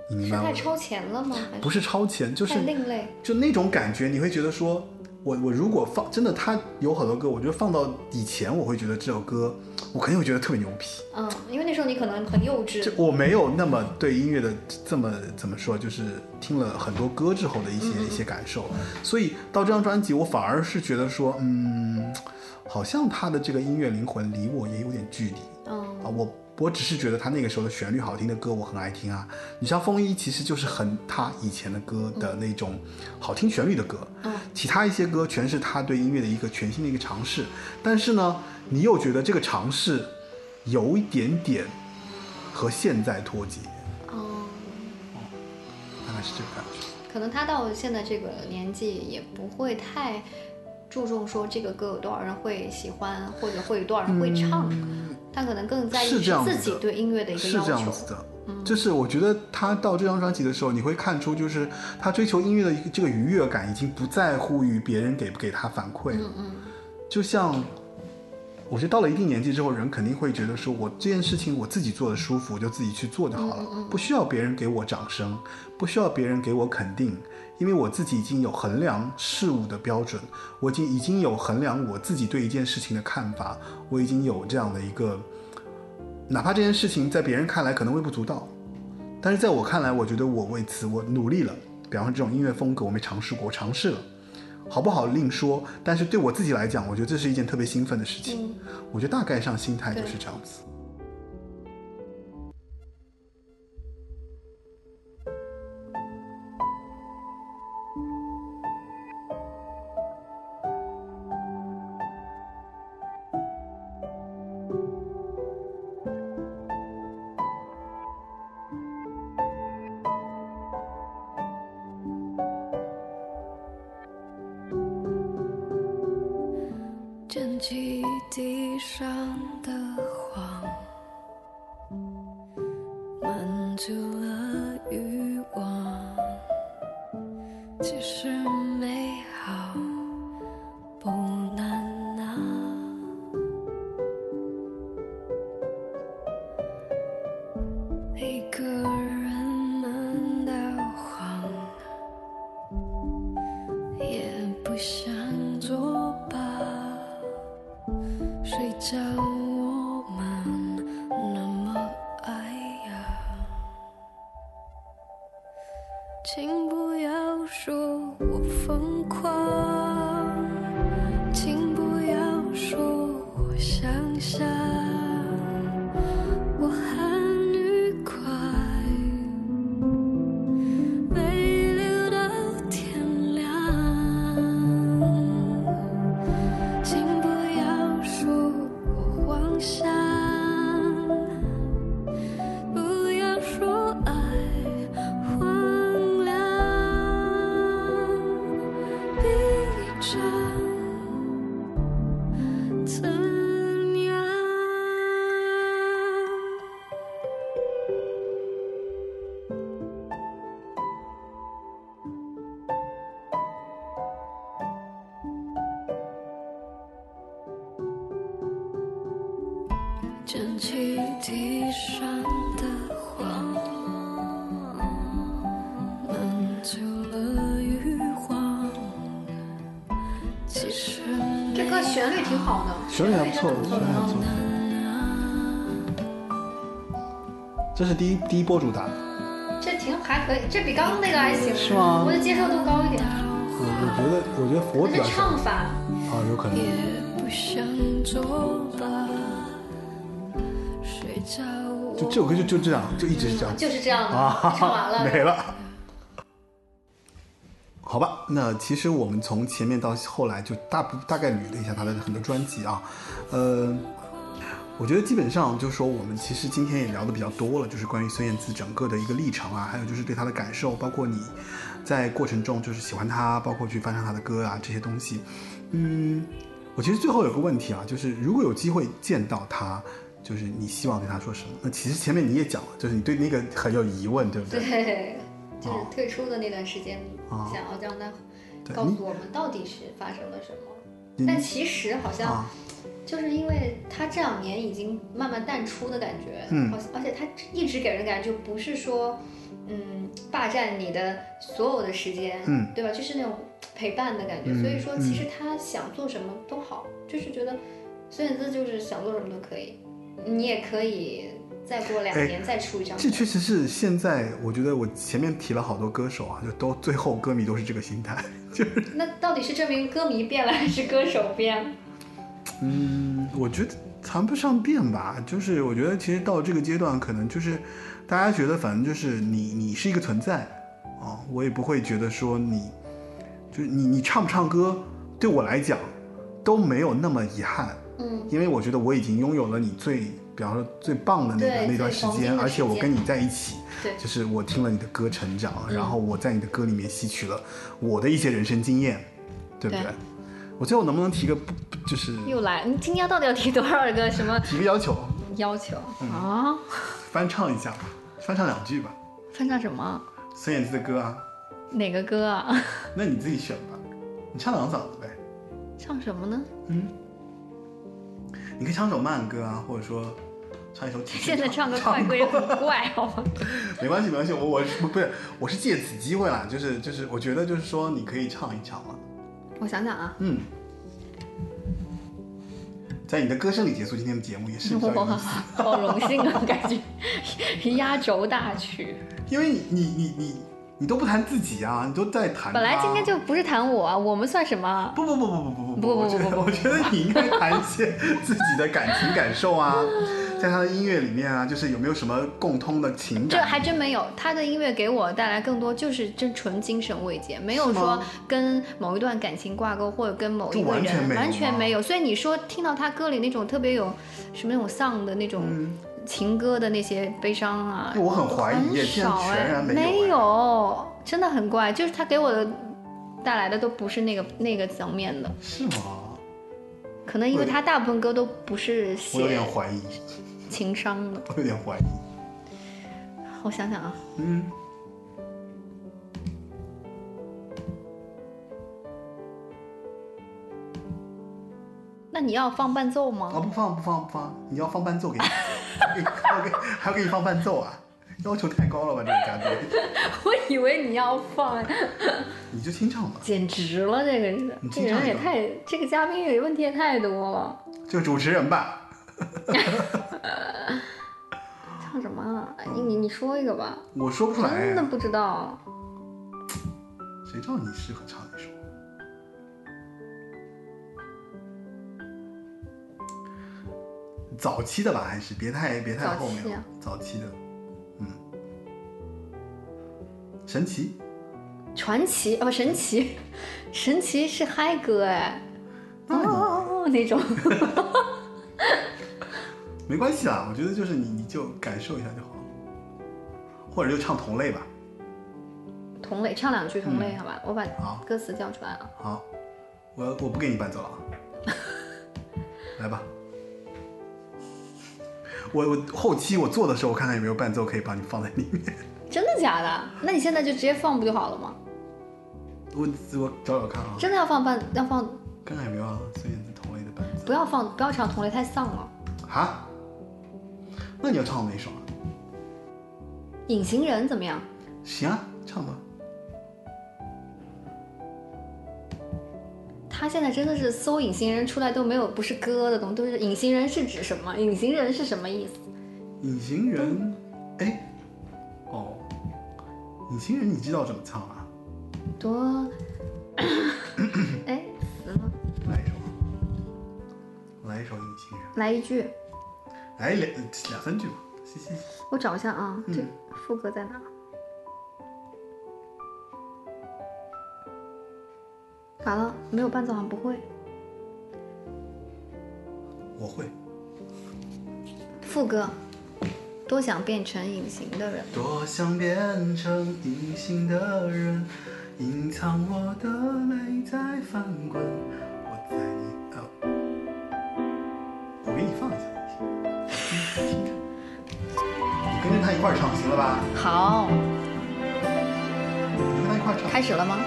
S1: 你明
S3: 是
S1: 白我
S3: 太
S1: 的
S3: 超前了吗？还
S1: 不是超前，就是
S3: 太另类。
S1: 就那种感觉，你会觉得说，我我如果放真的，他有好多歌，我觉得放到以前，我会觉得这首歌，我肯定会觉得特别牛逼。
S3: 嗯，因为那时候你可能很幼
S1: 就
S3: 稚，
S1: 我没有那么对音乐的这么怎么说，就是听了很多歌之后的一些一些感受，所以到这张专辑，我反而是觉得说，嗯，好像他的这个音乐灵魂离我也有点距离。啊，
S3: 嗯，
S1: 我我只是觉得他那个时候的旋律好听的歌我很爱听啊。你像《风衣》其实就是很他以前的歌的那种好听旋律的歌，
S3: 嗯
S1: 其他一些歌全是他对音乐的一个全新的一个尝试。但是呢，你又觉得这个尝试有一点点和现在脱节，
S3: 哦，
S1: 大概是这个感觉。
S3: 可能他到现在这个年纪也不会太注重说这个歌有多少人会喜欢，或者会有多少人会唱，他可能更在意
S1: 嗯是这样子
S3: 自
S1: 的
S3: 己对音乐的一个
S1: 是
S3: 要
S1: 这样
S3: 求嗯
S1: 子。的。就是我觉得他到这张专辑的时候，你会看出，就是他追求音乐的一个这个愉悦感，已经不在乎于别人给不给他反馈了。
S3: 嗯嗯，
S1: 就像，我觉得到了一定年纪之后，人肯定会觉得说，我这件事情我自己做的舒服，我就自己去做就好
S3: 嗯
S1: 了，不需要别人给我掌声，不需要别人给我肯定，因为我自己已经有衡量事物的标准，我已经已经有衡量我自己对一件事情的看法，我已经有这样的一个，哪怕这件事情在别人看来可能微不足道，但是在我看来，我觉得我为此我努力了。比方说这种音乐风格，我没尝试过，我尝试了，好不好另说。但是对我自己来讲，我觉得这是一件特别兴奋的事情。
S3: 嗯
S1: 我觉得大概上心态就是这样子。
S2: 捡起地上的黄，满足了欲望。其实美好不难拿，一个人闷得慌，也不想作罢。谁叫我们那么爱呀？请不要说我疯狂，请不要说我想象，我很愉快，被留到天亮。请不要说我妄想，不要说爱荒凉，闭上怎样？捡起地上的黄，满足了欲望。其实
S3: 这歌旋律挺好的，
S1: 旋律还不错
S3: 真的
S1: 旋律还不错这是第一第一波主打，
S3: 这挺还可以，这比刚刚那个还行，
S1: 是吗
S3: 我的接受度高一点，
S1: 我我觉得我觉得我比
S3: 但
S1: 较
S3: 是
S1: 喜欢
S3: 唱法，
S1: 啊，有可能
S2: 也不想作罢，睡着我
S1: 就这首歌就就这样，就一直是这样
S3: 就是这样的，
S1: 啊，
S3: 唱完了，
S1: (laughs)
S3: 嗯
S1: 没了。好吧，那其实我们从前面到后来就大部大概捋了一下他的很多专辑啊，呃，我觉得基本上就是说我们其实今天也聊的比较多了，就是关于孙燕姿整个的一个历程啊，还有就是对她的感受，包括你在过程中就是喜欢她，包括去翻唱她的歌啊这些东西。嗯，我其实最后有个问题啊，就是如果有机会见到她，就是你希望对她说什么？那其实前面你也讲了，就是你对那个很有疑问，
S3: (laughs)
S1: 对不对？哦
S3: 对，就是退出的那段时间，想要让他
S1: 对
S3: 告
S1: 你嗯
S3: 诉我们到底是发生了什么。但其实好像、
S1: 哦
S3: 啊。就是因为他这两年已经慢慢淡出的感觉，嗯，而且他一直给人感觉不是说，嗯，霸占你的所有的时间，嗯，对吧？就是那种陪伴的感觉。嗯、所以说，其实他想做什么都好，嗯、就是觉得孙燕姿就是想做什么都可以，你也可以再过两年再出一张。
S1: 哎这确实是现在，我觉得我前面提了好多歌手啊，就都最后歌迷都是这个心态，就是。
S3: 那到底是证明歌迷变了， (laughs) 还是歌手变了？
S1: 嗯，我觉得谈不上变吧，就是我觉得其实到这个阶段，可能就是大家觉得反正就是你你是一个存在啊、哦，我也不会觉得说你就是你你唱不唱歌对我来讲都没有那么遗憾，
S3: 嗯，
S1: 因为我觉得我已经拥有了你最比方说最棒的那个那段时间，而且我跟你在一起，
S3: 对，
S1: 就是我听了你的歌成长，嗯、然后我在你的歌里面吸取了我的一些人生经验，对不对？
S3: 对
S1: 我觉得我能不能提个不就是
S3: 又来？你今天到底要提多少个什么？
S1: 提个要求？
S3: 要求、嗯、啊？
S1: 翻唱一下吧，翻唱两句吧。
S3: 翻唱什么？
S1: 孙燕姿的歌啊。
S3: 哪个歌啊？
S1: 那你自己选吧，你唱两嗓子呗。
S3: 唱什么呢？ (laughs)
S1: 嗯，你可以唱首慢歌啊，或者说唱一首体。
S3: 现在唱个快歌也很怪，好吗？
S1: 没关系，没关系，我我不是我是借此机会啦，就是就是我觉得就是说你可以唱一唱嘛。
S3: 我想想啊，
S1: 嗯，在你的歌声里结束今天的节目也是
S3: 哇，好荣幸啊，感觉压轴大曲。
S1: 因为你你你你你都不谈自己啊，你都在谈。
S3: 本来今天就不是谈我，啊，我们算什么？
S1: 不不不不不不
S3: 不不
S1: 我觉得我觉得你应该谈一些自己的感情感受
S3: (laughs)
S1: 啊，在他的音乐里面啊，就是有没有什么共通的情感？
S3: 这还真没有，他的音乐给我带来更多就是真纯精神慰藉，没有说跟某一段感情挂钩或者跟某一个人
S1: 完
S3: 全没有。所以你说听到他歌里那种特别有什么那种丧的那种。
S1: 嗯哎
S3: 情歌的那些悲伤啊，
S1: 我很怀疑，
S3: 很少
S1: 哎，
S3: 没
S1: 有，
S3: 真的很怪，就是他给我的带来的都不是那个那个层面的，
S1: 是吗？
S3: 可能因为他大部分歌都不是写，
S1: 我有点怀疑，
S3: 情商的，
S1: 我有点怀疑。
S3: 我想想啊，
S1: 嗯，
S3: 那你要放伴奏吗？
S1: 啊、哦，不放不放不放，你要放伴奏给你。还要给还要给你放伴奏啊！要求太高了吧，这个嘉宾。
S3: (laughs) 我以为你要放，
S1: 你就清唱吧。
S3: 简直了，这个人，这个人也太，这个嘉宾也问题也太多了。
S1: 就主持人吧。
S3: 唱什么、啊？你你你说一个吧。
S1: 我说不出来，
S3: 真的不知道。
S1: 谁知道你适合唱一首？早期的吧，还是别太别太后面了。
S3: 早
S1: 期,啊、早期的，嗯，神奇，
S3: 传奇哦，神奇， (laughs) 神奇是嗨歌哎，哦哦哦那种，
S1: 没关系啦，我觉得就是你你就感受一下就好，或者就唱同类吧，
S3: 同类唱两句同类、
S1: 嗯、
S3: 好吧，我把歌词叫出来啊了。
S1: 好，我我不给你伴奏了啊，来吧。我我后期我做的时候，我看看有没有伴奏可以把你放在里面。
S3: 真的假的？那你现在就直接放不就好了吗？
S1: 我我找找看啊。
S3: 真的要放伴要放？
S1: 看看有没有孙燕姿同类的伴奏。
S3: 不要放，不要唱同类，太丧了。
S1: 哈？那你要唱哪首啊？
S3: 隐形人怎么样？
S1: 行啊，唱吧。
S3: 他现在真的是搜“隐形人”出来都没有不是歌的东西，都是“隐形人”是指什么？“隐形人”是什么意思？
S1: 隐形人，哎，哦，隐形人，你知道怎么唱啊？
S3: 多，哎死了！
S1: 来一首，来一首《隐形人》，
S3: 来一句，
S1: 来两两三句吧。嘻嘻，
S3: 我找一下啊，
S1: 嗯、
S3: 这副歌在哪？完了，没有伴奏好像不会。
S1: 我会。
S3: 副歌，多想变成隐形的人。
S1: 多想变成隐形的人，隐藏我的泪在翻滚。我在你啊，我给你放一下，你听着。你跟着他一块儿唱，行了吧？
S3: 好。
S1: 你跟他一块儿唱。
S3: 开始了吗？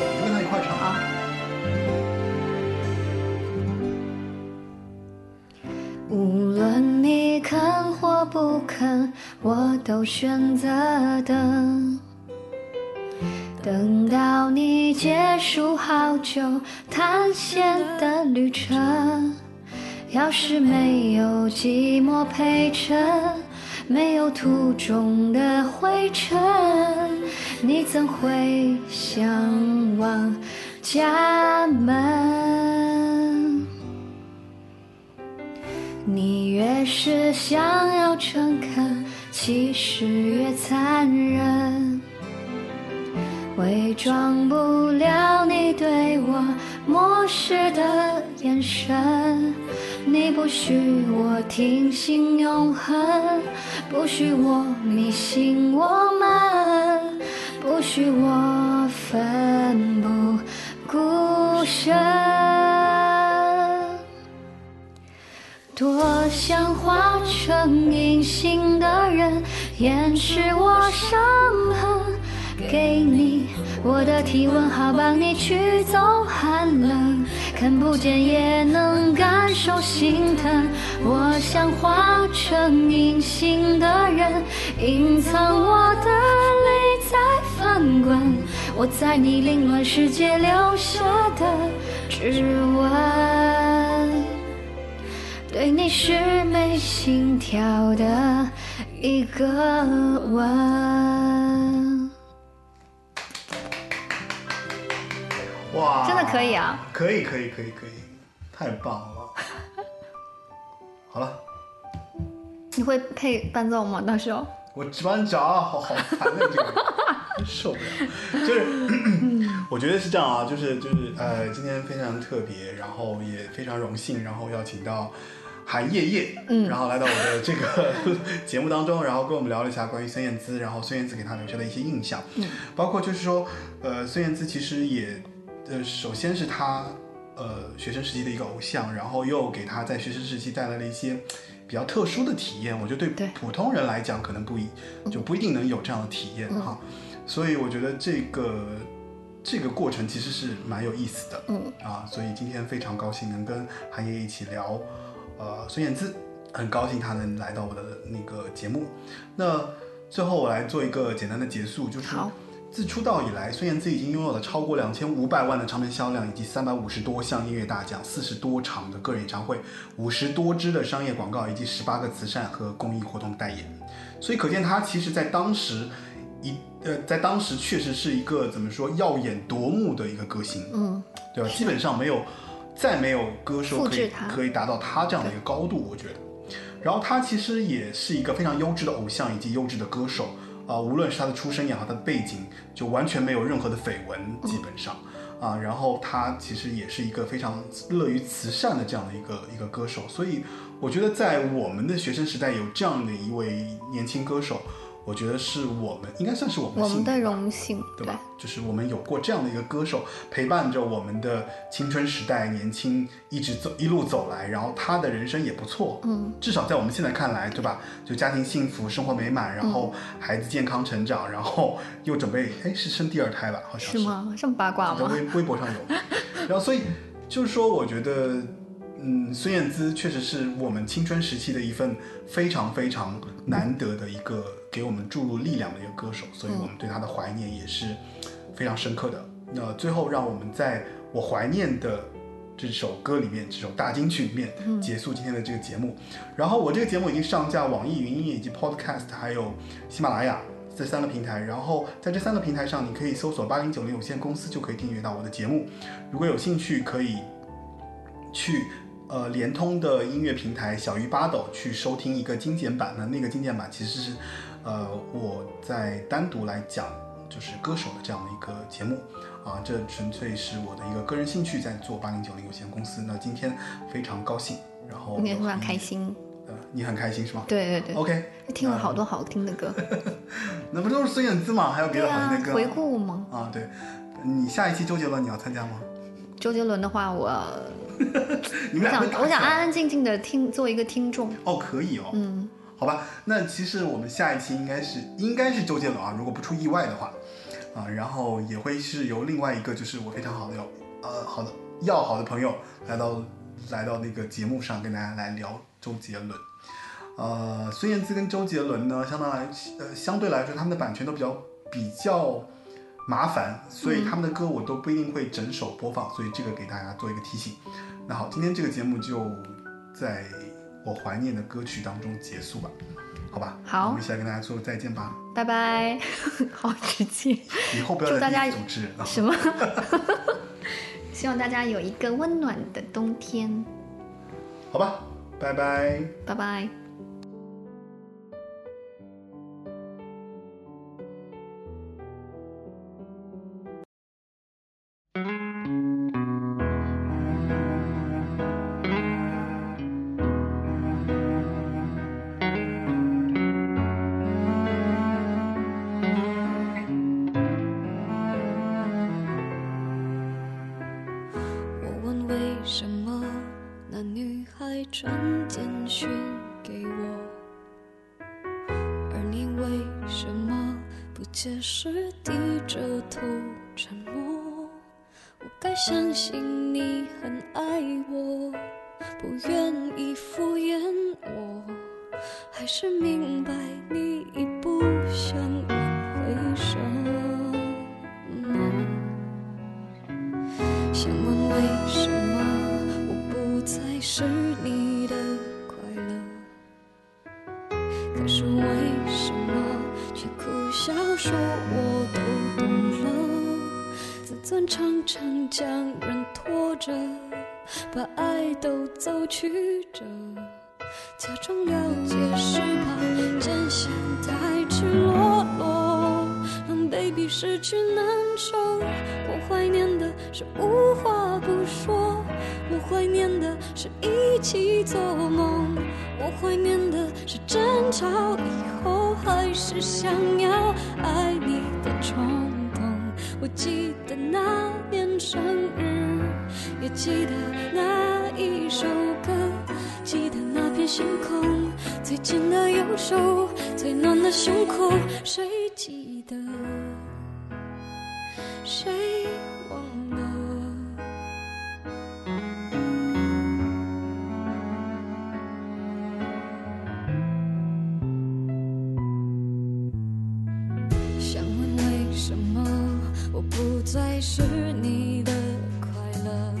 S1: 你跟他一块唱啊！
S2: 不肯，我都选择等。等到你结束好久探险的旅程，要是没有寂寞陪衬，没有途中的灰尘，你怎会向往家门？你越是想要诚恳，其实越残忍。伪装不了你对我漠视的眼神，你不许我听信永恒，不许我迷信我们，不许我奋不顾身。多想化成隐形的人，掩饰我伤痕。给你我的体温，好帮你驱走寒冷。看不见也能感受心疼。我想化成隐形的人，隐藏我的泪在翻滚。我在你凌乱世界留下的指纹，对你是没心跳的一个吻。
S1: 哇，
S3: 真的可以啊！
S1: 可以，可以，可以，可以，太棒
S3: (laughs)
S1: 了！好了，
S3: 你会配伴奏吗？到时候
S1: 我班长，好好烦啊！这个真受不了。就是 (clears throat) 我觉得是这样啊，就是就是呃，今天非常特别，然后也非常荣幸，然后邀请到。韩叶叶，嗯，然后来到我的这个 (laughs) 节目当中，然后跟我们聊了一下关于孙燕姿，然后孙燕姿给她留下的一些印象，嗯，包括就是说，呃，孙燕姿其实也，呃，首先是她，呃，学生时期的一个偶像，然后又给她在学生时期带来了一些比较特殊的体验，我觉得对普通人来讲可能不一，就不一定能有这样的体验、嗯、哈，所以我觉得这个。这个过程其实是蛮有意思的，嗯啊，所以今天非常高兴能跟韩叶一起聊。呃，孙燕姿，很高兴她能来到我的那个节目。那最后我来做一个简单的结束，就是自出道以来，孙燕姿已经拥有了超过两千五百万的唱片销量，以及三百五十多项音乐大奖、四十多场的个人演唱会、五十多支的商业广告，以及十八个慈善和公益活动代言。所以可见，她其实在当时一呃，在当时确实是一个怎么说耀眼夺目的一个歌星，嗯，对吧？基本上没有。再没有歌手可以可以达到他这样的一个高度，我觉得。然后他其实也是一个非常优质的偶像以及优质的歌手啊、呃，无论是他的出身也好，他的背景就完全没有任何的绯闻，基本上、嗯、啊。然后他其实也是一个非常乐于慈善的这样的一个一个歌手，所以我觉得在我们的学生时代有这样的一位年轻歌手，我觉得是我们应该算是我们
S3: 我们的荣幸，
S1: 对吧？就是我们有过这样的一个歌手陪伴着我们的青春时代，年轻一直走一路走来，然后他的人生也不错，嗯，至少在我们现在看来，对吧？就家庭幸福，生活美满，然后孩子健康成长，然后又准备哎是生第二胎吧？好像
S3: 是吗？这么八卦吗？
S1: 在微微博上有，然后所以就是说，我觉得嗯，孙燕姿确实是我们青春时期的一份非常非常难得的一个给我们注入力量的一个歌手，所以我们对她的怀念也是。非常深刻的。那最后，让我们在我怀念的这首歌里面，这首大金曲里面结束今天的这个节目。嗯、然后，我这个节目已经上架网易云音乐以及 Podcast，还有喜马拉雅这三个平台。然后，在这三个平台上，你可以搜索“八零九零有限公司”就可以订阅到我的节目。如果有兴趣，可以去呃联通的音乐平台小鱼八斗去收听一个精简版的。那个精简版其实是呃我在单独来讲。就是歌手的这样的一个节目啊，这纯粹是我的一个个人兴趣，在做八零九零有限公司。那今天非常高兴，然后
S3: 你很开心，
S1: 呃，你很开心是吗？
S3: 对对对。
S1: OK，
S3: 听了好多好听
S1: (laughs)
S3: 的歌，
S1: 那不都是孙燕姿吗？还有别的好听的歌、啊？
S3: 回顾吗？
S1: 啊，对，你下一期周杰伦你要参加吗？
S3: 周杰伦的话，我
S1: 你们
S3: 想我想安安静静的听，做一个听众。
S1: 哦，可以哦，嗯。好吧，那其实我们下一期应该是应该是周杰伦啊，如果不出意外的话，啊，然后也会是由另外一个就是我非常好的呃好的要好的朋友来到来到那个节目上跟大家来聊周杰伦，呃，孙燕姿跟周杰伦呢，相当来呃相对来说他们的版权都比较比较麻烦，所以他们的歌我都不一定会整首播放，所以这个给大家做一个提醒。那好，今天这个节目就在我怀念的歌曲当中结束吧，好吧？
S3: 好，
S1: 我们一起来跟大家说再见吧，(laughs)
S3: 拜拜，好直接。
S1: 以后不要
S3: 祝大
S1: 再组
S3: 家
S1: 织了。
S3: 什么？希望大家有一个温暖的冬天，
S1: 好吧，拜拜。
S3: 拜拜。
S2: 我问为什么那女孩传简讯给我，而你为什么不解释低着头沉默？我该相信你很爱我，不愿意敷衍我，还是明白你已不想挽回什么？想问为什么我不再是你的快乐？可是为什么却苦笑说我都懂了？自尊常常将人拖着，把爱都走曲折，假装了解是怕真相太赤裸裸，让 baby 失去难受。我怀念的是无话不说，我怀念的是一起做梦，我怀念的是争吵以后还是想要爱你的冲动。我记得那年生日，也记得那一首歌，记得那片星空，最紧的右手，最暖的胸口，谁记得？谁忘了？想问为什么我不再是你的快乐？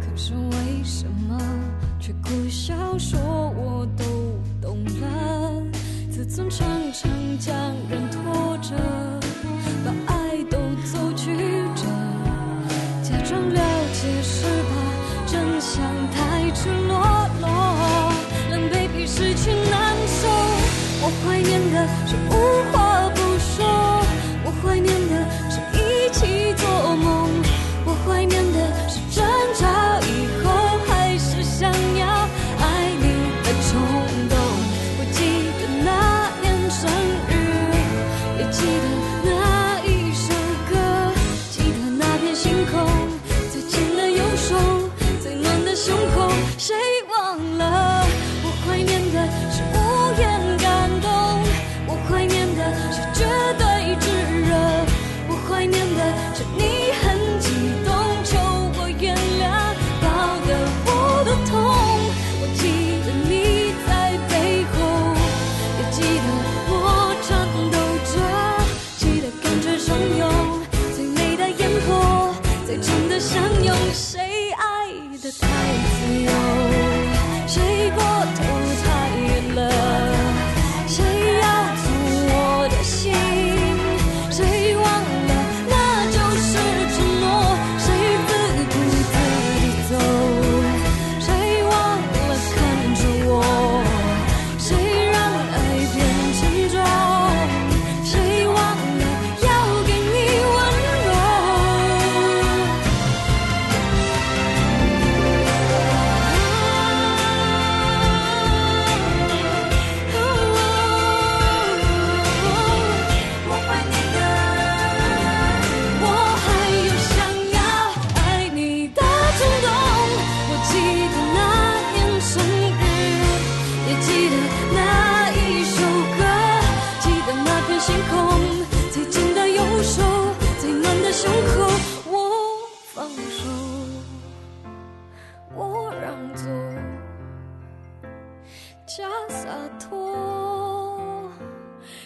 S2: 可是为什么却苦笑说我都懂了？自尊常常将人拖着，把爱都走曲折，假装了解是怕真相太赤裸裸，让 baby 失去难受。我怀念的是无话不说，我怀念的是一起做梦，我怀念的是争吵以后还是想要爱你的冲动。我记得那年生日，也记得那一首歌，记得那片星空，最紧的右手，最暖的胸口，谁忘了？我怀念的是无言感动，我怀念的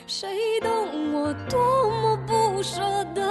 S2: 谁懂我多么不舍得？